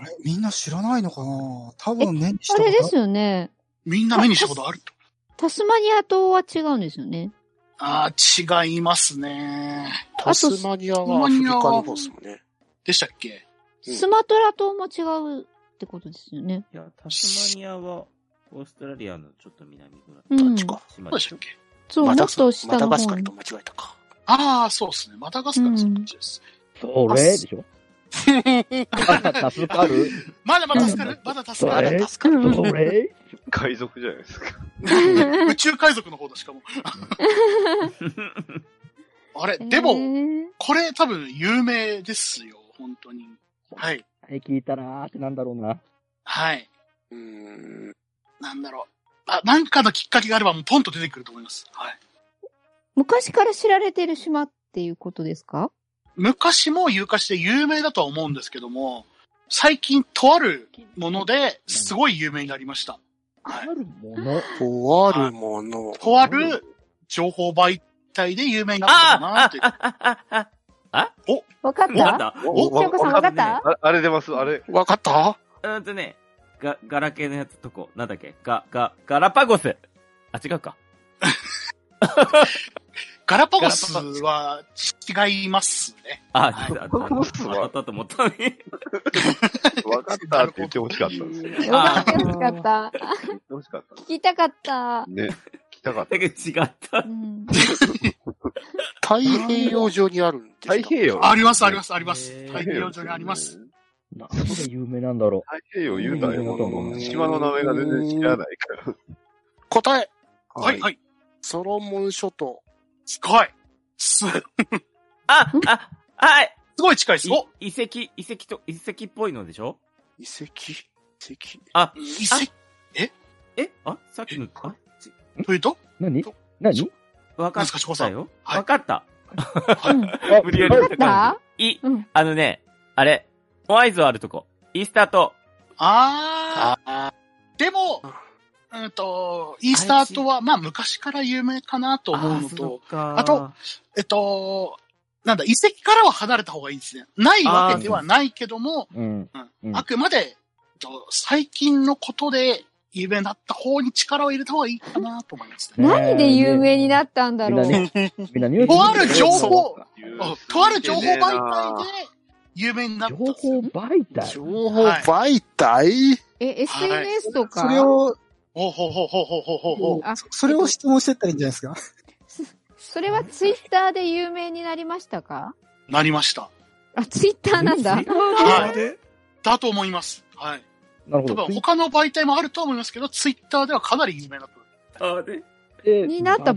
[SPEAKER 3] あれみんな知らないのかな多分ね、
[SPEAKER 4] あれです
[SPEAKER 3] よ。
[SPEAKER 4] よね。
[SPEAKER 2] みんな目にしたことあると。
[SPEAKER 4] タスマニア島は違うんですよね。
[SPEAKER 2] [LAUGHS] ああ、違いますね。
[SPEAKER 9] タスマニアはアフリカの方ですもんね。
[SPEAKER 2] でしたっけ
[SPEAKER 9] うん
[SPEAKER 4] スマトラ島も違うってことですよね。
[SPEAKER 5] いや、タスマニアは、オーストラリアのちょっと南ぐらい。
[SPEAKER 4] う
[SPEAKER 9] どっ
[SPEAKER 4] ん
[SPEAKER 9] ちか。
[SPEAKER 5] 島
[SPEAKER 2] どうでしたっけ
[SPEAKER 4] そう、も
[SPEAKER 9] マ
[SPEAKER 4] っ
[SPEAKER 9] ダガス
[SPEAKER 4] と下
[SPEAKER 9] マ
[SPEAKER 4] の
[SPEAKER 9] ダガス
[SPEAKER 4] 方
[SPEAKER 9] カル
[SPEAKER 4] に
[SPEAKER 9] と。間違えたか。
[SPEAKER 2] ああ、そうですね。マダガスカルそっちです。
[SPEAKER 8] それでしょあ助かる
[SPEAKER 2] まだまだ助かるまだ助
[SPEAKER 8] そ
[SPEAKER 2] かる
[SPEAKER 8] れ
[SPEAKER 9] 助かる
[SPEAKER 8] それ
[SPEAKER 1] 海賊じゃないですか。
[SPEAKER 2] [LAUGHS] 宇宙海賊の方だ、しかも。あれ、で
[SPEAKER 4] え
[SPEAKER 2] も、
[SPEAKER 4] ー
[SPEAKER 2] これ多分有名ですよ、本当に。はい。
[SPEAKER 8] はい聞いたなーってなんだろうな。
[SPEAKER 2] はい。
[SPEAKER 9] うーん。
[SPEAKER 2] なんだろう。あ、なんかのきっかけがあれば、もうポンと出てくると思います。はい。
[SPEAKER 4] 昔から知られてる島っていうことですか
[SPEAKER 2] 昔も有価して有名だとは思うんですけども、最近とあるものですごい有名になりました。
[SPEAKER 8] あ
[SPEAKER 2] はい。
[SPEAKER 8] るもの。
[SPEAKER 9] とあるもの。
[SPEAKER 2] とある情報媒体で有名になったかなっていう。
[SPEAKER 5] あ
[SPEAKER 4] わかっ
[SPEAKER 5] わかったた
[SPEAKER 1] お
[SPEAKER 4] 京子さんわかった
[SPEAKER 1] ああれ出ますあれ。
[SPEAKER 9] わかった
[SPEAKER 5] うんとね、が、ガラケーのやつとこ、なんだっけガ、ガ、ガラパゴスあ、違うか。
[SPEAKER 2] ガラパゴスは違いますね。
[SPEAKER 5] あ、違うあ
[SPEAKER 1] ガラパゴスは
[SPEAKER 5] あったと思ったのに。
[SPEAKER 1] わかったって言ってほしかったんですよ。
[SPEAKER 4] よかった、よかった。
[SPEAKER 1] 言ってほしかったんで
[SPEAKER 4] 聞きたかった
[SPEAKER 1] す。ね。来たか
[SPEAKER 5] [LAUGHS]
[SPEAKER 1] っ
[SPEAKER 5] だけど違った
[SPEAKER 4] う。ん。
[SPEAKER 9] 太平洋上にあるんです
[SPEAKER 1] た。
[SPEAKER 9] か
[SPEAKER 1] 太平洋。
[SPEAKER 2] あります、あります、あります
[SPEAKER 5] へ。ー
[SPEAKER 2] 太平洋上にあります。。
[SPEAKER 8] なんで有名なんだろ
[SPEAKER 1] 太平洋言うたらええもん
[SPEAKER 9] う
[SPEAKER 1] な。
[SPEAKER 9] ん
[SPEAKER 1] 島の名前が全然知らないから。
[SPEAKER 9] 答え
[SPEAKER 2] はい、はい。
[SPEAKER 9] ソロモン諸島。
[SPEAKER 2] すごい。す、す
[SPEAKER 5] あ、あ、はい
[SPEAKER 2] ごい近いです。お
[SPEAKER 5] い遺跡、遺跡と、遺跡っぽいのでしょ
[SPEAKER 9] 遺跡遺
[SPEAKER 5] あ、
[SPEAKER 2] 遺跡
[SPEAKER 5] えあ、さっきの、あ、ち
[SPEAKER 2] というと
[SPEAKER 8] う。何何
[SPEAKER 5] わか
[SPEAKER 2] なんすか志保
[SPEAKER 5] っ
[SPEAKER 2] さ
[SPEAKER 5] た
[SPEAKER 2] ん
[SPEAKER 5] よ。
[SPEAKER 2] はい
[SPEAKER 5] わかった。
[SPEAKER 8] あ
[SPEAKER 5] 無理やり
[SPEAKER 4] わ
[SPEAKER 5] 言
[SPEAKER 4] かったた
[SPEAKER 5] っ感じ。い、
[SPEAKER 4] うん。
[SPEAKER 5] あのね、あれ、モアイ像あるとこ。イースター島。
[SPEAKER 2] ああ。でも、うんと、イースター島は、まあ昔から有名かなと思うのと、
[SPEAKER 5] あ
[SPEAKER 2] あと、えっと、なんだ、遺跡からは離れた方がいいですね。ないわけではないけども、
[SPEAKER 8] うん。
[SPEAKER 2] うん
[SPEAKER 8] うん
[SPEAKER 2] あくまで、えっと最近のことで有名になった方に力を入れた方がいいかなと思いますね。
[SPEAKER 4] 何で有名になったんだろう。
[SPEAKER 8] みんなねみんなニュース
[SPEAKER 2] とある情報、
[SPEAKER 1] うん
[SPEAKER 2] とある情報媒体で有名になった
[SPEAKER 8] 情
[SPEAKER 2] んですよ
[SPEAKER 8] 報媒体。
[SPEAKER 9] 情報媒体
[SPEAKER 4] え、SNS とか、
[SPEAKER 3] それを、
[SPEAKER 2] ほうほうほうほうほうほうほうほう。
[SPEAKER 4] あ
[SPEAKER 3] そそれを質問してったらいいんじゃないですか。
[SPEAKER 4] それはツイッターで有名になりましたか
[SPEAKER 2] なりました。
[SPEAKER 4] あ、ツイッターなんだ。
[SPEAKER 2] はい
[SPEAKER 7] で
[SPEAKER 2] だと思います。はい。
[SPEAKER 8] なる
[SPEAKER 2] 多
[SPEAKER 8] ほど。
[SPEAKER 2] 分他の媒体もあると思いますけど、ツイッターではかなり有名なと。
[SPEAKER 5] あで、
[SPEAKER 8] で
[SPEAKER 4] になった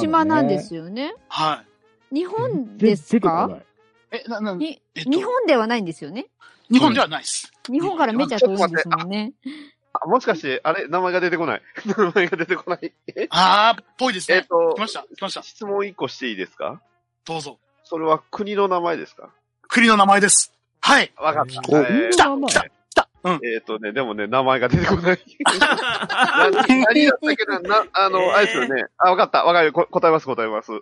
[SPEAKER 4] 島なんで
[SPEAKER 8] よ。
[SPEAKER 4] すよね。
[SPEAKER 2] は
[SPEAKER 4] 日本
[SPEAKER 8] 全然
[SPEAKER 4] です
[SPEAKER 8] 出てこ
[SPEAKER 4] か
[SPEAKER 8] ない
[SPEAKER 2] い。え、な、な、
[SPEAKER 4] に
[SPEAKER 2] えっと
[SPEAKER 4] 日本ではないんですよね。
[SPEAKER 2] 日本ではないです。
[SPEAKER 4] 日本からめちゃ遠いんですもんね。
[SPEAKER 1] あもしかして、あれ名前が出てこない。 [LAUGHS] 名前が出てこない。え
[SPEAKER 2] あー、っぽいです
[SPEAKER 1] えっ
[SPEAKER 2] ね。
[SPEAKER 1] と
[SPEAKER 2] 来、ました、来ました。
[SPEAKER 1] 質問一個していいですか
[SPEAKER 2] どうぞ。
[SPEAKER 1] それは国の名前ですか
[SPEAKER 2] 国の名前です。はい。
[SPEAKER 1] わかった。
[SPEAKER 9] お
[SPEAKER 1] え
[SPEAKER 2] 来た、来た、来た。うん。
[SPEAKER 1] ーえっとね、でもね、名前が出てこない。な何だったっけな、な、あの、
[SPEAKER 5] えー
[SPEAKER 1] あれですよね。あ、わかった。わかる。こ答えます、答えます。
[SPEAKER 2] はい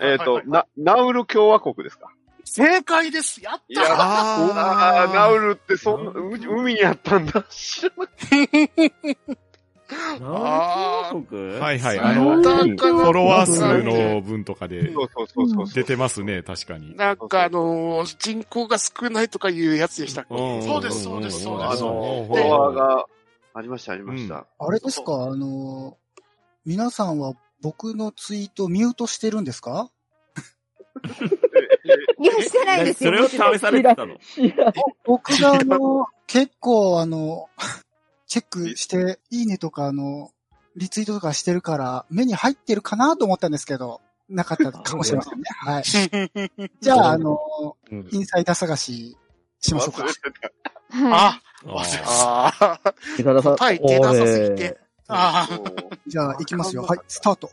[SPEAKER 2] はい
[SPEAKER 1] え
[SPEAKER 2] はい
[SPEAKER 1] っ、
[SPEAKER 2] は
[SPEAKER 1] と
[SPEAKER 2] い、
[SPEAKER 1] [LAUGHS] な、ナウル共和国ですか
[SPEAKER 2] 正解です。やっ
[SPEAKER 1] いや
[SPEAKER 2] た
[SPEAKER 1] あー、ナウ
[SPEAKER 7] ル。
[SPEAKER 1] ルってそんな、う海にあったんだ。知らなかっ
[SPEAKER 5] あ共和国
[SPEAKER 7] はいはい。あ
[SPEAKER 9] あ
[SPEAKER 7] の、
[SPEAKER 9] の、
[SPEAKER 7] フ
[SPEAKER 9] なんか
[SPEAKER 7] ォロワー数の分とかで
[SPEAKER 1] たそうそうそうそう。
[SPEAKER 7] 出てますね、確かに。
[SPEAKER 9] なんかあのー、人口が少ないとかいうやつでしたっけ
[SPEAKER 2] そうですそうですそうです
[SPEAKER 1] あの、フォ
[SPEAKER 7] で
[SPEAKER 1] ロワーが、ありました、ありました。
[SPEAKER 3] [LAUGHS] あれですかあの、皆さんは僕のツイートミュートしてるんですか
[SPEAKER 4] いや、してないですよ。
[SPEAKER 5] それを試されてたの。
[SPEAKER 8] 知らない。
[SPEAKER 3] 僕があの、 [LAUGHS] 結構あの、 [LAUGHS] チェックして、いいねとかあの、リツイートとかしてるから、目に入ってるかなと思ったんですけど、なかったかもしれま [LAUGHS] せんね。はい。じゃあ、あの、
[SPEAKER 7] うん
[SPEAKER 3] インサイダー探ししましょうか
[SPEAKER 1] 忘れ。てた
[SPEAKER 4] は
[SPEAKER 2] あ、
[SPEAKER 7] あー
[SPEAKER 9] ああ、
[SPEAKER 8] 北田さん
[SPEAKER 9] 答え出なさすぎて。
[SPEAKER 2] あ
[SPEAKER 1] そう
[SPEAKER 3] じゃあ、行きますよ。はい、スタート。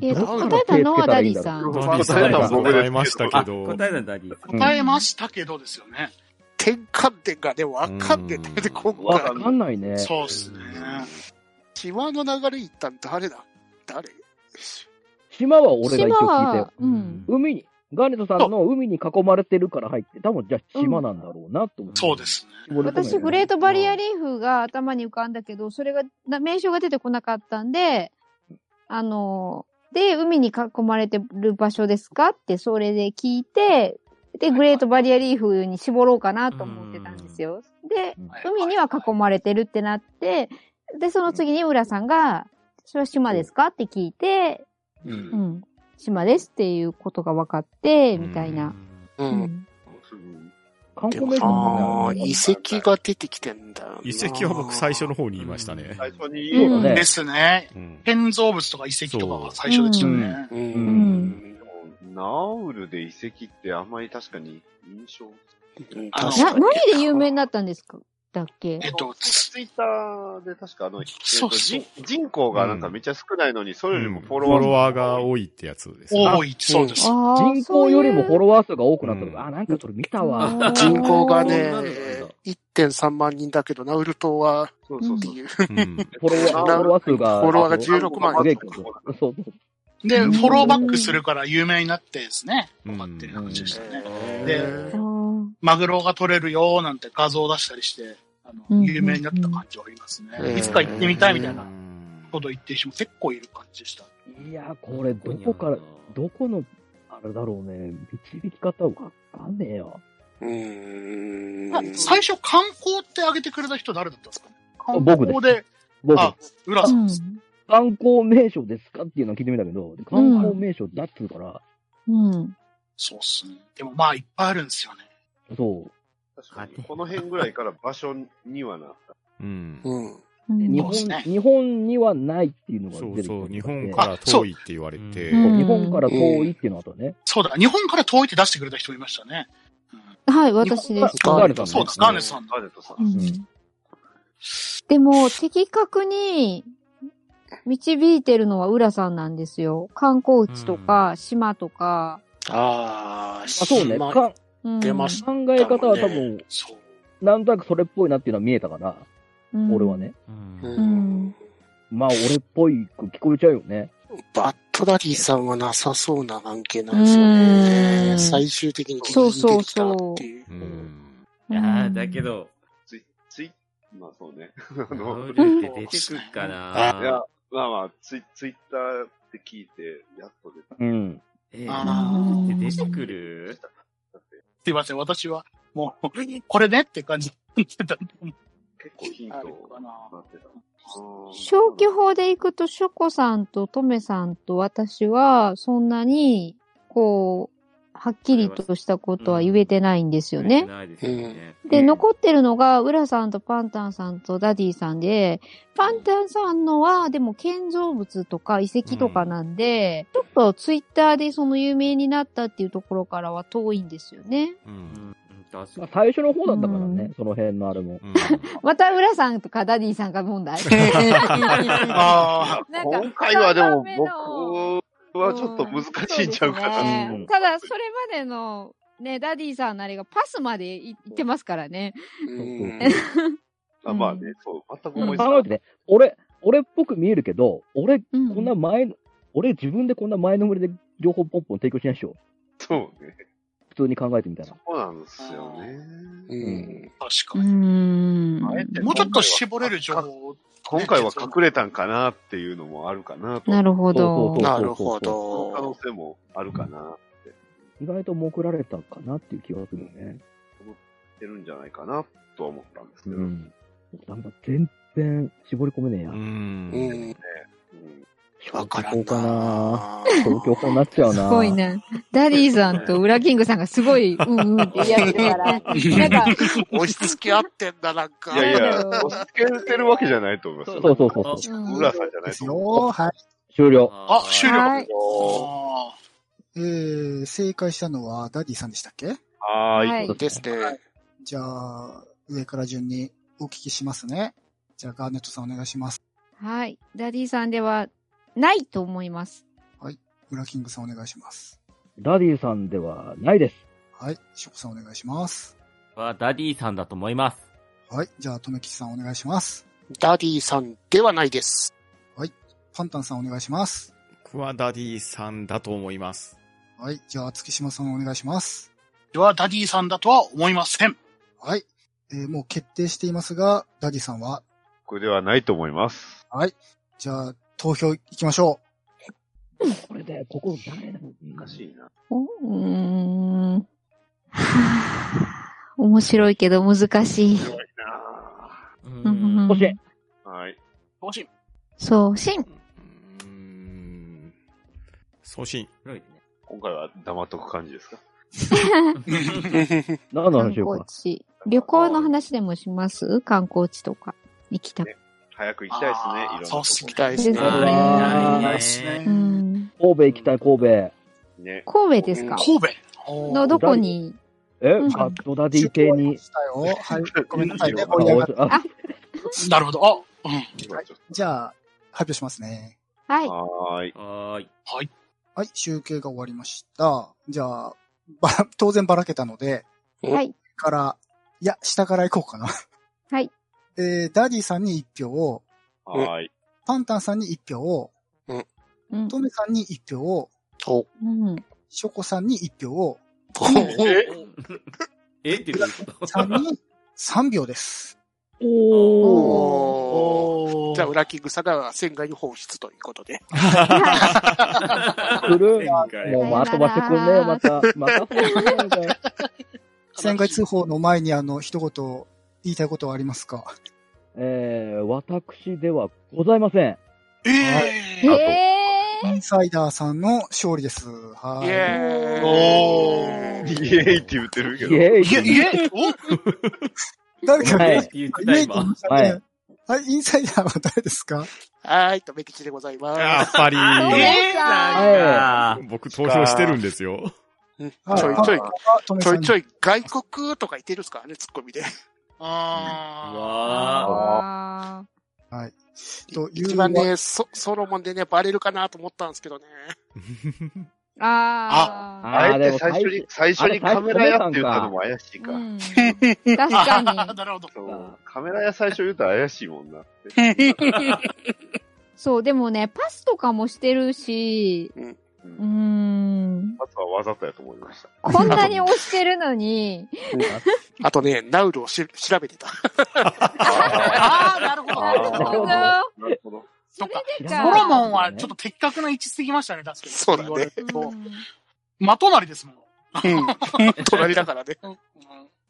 [SPEAKER 4] い。えっと、
[SPEAKER 9] どう
[SPEAKER 4] 答えたのはダディさ。
[SPEAKER 1] そうん答えたの僕です
[SPEAKER 7] 答えました
[SPEAKER 5] あ、
[SPEAKER 7] けど
[SPEAKER 5] 答えたんだ、ダディさん。
[SPEAKER 2] 答えましたけどですよね。
[SPEAKER 9] 転換点がね、わかんねえ。で、今
[SPEAKER 8] わ
[SPEAKER 9] 回、
[SPEAKER 8] かんないね。
[SPEAKER 2] そうっすね。
[SPEAKER 9] 島の流れ行ったん誰だ誰
[SPEAKER 8] 島は俺が一
[SPEAKER 4] 島
[SPEAKER 8] 応聞いたよ
[SPEAKER 4] は。、うん。
[SPEAKER 8] 海に、ガーネットさんの海に囲まれてるから入って、多分じゃあ島なんだろうなと思って。
[SPEAKER 2] そうですね。
[SPEAKER 4] 私、グレートバリアリーフが頭に浮かんだけど、それが、な名称が出てこなかったんで、あの、で、海に囲まれてる場所ですかって、それで聞いて、で、グレートバリアリーフに絞ろうかなと思ってたんですよ。で、海には囲まれてるってなって、で、その次に浦さんが、それは島ですかって聞いて、
[SPEAKER 9] う。
[SPEAKER 4] うんん、島ですっていうことが分かって、みたいな。
[SPEAKER 9] う。
[SPEAKER 4] うんん。
[SPEAKER 9] でもな
[SPEAKER 8] 観光名所も
[SPEAKER 9] あ、
[SPEAKER 8] ね
[SPEAKER 9] 遺跡が出てきてんだよな。
[SPEAKER 7] 遺跡は僕最初の方に言いましたね。
[SPEAKER 1] 最初に、
[SPEAKER 4] うん
[SPEAKER 8] ね
[SPEAKER 2] ですね。
[SPEAKER 7] うん。
[SPEAKER 2] 建造物とか遺跡とかが最初でしたね。
[SPEAKER 9] うん。
[SPEAKER 4] ん
[SPEAKER 1] ナウルで遺跡ってあんまり確かに印象。
[SPEAKER 9] うん
[SPEAKER 2] あの
[SPEAKER 9] 確
[SPEAKER 4] な、
[SPEAKER 9] かに
[SPEAKER 4] 何で有名になったんですかだっけ
[SPEAKER 2] えっと、つ
[SPEAKER 1] ツイッターで確かあの、えっ
[SPEAKER 2] そう
[SPEAKER 1] と
[SPEAKER 2] そう
[SPEAKER 1] 人人口がなんかめっちゃ少ないのに、それよりも
[SPEAKER 7] うん
[SPEAKER 1] フ
[SPEAKER 7] フ
[SPEAKER 1] ォ
[SPEAKER 7] ォ
[SPEAKER 1] ロワー,、
[SPEAKER 7] ロワーが多いってやつですね。
[SPEAKER 2] 多い、そうです。
[SPEAKER 4] あー
[SPEAKER 8] 人口よりもフ
[SPEAKER 4] ロ
[SPEAKER 8] ォロワー数が多くなったと
[SPEAKER 7] うん
[SPEAKER 8] か、あ、なんかそれ見たわ。
[SPEAKER 9] 人口がね
[SPEAKER 5] あー、
[SPEAKER 9] 1.3万人だけど、ナウル島は、
[SPEAKER 1] そうそう
[SPEAKER 9] って
[SPEAKER 1] そう。
[SPEAKER 9] いう。
[SPEAKER 7] うん。
[SPEAKER 8] フォロワー、フォロワー数が。
[SPEAKER 9] フォロワーが
[SPEAKER 8] あと
[SPEAKER 9] 16万
[SPEAKER 8] すげえけどそうそう。
[SPEAKER 2] で、フォローバックするから有名になってですね、
[SPEAKER 7] う
[SPEAKER 2] と
[SPEAKER 7] ん
[SPEAKER 2] かっていう話でしたね。
[SPEAKER 9] えー
[SPEAKER 2] マグロが取れるよーなんて画像を出したりして、あ
[SPEAKER 4] う
[SPEAKER 2] の、
[SPEAKER 4] ん
[SPEAKER 2] 有名になった感じはありますね。
[SPEAKER 9] うん
[SPEAKER 2] いつか行ってみたいみたいな
[SPEAKER 7] うん
[SPEAKER 2] こと言ってる人も結構いる感じでした。
[SPEAKER 8] いや、これ、どこから、どこの、あれだろうね、導き方わかんねえよ。
[SPEAKER 9] うーん。
[SPEAKER 2] まあ最初観光って挙げてくれた人誰だったんですかね観
[SPEAKER 8] 僕です
[SPEAKER 2] 光で、
[SPEAKER 8] 僕、
[SPEAKER 2] あ、浦さんです。
[SPEAKER 8] 観光名所ですかっていうのを聞いてみたけど、観光名所だっつうから、
[SPEAKER 4] うん。うん。
[SPEAKER 2] そうっすね。でもまあいっぱいあるんですよね。
[SPEAKER 8] そう。
[SPEAKER 1] 確かにこの辺ぐらいから場所にはなった。
[SPEAKER 7] うん。
[SPEAKER 9] うん。
[SPEAKER 4] うん
[SPEAKER 8] 日
[SPEAKER 2] そうです
[SPEAKER 8] 本
[SPEAKER 2] ね
[SPEAKER 8] 日本にはないっていうのが
[SPEAKER 7] そ
[SPEAKER 8] 出
[SPEAKER 7] う
[SPEAKER 8] てき
[SPEAKER 7] そう、
[SPEAKER 8] て
[SPEAKER 7] 日本
[SPEAKER 8] あ
[SPEAKER 7] から遠いって言われて、
[SPEAKER 4] そう
[SPEAKER 8] 日本から遠いっていうのはあとね。
[SPEAKER 2] そうだ、日本から遠いって出してくれた人いましたね。
[SPEAKER 4] はい、私です。
[SPEAKER 8] ガーネさんね
[SPEAKER 2] そうだ、ガーネスさんだ。
[SPEAKER 1] ガネットさん。
[SPEAKER 4] うんでも、的確に導いてるのは浦さんなんですよ。観光地とか、島とか。
[SPEAKER 9] ああ、
[SPEAKER 8] あそうね。
[SPEAKER 9] 島
[SPEAKER 8] か
[SPEAKER 4] うん
[SPEAKER 9] 出まし
[SPEAKER 8] 考え方は多分、
[SPEAKER 2] そう。
[SPEAKER 8] なんとなくそれっぽいなっていうのは見えたから、
[SPEAKER 4] うん
[SPEAKER 8] 俺はね。
[SPEAKER 5] うん
[SPEAKER 9] う
[SPEAKER 4] うんん。
[SPEAKER 8] まあ、俺っぽいく聞こえちゃうよね。
[SPEAKER 9] バットダディさんはなさそうな関係なんですよ
[SPEAKER 4] う
[SPEAKER 9] ね。
[SPEAKER 4] ん
[SPEAKER 9] 最終的にギリギリできたっていう。
[SPEAKER 7] うん。
[SPEAKER 5] いやーだけど、
[SPEAKER 1] ツイツイまあそうね。あ
[SPEAKER 5] ナ
[SPEAKER 1] の、
[SPEAKER 5] ウル
[SPEAKER 1] い
[SPEAKER 5] って出てくるか
[SPEAKER 1] や
[SPEAKER 5] な、
[SPEAKER 1] まあまあ、ツイツイッターって聞いて、やっと出た。
[SPEAKER 8] うん。
[SPEAKER 5] えー、
[SPEAKER 2] あー
[SPEAKER 5] ナウルって出てくる
[SPEAKER 2] すいません、私は、もう、これねって感じで言ってたんで
[SPEAKER 1] 結構ヒント
[SPEAKER 2] あるかな
[SPEAKER 1] なってた。うん
[SPEAKER 4] 消去法で行くと、ショコさんとトメさんと私は、そんなに、こう、はっきりとしたことは言えてないんですよね。
[SPEAKER 5] ないですよね。
[SPEAKER 4] で、残ってるのが、浦さんとパンタンさんとダディさんで、パンタンさんのは、でも建造物とか遺跡とかなんで、ちょっとツイッターでその有名になったっていうところからは遠いんですよね。
[SPEAKER 7] うん。
[SPEAKER 5] うん、確か
[SPEAKER 8] まあ
[SPEAKER 5] に、。
[SPEAKER 8] 最初の方だったからね、
[SPEAKER 4] うん
[SPEAKER 8] その辺のあれも。
[SPEAKER 7] うん
[SPEAKER 4] また浦さんとかダディさんが問
[SPEAKER 1] [LAUGHS]
[SPEAKER 4] 題。
[SPEAKER 2] あ
[SPEAKER 4] なんか
[SPEAKER 1] 今回はでも
[SPEAKER 4] 二番目の
[SPEAKER 1] 僕はちょっと難しいんちゃうか
[SPEAKER 4] そで
[SPEAKER 1] な。
[SPEAKER 4] すね
[SPEAKER 8] うん
[SPEAKER 4] ただ、それまでの、ね、ダディさんのあれがパスまでい行ってますからね。
[SPEAKER 9] うん
[SPEAKER 1] あまあね、そう、全く思いつか
[SPEAKER 8] 考
[SPEAKER 1] な
[SPEAKER 8] え
[SPEAKER 1] い
[SPEAKER 8] てね、俺、俺っぽく見えるけど、俺、
[SPEAKER 4] う
[SPEAKER 8] こんな前、俺自分でこんな前のめりで情報ポンポン提供しないでしょ。
[SPEAKER 1] そうね。
[SPEAKER 8] 普通に考えてみたら。
[SPEAKER 1] そうなんですよね。
[SPEAKER 9] うん
[SPEAKER 2] あ、確か
[SPEAKER 4] う
[SPEAKER 2] に。
[SPEAKER 4] ん。
[SPEAKER 1] あえて
[SPEAKER 2] もうちょっと絞れる情報を。
[SPEAKER 1] 今回は隠れたんかなっていうのもあるかなと。
[SPEAKER 4] なるほ
[SPEAKER 8] そうそ
[SPEAKER 4] ど
[SPEAKER 8] うそう。
[SPEAKER 9] なるほ
[SPEAKER 1] その可能
[SPEAKER 9] ど。
[SPEAKER 1] 性もあるかな。
[SPEAKER 8] 意外ともくられたかなっていう気がするよね。
[SPEAKER 1] ってるんじゃないかなとは思ったんですけど。うん
[SPEAKER 8] ん。なんか全然絞り込めねえや
[SPEAKER 7] う。。
[SPEAKER 9] うんん。わ
[SPEAKER 8] 消
[SPEAKER 9] から
[SPEAKER 8] 去
[SPEAKER 9] ん
[SPEAKER 8] 法かな
[SPEAKER 9] な。
[SPEAKER 8] 消去法になっちゃう
[SPEAKER 4] す
[SPEAKER 8] な
[SPEAKER 4] ごい。な。ダディさんとウラキングさんがす [LAUGHS] ごい、うんうんって言い合ってるから。なんか、
[SPEAKER 9] 押し付け合ってんだ、なんか。
[SPEAKER 1] いやい
[SPEAKER 4] な
[SPEAKER 1] や
[SPEAKER 4] んだ、ろう
[SPEAKER 1] 押し付けてるわけじゃないと思います
[SPEAKER 8] そ
[SPEAKER 1] よ。
[SPEAKER 8] うそうそうそう。
[SPEAKER 4] うん
[SPEAKER 1] 浦さんじゃな
[SPEAKER 3] で
[SPEAKER 1] い
[SPEAKER 3] す
[SPEAKER 1] と思
[SPEAKER 3] よ。はい。
[SPEAKER 8] 終了。
[SPEAKER 2] あ、終了。
[SPEAKER 4] はい
[SPEAKER 2] あ
[SPEAKER 3] えー、正解したのはダディさんでしたっけ
[SPEAKER 1] う。はーい。
[SPEAKER 4] はい。
[SPEAKER 9] ですね。
[SPEAKER 3] じゃあ、上から順にお聞きしますね。じゃあ、ガーネットさんお願いします。
[SPEAKER 4] はい。ダディさんでは、ないと思います。
[SPEAKER 3] ウラキングさんお願いします。
[SPEAKER 8] ダディさんではないです。
[SPEAKER 3] はい。ショコさんお願いします。
[SPEAKER 5] はダディさんだと思います。
[SPEAKER 3] はい。じゃあ、とめきちさんお願いします。
[SPEAKER 9] ダディさんではないです。
[SPEAKER 3] パンタンさんお願いします。
[SPEAKER 7] 僕はダディさんだと思います。
[SPEAKER 3] はい。じゃあ、月島さんお願いします。
[SPEAKER 2] ーでは、ダディさんだとは思いません。
[SPEAKER 3] はい。えー、もう決定していますが、ダディさんは
[SPEAKER 1] これではないと思います。
[SPEAKER 3] はい。じゃあ、投票行きましょ
[SPEAKER 8] これで、ここ誰だろう
[SPEAKER 1] おかしいな。
[SPEAKER 4] おうーん。はあ面白いけど難しい。
[SPEAKER 1] な
[SPEAKER 5] う。
[SPEAKER 4] うんん
[SPEAKER 8] そして、
[SPEAKER 1] はい。
[SPEAKER 2] 送信。
[SPEAKER 4] 送信。
[SPEAKER 7] うーん。送信。
[SPEAKER 5] 黒いね。
[SPEAKER 1] 今回は黙っとく感じですか
[SPEAKER 8] 何の
[SPEAKER 4] 観
[SPEAKER 8] 話しよう
[SPEAKER 4] 光
[SPEAKER 8] か。
[SPEAKER 4] 地。旅行の話でもします観光地とか。行きたい。
[SPEAKER 1] 早く行きたいですね、いろんなと
[SPEAKER 2] そう
[SPEAKER 1] こ
[SPEAKER 2] っすね
[SPEAKER 9] 行き。たいですね。
[SPEAKER 5] あー
[SPEAKER 8] あー
[SPEAKER 5] いいね
[SPEAKER 2] すね
[SPEAKER 4] う
[SPEAKER 2] うん
[SPEAKER 4] ん。
[SPEAKER 8] 神戸行きたい、神戸。え、
[SPEAKER 1] ね。
[SPEAKER 4] 神戸ですか
[SPEAKER 2] 神戸。
[SPEAKER 4] のどこにん
[SPEAKER 8] あ、野田 D 邸に。
[SPEAKER 1] [LAUGHS]
[SPEAKER 3] はい。ごめんなさいね。
[SPEAKER 1] あ
[SPEAKER 3] 盛り上がって
[SPEAKER 8] あ
[SPEAKER 2] なるほど。あ、うん。
[SPEAKER 1] 今ちょっ
[SPEAKER 3] じゃあ、発表しますね。
[SPEAKER 4] はい
[SPEAKER 1] と。。はーい。
[SPEAKER 5] はーい。
[SPEAKER 3] はい、集計が終わりました。じゃあ、ばら、当然ばらけたので、
[SPEAKER 4] はい。
[SPEAKER 3] から、いや、下から行こうかな。
[SPEAKER 4] [LAUGHS] はい。
[SPEAKER 3] えー、ダディさんに1票を、
[SPEAKER 1] はーい。
[SPEAKER 3] パンタンさんに1票を、
[SPEAKER 4] うん。
[SPEAKER 3] トメさんに1票を、
[SPEAKER 9] お、お、
[SPEAKER 4] うん。
[SPEAKER 3] ショコさんに1票を、
[SPEAKER 5] えってどういうこと
[SPEAKER 3] さんに3票です。
[SPEAKER 4] おー。
[SPEAKER 9] お
[SPEAKER 2] お
[SPEAKER 9] じゃあ、裏木草が船外に放出ということで。
[SPEAKER 8] 来る
[SPEAKER 5] 前回
[SPEAKER 8] もうまとまってくんねよ、また。また来んねよ、じゃあ
[SPEAKER 3] 船外通報の前にあの、一言言いたいことはありますか
[SPEAKER 8] えー、私ではございません。
[SPEAKER 2] え
[SPEAKER 4] え
[SPEAKER 2] え
[SPEAKER 3] イ
[SPEAKER 4] え
[SPEAKER 3] ンサイダーさんの勝利です。は
[SPEAKER 9] イ
[SPEAKER 3] い。
[SPEAKER 9] エ
[SPEAKER 2] お
[SPEAKER 9] ーイ。
[SPEAKER 1] イエーイって言ってる
[SPEAKER 8] イ
[SPEAKER 1] け
[SPEAKER 8] ェ
[SPEAKER 1] ど。
[SPEAKER 8] ーイ
[SPEAKER 2] いや、いえ、お
[SPEAKER 3] 誰か、
[SPEAKER 8] は
[SPEAKER 5] え
[SPEAKER 8] い
[SPEAKER 5] って言って
[SPEAKER 3] イエーイって言い
[SPEAKER 5] た今
[SPEAKER 3] ま。したね
[SPEAKER 8] はい
[SPEAKER 3] はい、インサイダーは誰ですか
[SPEAKER 9] はーい、とめきちでござい
[SPEAKER 7] や
[SPEAKER 9] ま
[SPEAKER 7] っぱり、
[SPEAKER 4] ー。
[SPEAKER 5] え
[SPEAKER 4] え
[SPEAKER 8] は
[SPEAKER 5] あ
[SPEAKER 8] い
[SPEAKER 7] 僕投票してるんですよ。
[SPEAKER 9] す。
[SPEAKER 3] はい
[SPEAKER 9] ちょいちょい、
[SPEAKER 3] あ、トメ
[SPEAKER 9] ちょ
[SPEAKER 3] さ
[SPEAKER 9] い
[SPEAKER 3] ん
[SPEAKER 9] ちょい、外国とか言ってるんですからね、ツッコミで。
[SPEAKER 5] ー
[SPEAKER 2] あ
[SPEAKER 5] わ
[SPEAKER 4] わ
[SPEAKER 3] という
[SPEAKER 9] 一番ね、ソソロモンでね、バレるかなと思ったんですけどね。
[SPEAKER 4] ー。あ
[SPEAKER 1] あえ
[SPEAKER 8] で
[SPEAKER 1] て
[SPEAKER 8] も
[SPEAKER 1] 最初に、最初にカメラ屋って言ったのも怪しい
[SPEAKER 4] ー。
[SPEAKER 1] か。
[SPEAKER 4] う
[SPEAKER 2] あ
[SPEAKER 4] ん。確か
[SPEAKER 2] ー。
[SPEAKER 4] に。
[SPEAKER 2] [LAUGHS] なるほど。
[SPEAKER 1] そう。カメラ屋最初言うと怪しいもんなって。
[SPEAKER 4] そう、でもね、パスとかもしてるし、
[SPEAKER 1] う
[SPEAKER 4] うー
[SPEAKER 1] ん。
[SPEAKER 4] ん。
[SPEAKER 1] まずはわざとやと思いました。
[SPEAKER 4] こんなに押してるのに、
[SPEAKER 9] あとね、ナウルをし調べてた。
[SPEAKER 2] ああ、なるほ
[SPEAKER 6] [LAUGHS]
[SPEAKER 2] ど。
[SPEAKER 4] なる
[SPEAKER 8] ー
[SPEAKER 4] ほど。
[SPEAKER 1] なるほど。
[SPEAKER 2] そっか。
[SPEAKER 4] それで
[SPEAKER 2] ソ
[SPEAKER 4] か
[SPEAKER 2] ロモンはちょっと的確な位置すぎましたね、確かに。
[SPEAKER 9] そうだね
[SPEAKER 2] 言われると
[SPEAKER 4] うん
[SPEAKER 2] まとまりですもん。
[SPEAKER 9] [LAUGHS] 隣だからね。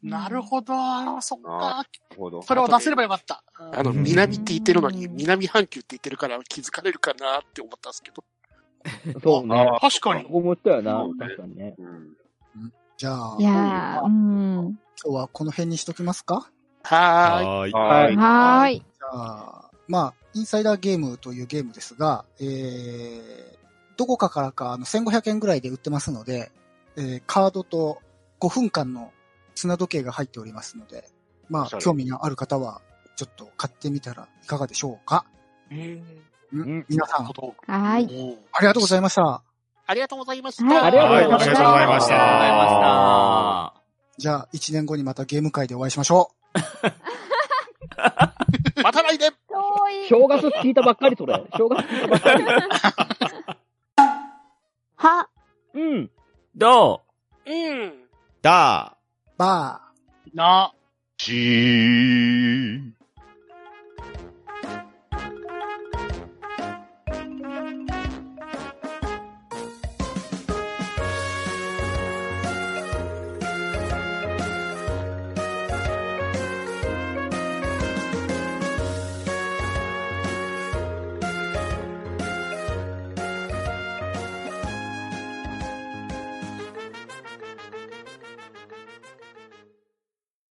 [SPEAKER 2] なるほど。そっか。
[SPEAKER 1] なるほど。
[SPEAKER 2] それを出せればよかった。
[SPEAKER 9] あの、
[SPEAKER 7] うん
[SPEAKER 9] 南って言ってるのに、南半球って言ってるから気づかれるかなって思ったんですけど。
[SPEAKER 8] そうね。
[SPEAKER 1] あー
[SPEAKER 2] 確か
[SPEAKER 8] こ
[SPEAKER 2] に。
[SPEAKER 8] こも言ったよな
[SPEAKER 1] そう。ね
[SPEAKER 8] 確かにね。
[SPEAKER 1] うん。
[SPEAKER 3] じゃあ、
[SPEAKER 4] い
[SPEAKER 3] 今
[SPEAKER 4] やー、うん。
[SPEAKER 3] 日はこの辺にしときますか
[SPEAKER 9] はーい。
[SPEAKER 7] は
[SPEAKER 1] はー
[SPEAKER 7] ーい。
[SPEAKER 1] い。
[SPEAKER 4] はーい。
[SPEAKER 3] じゃあ、まあ、インサイダーゲームというゲームですが、えー、どこかからかあの1500円ぐらいで売ってますので、えー、カードと5分間の砂時計が入っておりますので、
[SPEAKER 1] お
[SPEAKER 3] ま
[SPEAKER 1] しゃ
[SPEAKER 3] あ、
[SPEAKER 1] れ
[SPEAKER 3] 興味のある方は、ちょっと買ってみたらいかがでしょうか。うん、皆さん、あ
[SPEAKER 4] はーい。
[SPEAKER 2] い。
[SPEAKER 3] りがとうございました。
[SPEAKER 9] ありがとうございまし
[SPEAKER 4] はい
[SPEAKER 9] た。
[SPEAKER 8] ありがとうございました
[SPEAKER 7] はいありがとうございました
[SPEAKER 5] ありがとうございました。
[SPEAKER 3] じゃあ、1年後にまたゲーム会でお会いしましょう。
[SPEAKER 9] また来年
[SPEAKER 4] 遠い。
[SPEAKER 8] 正月聞いたばっかり、それ。正月聞いたばっかり。
[SPEAKER 1] [LAUGHS]
[SPEAKER 4] は、
[SPEAKER 8] うん。
[SPEAKER 5] ど
[SPEAKER 9] うん。
[SPEAKER 7] だ
[SPEAKER 3] バー。
[SPEAKER 2] な
[SPEAKER 1] チー。